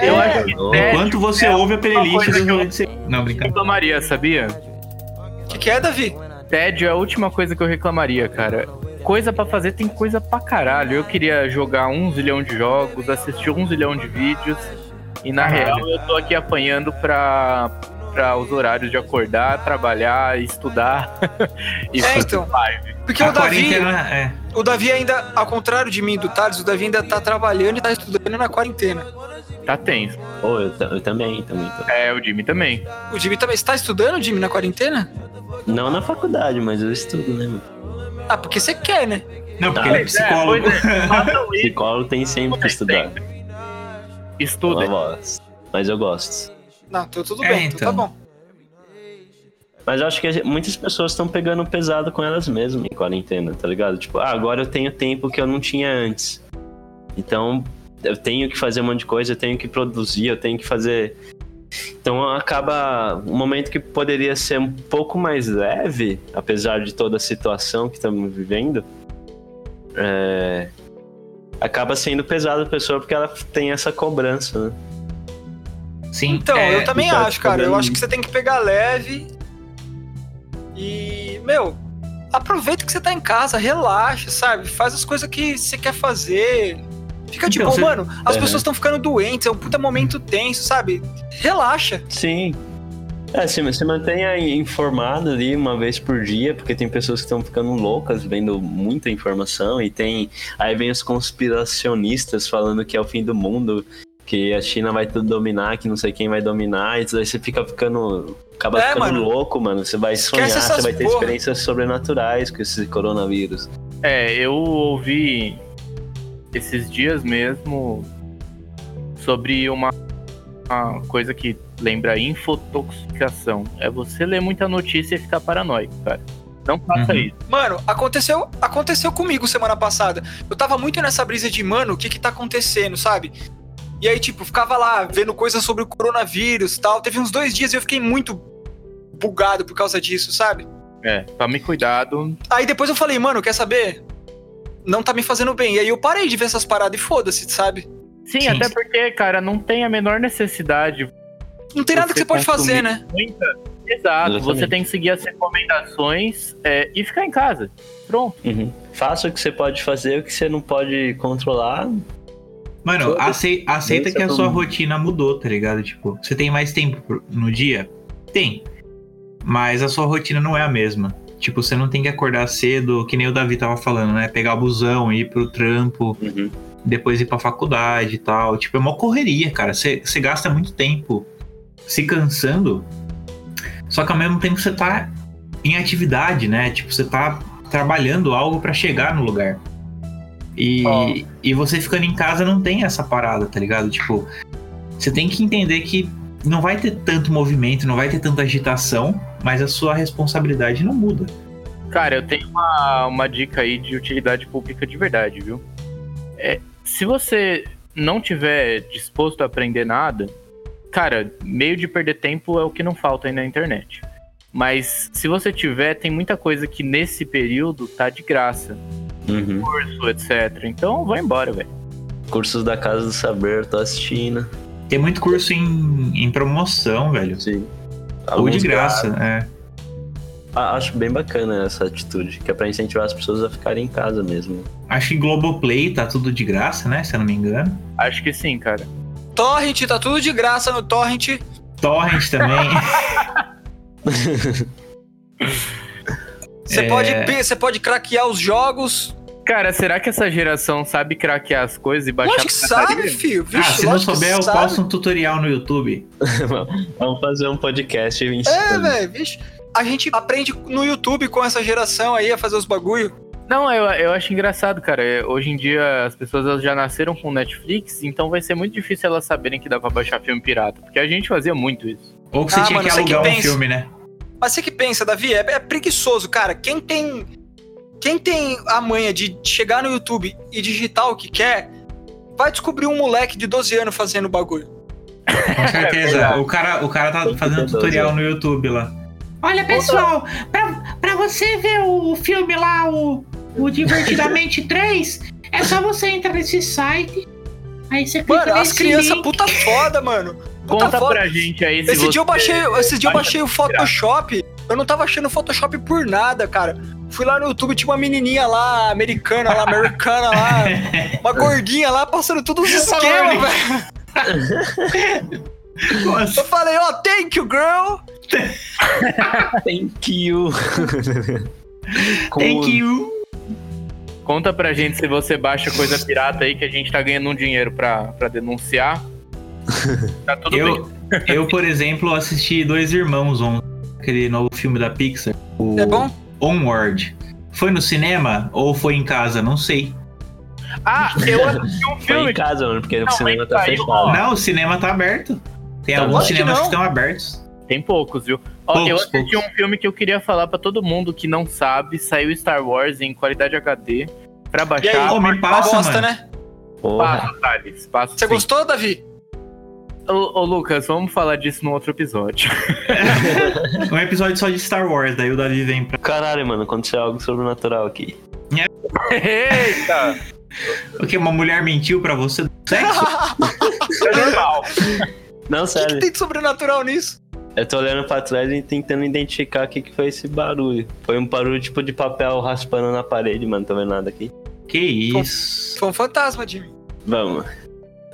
[SPEAKER 4] Eu
[SPEAKER 2] É,
[SPEAKER 4] acho que
[SPEAKER 2] não.
[SPEAKER 4] sério.
[SPEAKER 1] Enquanto você ouve a playlist
[SPEAKER 4] coisa
[SPEAKER 1] do
[SPEAKER 4] que eu-
[SPEAKER 1] rolê de segunda. Não,
[SPEAKER 4] Eu
[SPEAKER 1] brincadeira.
[SPEAKER 4] reclamaria, sabia?
[SPEAKER 3] O que, que é, Davi?
[SPEAKER 4] Tédio é a última coisa que eu reclamaria, cara. Coisa pra fazer tem coisa pra caralho. Eu queria jogar um zilhão de jogos, assistir um zilhão de vídeos. E na
[SPEAKER 1] Caralho.
[SPEAKER 4] real eu tô aqui apanhando pra, pra os horários de acordar, trabalhar, estudar. e
[SPEAKER 3] É, então. Porque
[SPEAKER 1] A
[SPEAKER 3] o Davi,
[SPEAKER 1] quarentena, é.
[SPEAKER 3] o Davi ainda, ao contrário de mim e do Thales, o Davi ainda tá trabalhando e tá estudando na quarentena.
[SPEAKER 4] Tá tenso.
[SPEAKER 2] Pô, eu, ta- eu também, também tô.
[SPEAKER 4] É, o Jimmy também.
[SPEAKER 3] O Jimmy também está estudando, Jimmy, na quarentena?
[SPEAKER 2] Não na faculdade, mas eu estudo, né? mano?
[SPEAKER 3] Ah, porque você quer, né?
[SPEAKER 1] Não, porque
[SPEAKER 2] Ah,
[SPEAKER 1] ele é
[SPEAKER 4] É,
[SPEAKER 1] psicólogo.
[SPEAKER 4] pois é, façam isso.
[SPEAKER 2] Psicólogo tem sempre que estudar. Uma
[SPEAKER 4] Estudem.
[SPEAKER 2] voz. Mas eu gosto.
[SPEAKER 3] Não, tô tudo
[SPEAKER 1] É,
[SPEAKER 3] bem, então.
[SPEAKER 1] então.
[SPEAKER 3] tá bom.
[SPEAKER 2] Mas eu acho que muitas pessoas estão pegando pesado com elas mesmas em quarentena, tá ligado? Tipo, ah, agora eu tenho tempo que eu não tinha antes. Então, eu tenho que fazer um monte de coisa, eu tenho que produzir, eu tenho que fazer. Então, acaba um momento que poderia ser um pouco mais leve, apesar de toda a situação que estamos vivendo. é, Acaba sendo pesado a pessoa porque ela tem essa cobrança, né?
[SPEAKER 1] Sim.
[SPEAKER 3] Então,
[SPEAKER 1] é,
[SPEAKER 3] eu também
[SPEAKER 2] tá
[SPEAKER 3] acho, cara. Eu
[SPEAKER 2] estudando.
[SPEAKER 3] acho que você tem que pegar leve. E, meu, aproveita que você tá em casa, relaxa, sabe? Faz as coisas que você quer fazer. Fica de
[SPEAKER 1] Então,
[SPEAKER 3] boa,
[SPEAKER 1] você-
[SPEAKER 3] mano. As
[SPEAKER 2] É.
[SPEAKER 3] pessoas estão ficando doentes, é um puta momento tenso, sabe? Relaxa.
[SPEAKER 2] Sim. É, se, se mantenha informado ali uma vez por dia, porque tem pessoas que estão ficando loucas vendo muita informação e tem. Aí vem os conspiracionistas falando que é o fim do mundo, que a China vai tudo dominar, que não sei quem vai dominar, e daí você fica ficando. Acaba
[SPEAKER 3] É,
[SPEAKER 2] ficando
[SPEAKER 3] mano.
[SPEAKER 2] louco, mano. Você vai
[SPEAKER 3] Esquece
[SPEAKER 2] sonhar, você
[SPEAKER 3] essas
[SPEAKER 2] vai ter
[SPEAKER 3] porra.
[SPEAKER 2] experiências sobrenaturais com esse coronavírus.
[SPEAKER 4] É, eu ouvi esses dias mesmo sobre uma, uma coisa que lembra a infotoxicação. É você ler muita notícia e ficar paranoico, cara. Não faça
[SPEAKER 1] Uhum.
[SPEAKER 4] isso.
[SPEAKER 3] Mano, aconteceu, aconteceu comigo semana passada. Eu tava muito nessa brisa de, mano, o que que tá acontecendo, sabe? E aí, tipo, ficava lá vendo coisas sobre o coronavírus e tal. Teve uns dois dias e eu fiquei muito bugado por causa disso, sabe?
[SPEAKER 4] É, tome cuidado.
[SPEAKER 3] Aí depois eu falei, mano, quer saber? Não tá me fazendo bem. E aí eu parei de ver essas paradas e foda-se, sabe?
[SPEAKER 4] Sim,
[SPEAKER 1] Sim.
[SPEAKER 4] até porque, cara, não tem a menor necessidade
[SPEAKER 3] Não tem nada que você pode fazer, né?
[SPEAKER 4] Muita- Exato, você
[SPEAKER 2] Exatamente.
[SPEAKER 4] tem que seguir as recomendações é, e ficar em casa. Pronto.
[SPEAKER 2] Uhum. Faça o que você pode fazer, o que você não pode controlar.
[SPEAKER 1] Mano,
[SPEAKER 2] Foda-se.
[SPEAKER 1] acei- aceita
[SPEAKER 2] Deixa
[SPEAKER 1] que a
[SPEAKER 2] todo
[SPEAKER 1] sua
[SPEAKER 2] mundo.
[SPEAKER 1] rotina mudou, tá ligado? Tipo, você tem mais tempo pro- no dia? Tem. Mas a sua rotina não é a mesma. Tipo, você não tem que acordar cedo, que nem o Davi tava falando, né? Pegar o busão, ir pro trampo,
[SPEAKER 2] Uhum.
[SPEAKER 1] depois ir pra faculdade e tal. Tipo, é uma correria, cara. Você você gasta muito tempo se cansando, só que ao mesmo tempo você tá em atividade, né? Tipo, você tá trabalhando algo pra chegar no lugar. E,
[SPEAKER 4] Ó.
[SPEAKER 1] e você ficando em casa não tem essa parada, tá ligado? Tipo, você tem que entender que não vai ter tanto movimento, não vai ter tanta agitação, mas a sua responsabilidade não muda.
[SPEAKER 4] Cara, eu tenho uma, uma dica aí de utilidade pública de verdade, viu? É, se você não tiver disposto a aprender nada, cara, meio de perder tempo é o que não falta aí na internet. Mas se você tiver, tem muita coisa que nesse período tá de graça,
[SPEAKER 2] Uhum.
[SPEAKER 4] curso, etc. Então, vai embora, velho.
[SPEAKER 2] Cursos da Casa do Saber, tô assistindo.
[SPEAKER 1] Tem muito curso em, em promoção, velho.
[SPEAKER 2] Sim.
[SPEAKER 1] Ou de
[SPEAKER 2] Alguns
[SPEAKER 1] graça, é.
[SPEAKER 2] Ah, acho bem bacana essa atitude, que é pra incentivar as pessoas a ficarem em casa mesmo.
[SPEAKER 1] Acho que Globoplay tá tudo de graça, né? Se eu não me engano.
[SPEAKER 4] Acho que sim, cara.
[SPEAKER 3] Torrent, tá tudo de graça no Torrent.
[SPEAKER 1] Torrent também. Ah,
[SPEAKER 3] Você
[SPEAKER 1] É.
[SPEAKER 3] pode pe- você pode craquear os jogos.
[SPEAKER 4] Cara, será que essa geração sabe craquear as coisas e baixar
[SPEAKER 3] lógico que
[SPEAKER 4] pirataria?
[SPEAKER 3] sabe, filho.
[SPEAKER 1] ah,
[SPEAKER 3] Vixe,
[SPEAKER 1] se não
[SPEAKER 3] lógico que
[SPEAKER 1] souber, eu
[SPEAKER 3] sabe.
[SPEAKER 1] posto um tutorial no YouTube.
[SPEAKER 2] Vamos fazer um podcast em
[SPEAKER 3] É, velho, vixe. A gente aprende no YouTube com essa geração aí a fazer os bagulho.
[SPEAKER 4] Não, eu, eu acho engraçado, cara. É, Hoje em dia as pessoas elas já nasceram com Netflix, então vai ser muito difícil elas saberem que dá pra baixar filme pirata. Porque a gente fazia muito isso.
[SPEAKER 1] Ou que você
[SPEAKER 3] Ah,
[SPEAKER 1] tinha
[SPEAKER 3] mano,
[SPEAKER 1] que
[SPEAKER 3] você que
[SPEAKER 1] alugar um
[SPEAKER 3] pensa.
[SPEAKER 1] filme, né?
[SPEAKER 3] Mas você que pensa, Davi, é, é preguiçoso, cara. Quem tem quem tem a manha de chegar no YouTube e digitar o que quer, vai descobrir um moleque de 12 anos fazendo bagulho.
[SPEAKER 1] Com certeza.
[SPEAKER 4] verdade.
[SPEAKER 1] o, cara, o cara tá
[SPEAKER 2] Tem
[SPEAKER 1] fazendo
[SPEAKER 2] que ter
[SPEAKER 1] tutorial
[SPEAKER 3] né?
[SPEAKER 1] no YouTube lá. Olha,
[SPEAKER 4] pessoal,
[SPEAKER 1] pra, pra você ver o filme lá, o, o Divertidamente 3, é só você entrar nesse site. Aí você
[SPEAKER 3] Mano, as crianças puta foda, mano. Puta
[SPEAKER 4] Conta
[SPEAKER 3] foda.
[SPEAKER 4] pra gente aí se
[SPEAKER 3] Esse
[SPEAKER 4] você...
[SPEAKER 3] dia eu baixei, esse dia eu
[SPEAKER 4] baixa
[SPEAKER 3] baixei o Photoshop. Eu não tava achando o Photoshop por nada, cara. Fui lá no YouTube, tinha uma menininha lá, americana lá, americana lá, uma gordinha lá, passando tudo os
[SPEAKER 1] Essa
[SPEAKER 3] esquemas,
[SPEAKER 1] gordinha.
[SPEAKER 3] velho. Eu falei, ó, thank you, girl.
[SPEAKER 2] Thank you! Com
[SPEAKER 1] Thank you.
[SPEAKER 4] Conta pra gente se você baixa coisa pirata aí que a gente tá ganhando um dinheiro pra, pra denunciar. Tá tudo bem.
[SPEAKER 1] Eu, eu, por exemplo, assisti Dois Irmãos ontem, aquele novo filme da Pixar. o-
[SPEAKER 3] É bom?
[SPEAKER 1] Onward. Foi no cinema ou foi em casa? Não sei.
[SPEAKER 4] Ah, eu assisti um
[SPEAKER 2] Foi
[SPEAKER 4] filme.
[SPEAKER 2] em casa, mano, porque
[SPEAKER 4] Não,
[SPEAKER 2] o cinema
[SPEAKER 4] mas
[SPEAKER 2] tá
[SPEAKER 4] saiu,
[SPEAKER 2] fechado.
[SPEAKER 1] Não, o cinema tá aberto. Tem
[SPEAKER 2] Tá
[SPEAKER 1] alguns
[SPEAKER 3] lógico que
[SPEAKER 1] cinemas que
[SPEAKER 3] não.
[SPEAKER 1] estão abertos.
[SPEAKER 4] Tem poucos, viu? Ó, eu
[SPEAKER 1] Poucos,
[SPEAKER 4] assisti
[SPEAKER 1] poucos.
[SPEAKER 4] um filme que eu queria falar pra todo mundo que não sabe. Saiu Star Wars em qualidade HD pra baixar.
[SPEAKER 1] Ô, me
[SPEAKER 3] Uma
[SPEAKER 1] passa,
[SPEAKER 3] bosta,
[SPEAKER 1] mano.
[SPEAKER 3] né?
[SPEAKER 2] Porra.
[SPEAKER 4] Passa, Thales. Passa.
[SPEAKER 3] Você
[SPEAKER 4] sim.
[SPEAKER 3] gostou, Davi?
[SPEAKER 4] Ô, ô, Lucas, vamos falar disso num outro episódio.
[SPEAKER 1] Um episódio só de Star Wars, daí o Davi vem pra.
[SPEAKER 2] Caralho, mano, aconteceu algo sobrenatural aqui.
[SPEAKER 4] Eita!
[SPEAKER 1] O que? Uma mulher mentiu pra você do sexo?
[SPEAKER 4] É normal.
[SPEAKER 2] Não,
[SPEAKER 3] O que, que
[SPEAKER 2] sério,
[SPEAKER 3] tem de sobrenatural nisso?
[SPEAKER 2] eu tô olhando pra trás e tentando identificar o que, que foi esse barulho. Foi um barulho tipo de papel raspando na parede, mano, tô vendo nada aqui.
[SPEAKER 1] que isso?
[SPEAKER 3] Foi um fantasma, Jimmy.
[SPEAKER 2] Vamos.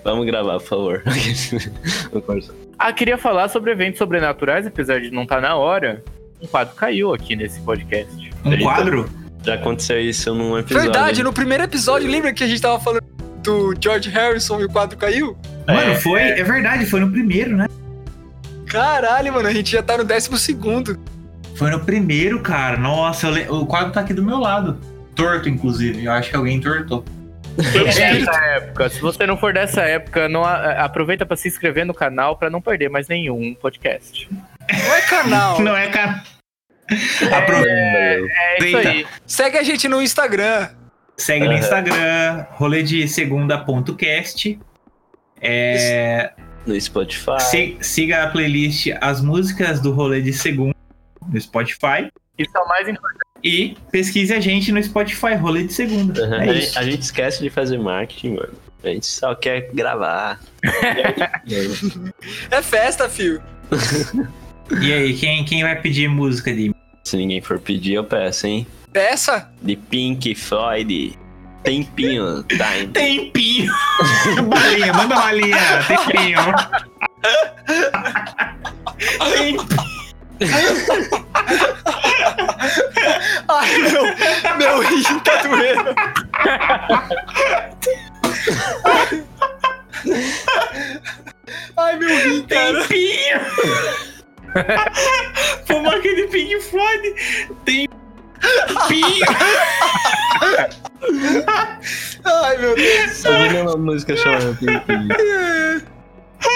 [SPEAKER 2] Vamos gravar, por favor. Não conversa.
[SPEAKER 4] Ah, queria falar sobre eventos sobrenaturais, apesar de não estar na hora. Um quadro caiu aqui nesse podcast.
[SPEAKER 1] Um
[SPEAKER 2] Eita.
[SPEAKER 1] quadro?
[SPEAKER 2] Já aconteceu isso num episódio.
[SPEAKER 3] Verdade, no primeiro episódio, lembra que a gente tava falando do George Harrison e o quadro caiu?
[SPEAKER 1] Mano, foi. É verdade, foi no primeiro, né?
[SPEAKER 3] Caralho, mano, a gente já tá no décimo segundo.
[SPEAKER 1] Foi no primeiro, cara. Nossa, eu le- o quadro tá aqui do meu lado. Torto, inclusive. Eu acho que alguém tortou.
[SPEAKER 4] Quem é dessa época? Se você não for dessa época, não a- é, aproveita pra se inscrever no canal pra não perder mais nenhum podcast.
[SPEAKER 3] Não é canal.
[SPEAKER 1] Não é, cara. Aproveita.
[SPEAKER 4] É isso aí.
[SPEAKER 3] Segue a gente no Instagram.
[SPEAKER 1] Segue no
[SPEAKER 2] Aham.
[SPEAKER 1] Instagram, rolê de segunda.cast. É,
[SPEAKER 2] No Spotify.
[SPEAKER 1] se- siga a playlist As Músicas do Rolê de Segunda no Spotify.
[SPEAKER 4] Isso é o mais importante.
[SPEAKER 1] E pesquise a gente no Spotify, Rolê de Segunda.
[SPEAKER 2] Aham.
[SPEAKER 1] É
[SPEAKER 2] A,
[SPEAKER 1] isso.
[SPEAKER 2] gente, a gente esquece de fazer marketing, mano. A gente só quer gravar.
[SPEAKER 6] É festa, fio.
[SPEAKER 1] E aí, quem, quem vai pedir música de
[SPEAKER 2] Se ninguém for pedir, eu peço, hein?
[SPEAKER 6] Peça?
[SPEAKER 2] De Pink Floyd. Tempinho, time.
[SPEAKER 1] tempinho? balinha, manda balinha, tempinho.
[SPEAKER 6] Ai, meu, meu rim tá doendo. Ai, meu rim, cara.
[SPEAKER 1] Tempinho! Fumar aquele Pink Floyd. Tempinho!
[SPEAKER 6] Ai, meu Deus.
[SPEAKER 2] Ouvindo uma música chamada Tempinho.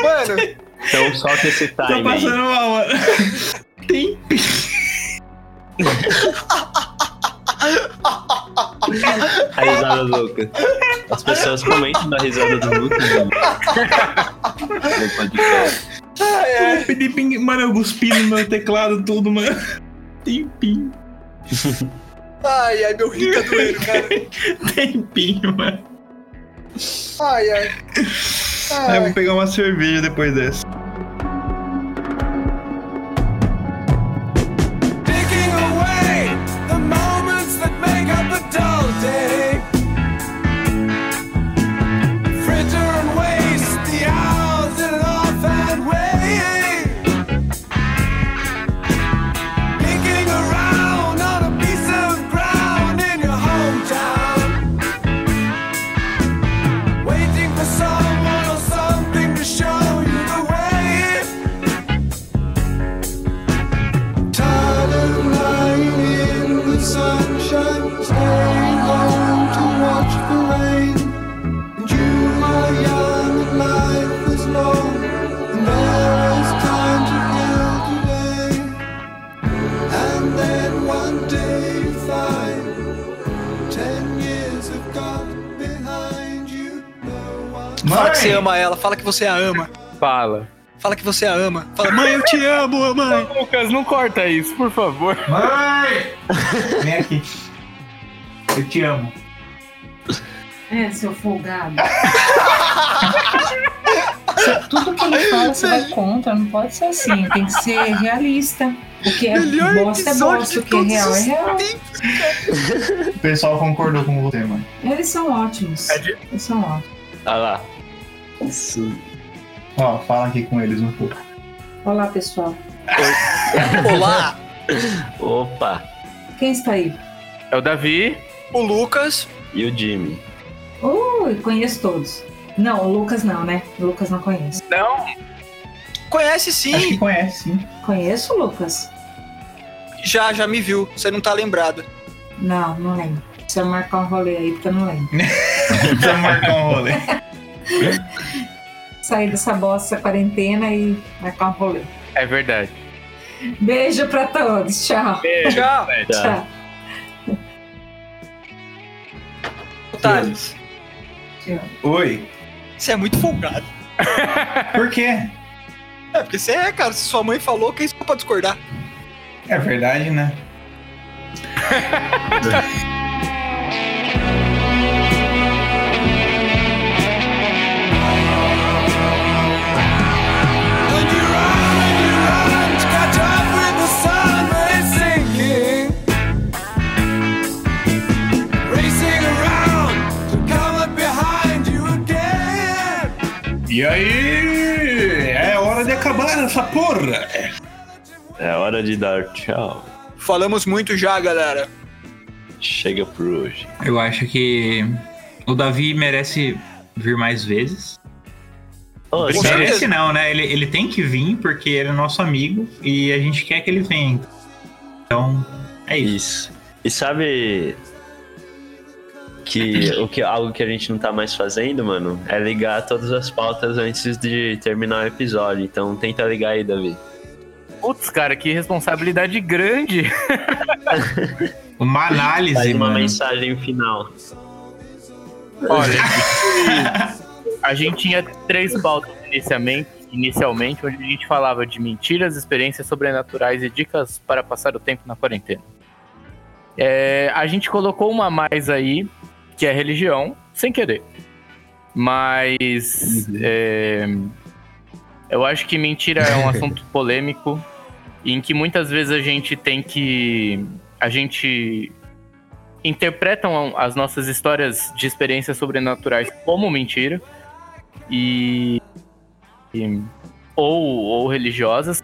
[SPEAKER 6] Mano,
[SPEAKER 2] Então solta esse
[SPEAKER 1] Tô
[SPEAKER 2] time aí.
[SPEAKER 1] passando mal, mano.
[SPEAKER 2] A risada do Lucas. As pessoas comentam da risada do Lucas. né? No podcast.
[SPEAKER 6] ai,
[SPEAKER 1] Eu pedi ping- Mano, eu cuspi no meu teclado tudo, mano. Tempinho.
[SPEAKER 6] ai, ai, meu rim tá doendo, cara.
[SPEAKER 1] Tempinho, mano.
[SPEAKER 6] Ai, ai.
[SPEAKER 1] Aí eu
[SPEAKER 6] Ai,
[SPEAKER 1] vou pegar uma cerveja depois dessa.
[SPEAKER 3] Picking away the moments that make up a dull day. Fritter and waste the hours in an offhand way. Picking around on a piece of ground in your hometown. Waiting for someone or something to show you the way. Tired of lying in the sunshine, staying home to watch the rain. And you are young and life is long, and there is time to kill today. And then one day you find ten years have gone behind you. No one
[SPEAKER 6] fala que você ama ela, fala que você a ama.
[SPEAKER 4] Fala.
[SPEAKER 6] Fala que você a ama. Fala, mãe, eu te amo, mãe.
[SPEAKER 4] Lucas, não corta isso, por favor.
[SPEAKER 1] Mãe! Vem aqui. Eu te amo.
[SPEAKER 7] É, seu folgado. Você- Tudo que ele fala, você vai contra. Não pode ser assim. Tem que ser realista. O que é
[SPEAKER 6] Melhor
[SPEAKER 7] bosta é
[SPEAKER 6] episódio
[SPEAKER 7] bosta. O
[SPEAKER 6] de
[SPEAKER 7] que é
[SPEAKER 6] todos
[SPEAKER 7] real é
[SPEAKER 6] os
[SPEAKER 7] real.
[SPEAKER 1] O pessoal concordou com você, mano.
[SPEAKER 7] Eles são ótimos.
[SPEAKER 4] É de-
[SPEAKER 7] Eles são ótimos.
[SPEAKER 2] Olha lá. Isso.
[SPEAKER 1] Ó, fala aqui com eles um pouco.
[SPEAKER 7] Olá, pessoal.
[SPEAKER 6] Olá,
[SPEAKER 2] Opa.
[SPEAKER 7] Quem está aí?
[SPEAKER 4] É o Davi.
[SPEAKER 6] o Lucas.
[SPEAKER 2] E o Jimmy?
[SPEAKER 7] Ui, conheço todos. Não, o Lucas não, né? O Lucas não conheço.
[SPEAKER 4] Não.
[SPEAKER 6] Conhece
[SPEAKER 1] Acho
[SPEAKER 6] sim,
[SPEAKER 1] que conhece, sim.
[SPEAKER 7] Conheço o Lucas?
[SPEAKER 6] já, já me viu. Você não tá lembrado.
[SPEAKER 7] Não, não lembro. Precisa marcar um rolê aí, porque eu não lembro.
[SPEAKER 1] Precisa marcar um rolê.
[SPEAKER 7] Sair dessa bosta quarentena e marcar um rolê.
[SPEAKER 4] É verdade.
[SPEAKER 7] Beijo pra todos. Tchau.
[SPEAKER 6] Tchau,
[SPEAKER 2] Tá.
[SPEAKER 7] Tchau.
[SPEAKER 6] Thales.
[SPEAKER 1] Oi.
[SPEAKER 6] Você é muito folgado.
[SPEAKER 1] Por quê?
[SPEAKER 6] É, porque você é, cara. Se sua mãe falou, quem sou eu pra discordar?
[SPEAKER 1] É verdade, né?
[SPEAKER 3] And you run and you run to catch up with the sun rays sinking. Racing around to come up behind you again.
[SPEAKER 1] E aí? É hora de acabar essa porra.
[SPEAKER 2] É hora de dar tchau.
[SPEAKER 6] Falamos muito já, galera.
[SPEAKER 2] Chega por hoje.
[SPEAKER 1] Eu acho que o Davi merece vir mais vezes.
[SPEAKER 2] Ô,
[SPEAKER 6] Com
[SPEAKER 2] sério?
[SPEAKER 1] merece
[SPEAKER 6] certeza.
[SPEAKER 1] não, né? Ele, ele tem que vir porque ele é nosso amigo e a gente quer que ele venha. Então, é isso.
[SPEAKER 2] Isso. E sabe que o que algo que a gente não tá mais fazendo, mano, é ligar todas as pautas antes de terminar o episódio. Então tenta ligar aí, Davi.
[SPEAKER 4] Putz, cara, que responsabilidade grande.
[SPEAKER 1] Uma
[SPEAKER 2] Faz
[SPEAKER 1] análise,
[SPEAKER 2] uma
[SPEAKER 1] mano.
[SPEAKER 2] mensagem final.
[SPEAKER 4] Olha, a gente tinha três pautas inicialmente, inicialmente, onde a gente falava de mentiras, experiências sobrenaturais e dicas para passar o tempo na quarentena. É, a gente colocou uma a mais aí, que é religião, sem querer. Mas. é, eu acho que mentira é um assunto polêmico em que muitas vezes a gente tem que. A gente. Interpretam as nossas histórias de experiências sobrenaturais como mentira. E. e- ou, ou religiosas.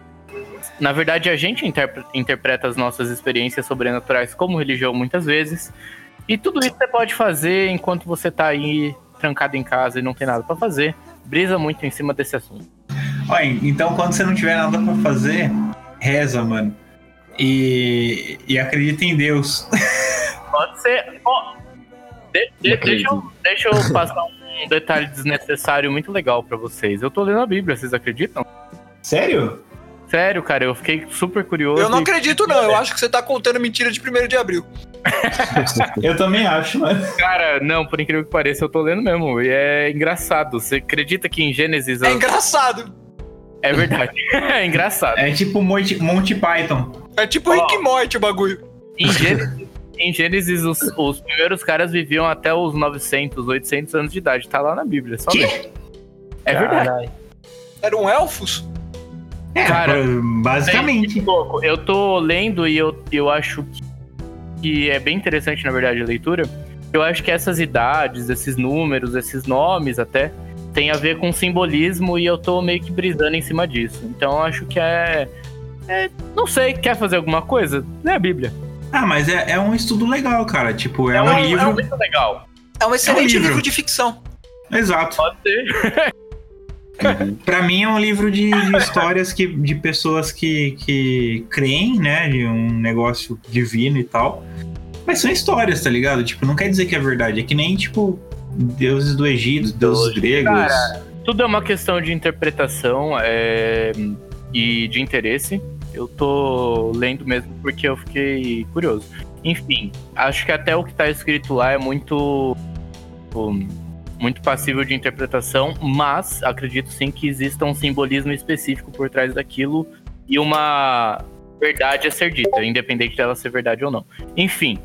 [SPEAKER 4] Na verdade, a gente interpre- interpreta as nossas experiências sobrenaturais como religião muitas vezes. E tudo isso você pode fazer enquanto você tá aí trancado em casa e não tem nada pra fazer. Brisa muito em cima desse assunto.
[SPEAKER 1] Olha, então quando você não tiver nada pra fazer, reza, mano. E, e acredita em Deus.
[SPEAKER 4] Pode ser. ó, de- de- deixa, eu, deixa eu passar um detalhe desnecessário muito legal pra vocês. Eu tô lendo a Bíblia, vocês acreditam?
[SPEAKER 1] Sério?
[SPEAKER 4] Sério, cara, eu fiquei super curioso.
[SPEAKER 3] Eu não
[SPEAKER 4] e-
[SPEAKER 3] acredito, não. Eu acho que você tá contando mentira de 1 de abril.
[SPEAKER 1] Eu também acho, mano.
[SPEAKER 4] Cara, não, por incrível que pareça, eu tô lendo mesmo. E é engraçado. Você acredita que em Gênesis.
[SPEAKER 3] É engraçado.
[SPEAKER 4] é verdade. é engraçado.
[SPEAKER 1] É tipo Monty, Monty Python.
[SPEAKER 3] É tipo Rick e Morty o bagulho.
[SPEAKER 4] Em Gênesis, em Gênesis, os, os primeiros caras viviam até os 900, 800 anos de idade. Tá lá na Bíblia, só
[SPEAKER 1] Quê?
[SPEAKER 4] ler. É verdade.
[SPEAKER 3] Eram
[SPEAKER 6] um
[SPEAKER 3] elfos?
[SPEAKER 1] É,
[SPEAKER 4] Cara,
[SPEAKER 1] basicamente.
[SPEAKER 4] Louco, Eu tô lendo e eu, eu acho que, que é bem interessante, na verdade, a leitura. Eu acho que essas idades, esses números, esses nomes até, tem a ver com simbolismo e eu tô meio que brisando em cima disso. Então eu acho que é. é, não sei, quer fazer alguma coisa? Lê a Bíblia.
[SPEAKER 1] Ah, mas é, é um estudo legal, cara. Tipo, é, um, livro.
[SPEAKER 4] É um livro legal.
[SPEAKER 3] É um excelente
[SPEAKER 1] livro.
[SPEAKER 3] livro de ficção.
[SPEAKER 1] Exato.
[SPEAKER 4] Pode ser.
[SPEAKER 1] Pra mim é um livro de, de histórias que, de pessoas que, que creem, né? De um negócio divino e tal. Mas são histórias, tá ligado? Tipo, não quer dizer que é verdade. É que nem, tipo, deuses do Egito, deuses gregos.
[SPEAKER 4] tudo é uma questão de interpretação é, e de interesse. Eu tô lendo mesmo porque eu fiquei curioso. Enfim, acho que até o que tá escrito lá é muito. um, muito passível de interpretação, mas acredito sim que exista um simbolismo específico por trás daquilo e uma verdade a ser dita, independente dela ser verdade ou não. Enfim.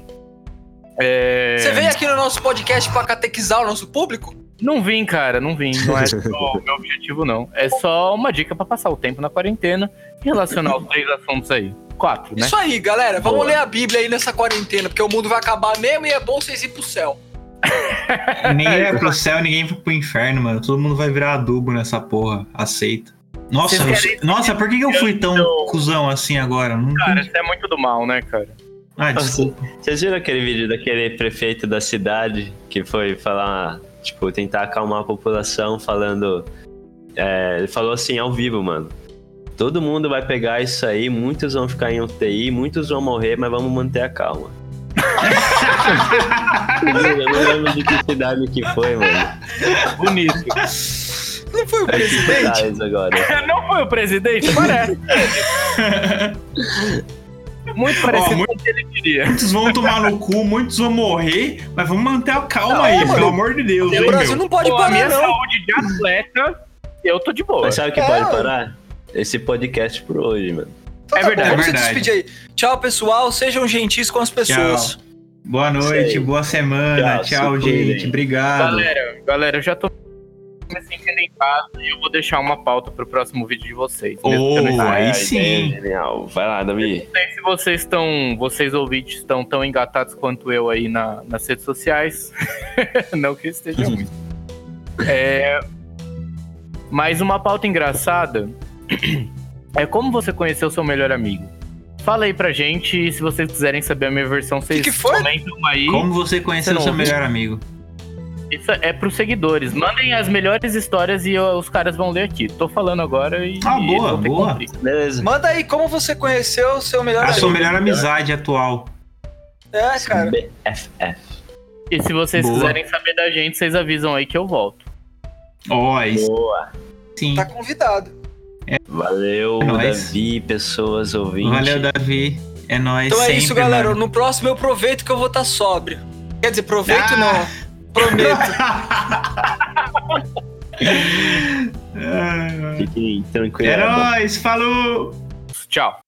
[SPEAKER 4] é,
[SPEAKER 3] Você veio aqui no nosso podcast pra catequizar o nosso público?
[SPEAKER 4] não vim, cara, não vim. Não é só o meu objetivo, não. É só uma dica pra passar o tempo na quarentena e relacionar os três assuntos aí. Quatro, né?
[SPEAKER 3] Isso aí, galera. Vamos
[SPEAKER 4] Boa.
[SPEAKER 3] ler a Bíblia aí nessa quarentena, porque o mundo vai acabar mesmo e é bom vocês ir pro céu.
[SPEAKER 1] Ninguém vai pro céu, ninguém vai pro inferno, mano. Todo mundo vai virar adubo nessa porra. Aceita. Nossa,
[SPEAKER 4] Vocês
[SPEAKER 1] eu sou- nossa, por que, que eu fui tão
[SPEAKER 4] Então-
[SPEAKER 1] cuzão assim agora? Não
[SPEAKER 4] Cara,
[SPEAKER 1] entendi.
[SPEAKER 4] isso é muito do mal, né, cara?
[SPEAKER 1] Ah, desculpa.
[SPEAKER 2] Vocês viram aquele vídeo daquele prefeito da cidade que foi falar, tipo, tentar acalmar a população falando. é, ele falou assim ao vivo, mano. Todo mundo vai pegar isso aí, muitos vão ficar em UTI, muitos vão morrer, mas vamos manter a calma. Eu não lembro de que cidade que foi, mano.
[SPEAKER 4] Bonito.
[SPEAKER 3] Não foi o
[SPEAKER 2] É que
[SPEAKER 3] presidente?
[SPEAKER 2] cidades agora.
[SPEAKER 4] não foi o presidente? Parece. muito parecido
[SPEAKER 1] Ó, muito-
[SPEAKER 4] com o que ele diria.
[SPEAKER 1] Muitos vão tomar no cu, muitos vão morrer, mas vamos manter a calma aí,
[SPEAKER 3] mano.
[SPEAKER 1] pelo amor de Deus, hein,
[SPEAKER 3] Né, O Brasil
[SPEAKER 1] meu?
[SPEAKER 3] não pode
[SPEAKER 4] Com a minha
[SPEAKER 3] parar, não.
[SPEAKER 4] saúde de atleta, eu tô de boa.
[SPEAKER 2] Mas sabe o que pode parar? Esse podcast por hoje, mano.
[SPEAKER 3] Então
[SPEAKER 4] É
[SPEAKER 3] tá
[SPEAKER 4] verdade,
[SPEAKER 3] bom,
[SPEAKER 1] é
[SPEAKER 3] Vamos se
[SPEAKER 1] verdade.
[SPEAKER 3] despedir aí. Tchau, pessoal. Sejam gentis com as pessoas.
[SPEAKER 1] Boa noite,
[SPEAKER 2] Sei.
[SPEAKER 1] boa semana,
[SPEAKER 2] Tchau,
[SPEAKER 1] tchau,
[SPEAKER 2] se
[SPEAKER 1] gente,
[SPEAKER 2] cuidem.
[SPEAKER 1] obrigado.
[SPEAKER 4] Galera, galera, eu já tô me sentindo em casa e eu vou deixar uma pauta pro próximo vídeo de vocês. mesmo que eu não
[SPEAKER 1] Oh,
[SPEAKER 4] esteja
[SPEAKER 1] aí
[SPEAKER 2] Ah,
[SPEAKER 1] sim.
[SPEAKER 2] ideia Genial. Vai lá, Davi.
[SPEAKER 4] sei se vocês estão, vocês ouvintes estão tão engatados quanto eu aí na- nas redes sociais. Não que eu esteja
[SPEAKER 1] Uhum.
[SPEAKER 4] muito. É, mas uma pauta engraçada é como você conheceu seu melhor amigo. Fala aí pra gente e se vocês quiserem saber a minha versão, vocês
[SPEAKER 3] que foi?
[SPEAKER 4] comentam aí.
[SPEAKER 1] Como você conheceu
[SPEAKER 4] Você
[SPEAKER 1] seu
[SPEAKER 4] não ouviu?
[SPEAKER 1] melhor amigo?
[SPEAKER 4] Isso é pros seguidores. Mandem as melhores histórias e eu- os caras vão ler aqui. Tô falando agora e.
[SPEAKER 1] Ah, boa,
[SPEAKER 4] e eles vão ter que
[SPEAKER 1] boa.
[SPEAKER 4] cumprir.
[SPEAKER 2] Beleza.
[SPEAKER 3] Manda aí como você conheceu o seu melhor
[SPEAKER 1] A sua
[SPEAKER 3] amigo.
[SPEAKER 1] melhor amizade atual.
[SPEAKER 3] É, cara.
[SPEAKER 2] BFF.
[SPEAKER 4] E se vocês
[SPEAKER 1] Boa.
[SPEAKER 4] quiserem saber da gente, vocês avisam aí que eu volto.
[SPEAKER 1] Ó, aí
[SPEAKER 2] Boa.
[SPEAKER 1] sim.
[SPEAKER 3] Tá convidado.
[SPEAKER 2] Valeu,
[SPEAKER 1] É nóis.
[SPEAKER 2] Davi, pessoas ouvintes.
[SPEAKER 1] Valeu, Davi. É nóis.
[SPEAKER 3] Então é
[SPEAKER 1] sempre,
[SPEAKER 3] isso, galera.
[SPEAKER 1] mano.
[SPEAKER 3] No próximo eu prometo que eu vou estar sóbrio. Quer dizer, proveito
[SPEAKER 1] Ah.
[SPEAKER 3] não. Prometo.
[SPEAKER 1] É,
[SPEAKER 2] Fiquem tranquilos.
[SPEAKER 1] é nóis, falou!
[SPEAKER 4] Tchau.